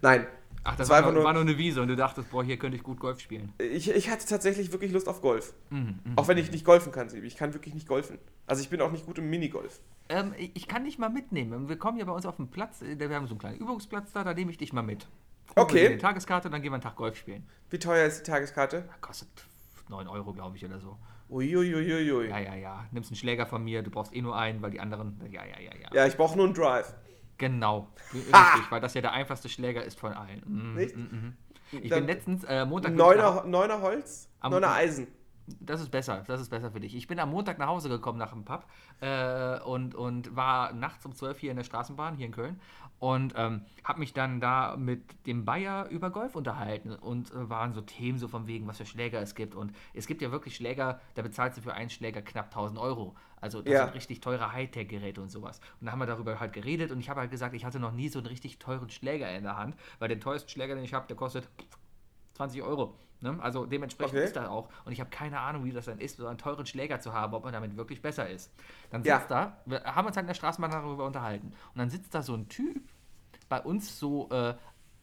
Nein.
Ach, das
Es
war,
war einfach
nur,
nur-
war nur eine Wiese und du dachtest, boah, hier könnte ich gut Golf spielen.
Ich, ich hatte tatsächlich wirklich Lust auf Golf.
Mhm,
Auch wenn ich nicht golfen kann, Sibi. Ich kann wirklich nicht golfen. Also ich bin auch nicht gut im Minigolf.
Ähm, ich kann dich mal mitnehmen. Ähm, Wir kommen hier bei uns auf den Platz, äh, wir haben so einen kleinen Übungsplatz da, da nehme ich dich mal mit. Holen wir
Okay.
dir Eine Tageskarte, dann gehen wir einen Tag Golf spielen.
Wie teuer ist die Tageskarte?
Kostet 9 Euro, glaube ich, oder so.
Uiuiuiui.
Ja, ja, ja. Nimmst einen Schläger von mir, du brauchst eh nur einen, weil die anderen. Ja, ja, ja, ja.
Ja, ich brauche nur einen Drive.
Genau. Richtig, weil das ja der einfachste Schläger ist von allen. Mhm.
Nicht?
Ich
Dann
bin letztens äh, Montag. bin ich
Neuner,
nach-
Neuner Holz,
Am-
Neuner Eisen.
Das ist besser, das ist besser für dich. Ich bin am Montag nach Hause gekommen nach dem Pub äh, und, und war nachts um 12 hier in der Straßenbahn, hier in Köln, und ähm, habe mich dann da mit dem Bayer über Golf unterhalten und äh, waren so Themen so von wegen, was für Schläger es gibt. Und es gibt ja wirklich Schläger, da bezahlst du für einen Schläger knapp 1000 Euro. Also das
Ja.
sind richtig teure Hightech-Geräte und sowas. Und da haben wir darüber halt geredet und ich habe halt gesagt, ich hatte noch nie so einen richtig teuren Schläger in der Hand, weil den teuersten Schläger, den ich habe, der kostet 20 Euro. Ne? Also dementsprechend
Okay.
ist das auch. Und ich habe keine Ahnung, wie das dann ist, so einen teuren Schläger zu haben, ob man damit wirklich besser ist. Dann
Ja.
sitzt da, wir haben uns halt in der Straßenbahn darüber unterhalten. Und dann sitzt da so ein Typ bei uns so äh,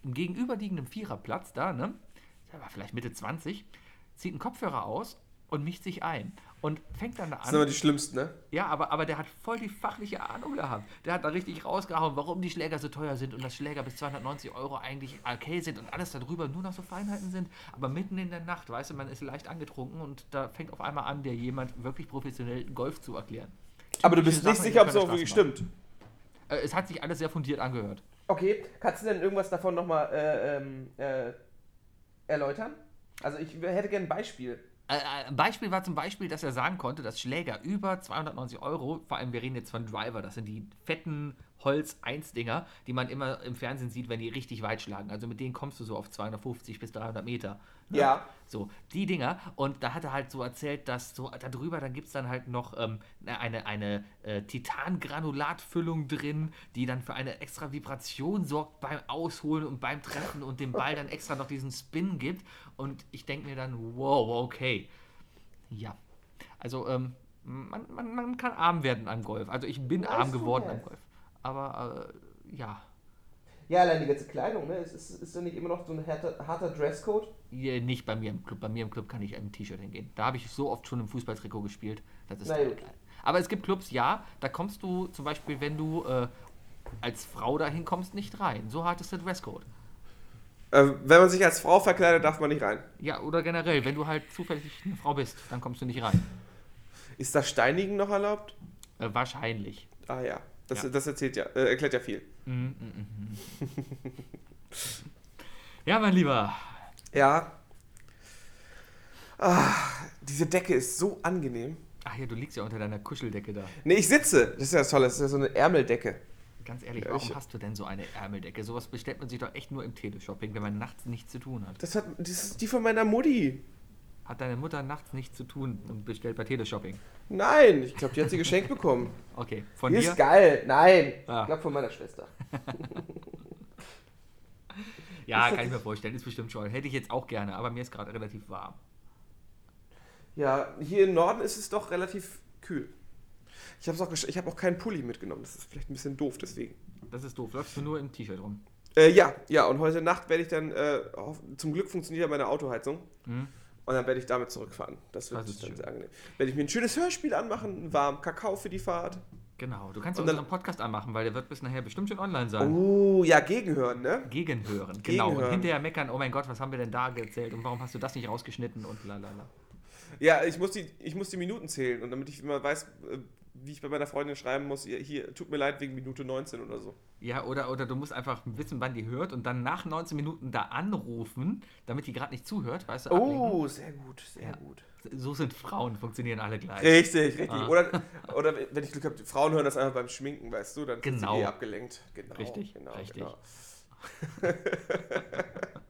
im gegenüberliegenden Viererplatz da, ne? Der war vielleicht Mitte 20, zieht einen Kopfhörer aus und mischt sich ein. Und fängt dann
Das sind immer
an.
die schlimmsten, ne?
Ja, aber, aber der hat voll die fachliche Ahnung gehabt. Der hat Ah, da richtig rausgehauen, warum die Schläger so teuer sind und dass Schläger bis 290 Euro eigentlich okay sind und alles darüber nur noch so Feinheiten sind. Aber mitten in der Nacht, weißt du, man ist leicht angetrunken und da fängt auf einmal an, dir jemand wirklich professionell Golf zu erklären.
Aber du
Typische
bist nicht
Sache, die
sicher, ob es
keine
auch wirklich
Straßenbahn.
stimmt.
Äh, es hat sich alles sehr fundiert angehört.
Okay, kannst du denn irgendwas davon nochmal äh, ähm, äh, erläutern? Also ich hätte gerne ein Beispiel.
Äh, äh, Ein Beispiel war zum Beispiel, dass er sagen konnte, dass Schläger über 290 Euro, vor allem wir reden jetzt von Driver, das sind die fetten Holz-1-Dinger, die man immer im Fernsehen sieht, wenn die richtig weit schlagen. Also mit denen kommst du so auf 250 bis 300 Meter. ne?
Ja.
So, die Dinger. Und da hat er halt so erzählt, dass so darüber, dann gibt es dann halt noch ähm, eine, eine äh, Titangranulatfüllung drin, die dann für eine extra Vibration sorgt beim Ausholen und beim Treffen und dem Ball dann extra noch diesen Spin gibt. Und ich denke mir dann, wow, okay. Ja. Also, ähm, man, man, man kann arm werden am Golf. Also, ich bin arm
du
geworden
das?
am Golf. Aber, äh, ja.
Ja, allein die ganze Kleidung, ne? Ist, ist, ist da nicht immer noch so ein harter, harter Dresscode?
Ja, Nicht bei mir im Club. Bei mir im Club kann ich im T-Shirt hingehen. Da habe ich so oft schon im Fußballtrikot gespielt. Das ist
Na
total
gut.
geil. Aber es gibt Clubs, ja, da kommst du zum Beispiel, wenn du äh, als Frau dahin kommst, nicht rein. So hart ist der Dresscode.
Äh, wenn man sich als Frau verkleidet, darf man nicht rein.
Ja, oder generell, wenn du halt zufällig eine Frau bist, dann kommst du nicht rein.
Ist das Steinigen noch erlaubt?
Äh, wahrscheinlich.
Ah ja, das,
Ja.
das erzählt ja, äh, erklärt ja viel.
Ja, mein Lieber.
Ja. Ah, diese Decke ist so angenehm.
Ach ja, du liegst ja unter deiner Kuscheldecke da.
Nee, ich sitze. Das ist ja das Tolle. Das ist ja so eine Ärmeldecke.
Ganz ehrlich,
Ja,
warum
ich-
hast du denn so eine Ärmeldecke? Sowas bestellt man sich doch echt nur im Teleshopping, wenn man nachts nichts zu tun hat.
Das, hat, das ist die von meiner Mutti.
Hat deine Mutter nachts nichts zu tun und bestellt bei Teleshopping.
Nein, ich glaube, die hat sie geschenkt bekommen.
Okay, von
die
dir.
ist geil. Nein,
Ah.
ich glaube von meiner Schwester.
Ja,
Ist
kann ich
das-
mir vorstellen, ist bestimmt schon. Hätte ich jetzt auch gerne, aber mir ist gerade relativ warm.
Ja, hier im Norden ist es doch relativ kühl. Ich habe auch, gesch- ich hab auch keinen Pulli mitgenommen. Das ist vielleicht ein bisschen doof, deswegen.
Das ist doof. Läufst du nur im T-Shirt rum?
Äh, ja, ja, und heute Nacht werde ich dann, äh, hoff- zum Glück funktioniert ja meine Autoheizung. Und dann werde ich damit zurückfahren. Das wird
Mhm. Das ist
dann
schön.
sehr angenehm. Werde ich mir ein schönes Hörspiel anmachen, einen warmen Kakao für die Fahrt.
Genau. Du kannst ja
Und dann-
unseren Podcast anmachen, weil der wird bis nachher bestimmt schon online sein.
Uh, ja, gegenhören, ne?
Gegenhören. Genau. Und
Gegenhören.
hinterher meckern, oh mein Gott, was haben wir denn da erzählt und warum hast du das nicht rausgeschnitten und lalala.
Ja, ich muss die, ich muss die Minuten zählen. Und damit ich immer weiß, äh, wie ich bei meiner Freundin schreiben muss, ihr- hier, tut mir leid wegen Minute 19 oder so.
Ja, oder, oder du musst einfach wissen, wann die hört und dann nach 19 Minuten da anrufen, damit die gerade nicht zuhört, weißt du? ablenken.
Oh, sehr gut, sehr gut.
So sind Frauen, funktionieren alle gleich.
Richtig, richtig.
Ah.
Oder, oder wenn ich Glück habe, Frauen hören das einfach beim Schminken, weißt du, dann sind
Genau.
sie eh abgelenkt. Genau,
Richtig,
genau,
richtig.
genau.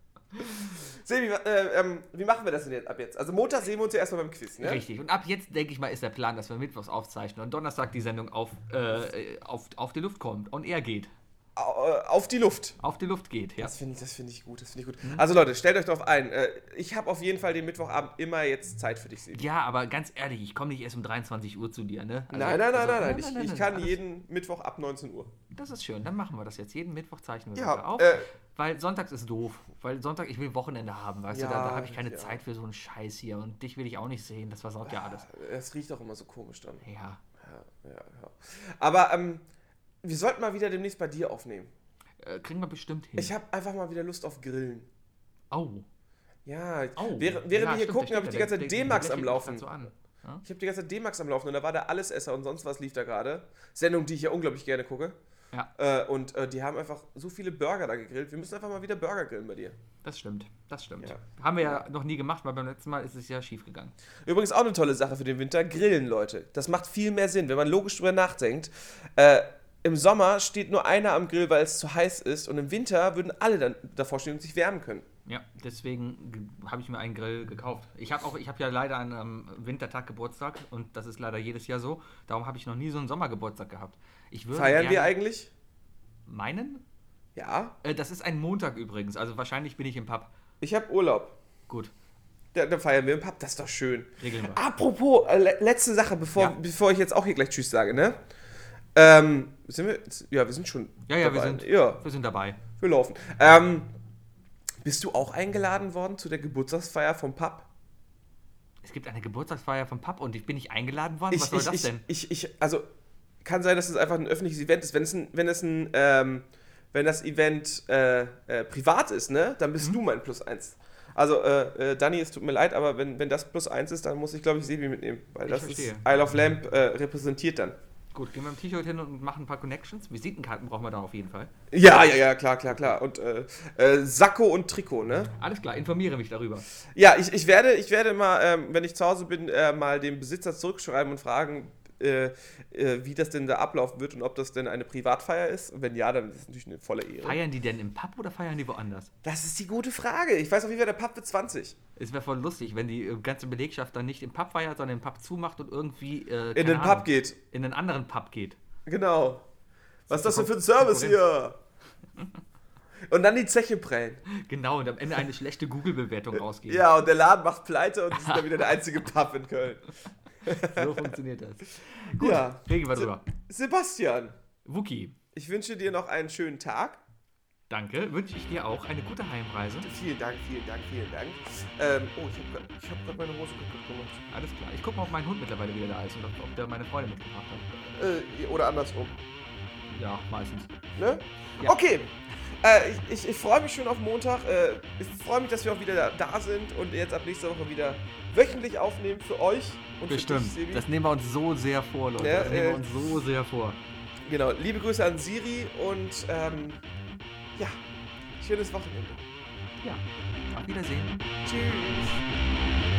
Sebi, wa- äh, ähm, wie machen wir das denn jetzt ab jetzt? Also Montag sehen wir uns ja erstmal beim Quiz, ne?
Richtig. Und ab jetzt, denke ich mal, ist der Plan, dass wir mittwochs aufzeichnen und Donnerstag die Sendung auf, äh, auf, auf die Luft kommt und er geht.
Au- äh, Auf die Luft.
Auf die Luft geht, ja. Hm?
Das finde ich, das finde ich gut, das finde ich gut. Also Leute, stellt euch darauf ein. Äh, Ich habe auf jeden Fall den Mittwochabend immer jetzt Zeit für dich, Sebi.
Ja, aber ganz ehrlich, ich komme nicht erst um 23 Uhr zu dir, ne? Also-
nein, nein, nein,
also-
nein, nein, Ich, ich kann
alles-
jeden Mittwoch ab 19 Uhr.
Das ist schön, dann machen wir das jetzt. Jeden Mittwoch zeichnen wir
Ja,
das auf.
äh,
weil sonntags ist doof. Weil Sonntag, ich will Wochenende haben, weißt
Ja,
du? Da, da habe ich keine
ja.
Zeit für so einen Scheiß hier. Und dich will ich auch nicht sehen, das versaut ja alles.
Äh, Das riecht auch immer so komisch dann. Ja,
Ja.
ja, ja. Aber ähm, wir sollten mal wieder demnächst bei dir aufnehmen.
Äh, kriegen wir bestimmt hin.
Ich habe einfach mal wieder Lust auf Grillen.
Au.
Ja,
Au.
während, während wir
Oh, Ja,
hier
stimmt, da
gucken,
steht
habe ich
ja
die ganze
der-
Zeit
der- der
D-Max am
lächelt mich
Laufen.
grad So an. Ja?
Ich habe die ganze Zeit D-Max am Laufen und da war der Allesesser und sonst was lief da gerade. Sendung, die ich ja unglaublich gerne gucke.
Ja.
Äh, und äh, die haben einfach so viele Burger da gegrillt. Wir müssen einfach mal wieder Burger grillen bei dir.
Das stimmt, das stimmt.
Ja.
Haben wir ja noch nie gemacht, weil beim letzten Mal ist es ja schief gegangen.
Übrigens auch eine tolle Sache für den Winter, grillen, Leute. Das macht viel mehr Sinn, wenn man logisch drüber nachdenkt. Äh, Im Sommer steht nur einer am Grill, weil es zu heiß ist. Und im Winter würden alle dann davor stehen und sich wärmen können.
Ja, deswegen g- habe ich mir einen Grill gekauft. Ich habe auch, ich habe ja leider an einem Wintertag Geburtstag und das ist leider jedes Jahr so. Darum habe ich noch nie so einen Sommergeburtstag gehabt. Ich würde
Feiern wir
gerne-
eigentlich?
meinen?
Ja.
Äh, das ist ein Montag übrigens, also wahrscheinlich bin ich im Pub.
Ich habe Urlaub.
Gut,
Da, dann feiern wir im Pub. Das ist doch schön.
regeln wir.
Apropos, äh, le letzte Sache, bevor,
Ja.
bevor ich jetzt auch hier gleich Tschüss sage, ne? Ähm, sind wir, ja, wir sind schon.
Ja, ja, wir
dabei.
sind,
Ja,
wir sind dabei.
wir laufen. Ähm, bist du auch eingeladen worden zu der Geburtstagsfeier vom Pub?
Es gibt eine Geburtstagsfeier vom Pub und ich bin nicht eingeladen worden.
Ich,
Was soll
ich,
das
ich,
denn?
Ich, ich, also, kann sein, dass es einfach ein öffentliches Event ist. Wenn es ein, wenn es ein, ähm, wenn das Event äh, äh, privat ist, ne, dann
Mhm.
bist du mein Plus eins. Also, äh, äh, Dani, es tut mir leid, aber wenn, wenn das Plus eins ist, dann muss ich, glaube ich, Sebi mitnehmen. Weil
Ich
das
verstehe.
ist Isle of Lamp äh, repräsentiert dann.
Gut, gehen wir im T-Shirt hin und machen ein paar Connections. Visitenkarten brauchen wir da auf jeden Fall.
Ja, ja, ja, klar, klar, klar. Und äh, äh, Sakko und Trikot, ne?
Alles klar, informiere mich darüber.
Ja, ich, ich werde, ich werde mal, ähm, wenn ich zu Hause bin, äh, mal dem Besitzer zurückschreiben und fragen, äh, äh, wie das denn da ablaufen wird und ob das denn eine Privatfeier ist. Und wenn ja, dann ist es natürlich eine volle Ehre.
Feiern die denn im Pub oder feiern die woanders?
Das ist die gute Frage. Ich weiß auf jeden Fall, der Pub wird 20.
Es wäre voll lustig, wenn die äh, ganze Belegschaft dann nicht im Pub feiert, sondern im Pub zumacht und irgendwie äh,
In
keine
den
Ahnung,
Pub geht.
in einen anderen Pub geht.
Genau. Was ist das denn für ein Service hier? Und dann die Zeche prellen.
Genau, und am Ende eine schlechte Google-Bewertung rausgeben.
Ja, und der Laden macht pleite und es ist dann wieder der einzige Pub in Köln.
So funktioniert das. Gut,
Ja.
reden wir drüber.
Sebastian,
Wookie,
ich wünsche dir noch einen schönen Tag.
danke. Wünsche ich dir auch eine gute Heimreise.
Vielen Dank, vielen Dank, vielen Dank. Ähm, oh, ich habe gerade hab grad meine Hose kaputt gemacht.
Alles klar. Ich gucke mal, ob mein Hund mittlerweile wieder da ist und ob, ob der meine Freunde mitgebracht hat.
Äh, oder andersrum.
Ja, meistens.
Ne?
Ja.
Okay. Äh, ich ich, ich freue mich schon auf Montag. Äh, ich freue mich, dass wir auch wieder da, da sind und jetzt ab nächster Woche wieder wöchentlich aufnehmen für euch und
Bestimmt.
für dich,
Das
Sebi.
nehmen wir uns so sehr vor, Leute.
Ja,
das nehmen
äh,
wir uns so sehr vor.
Genau. Liebe Grüße an Siri und ähm, ja, schönes Wochenende.
Ja. Auf Wiedersehen.
Tschüss.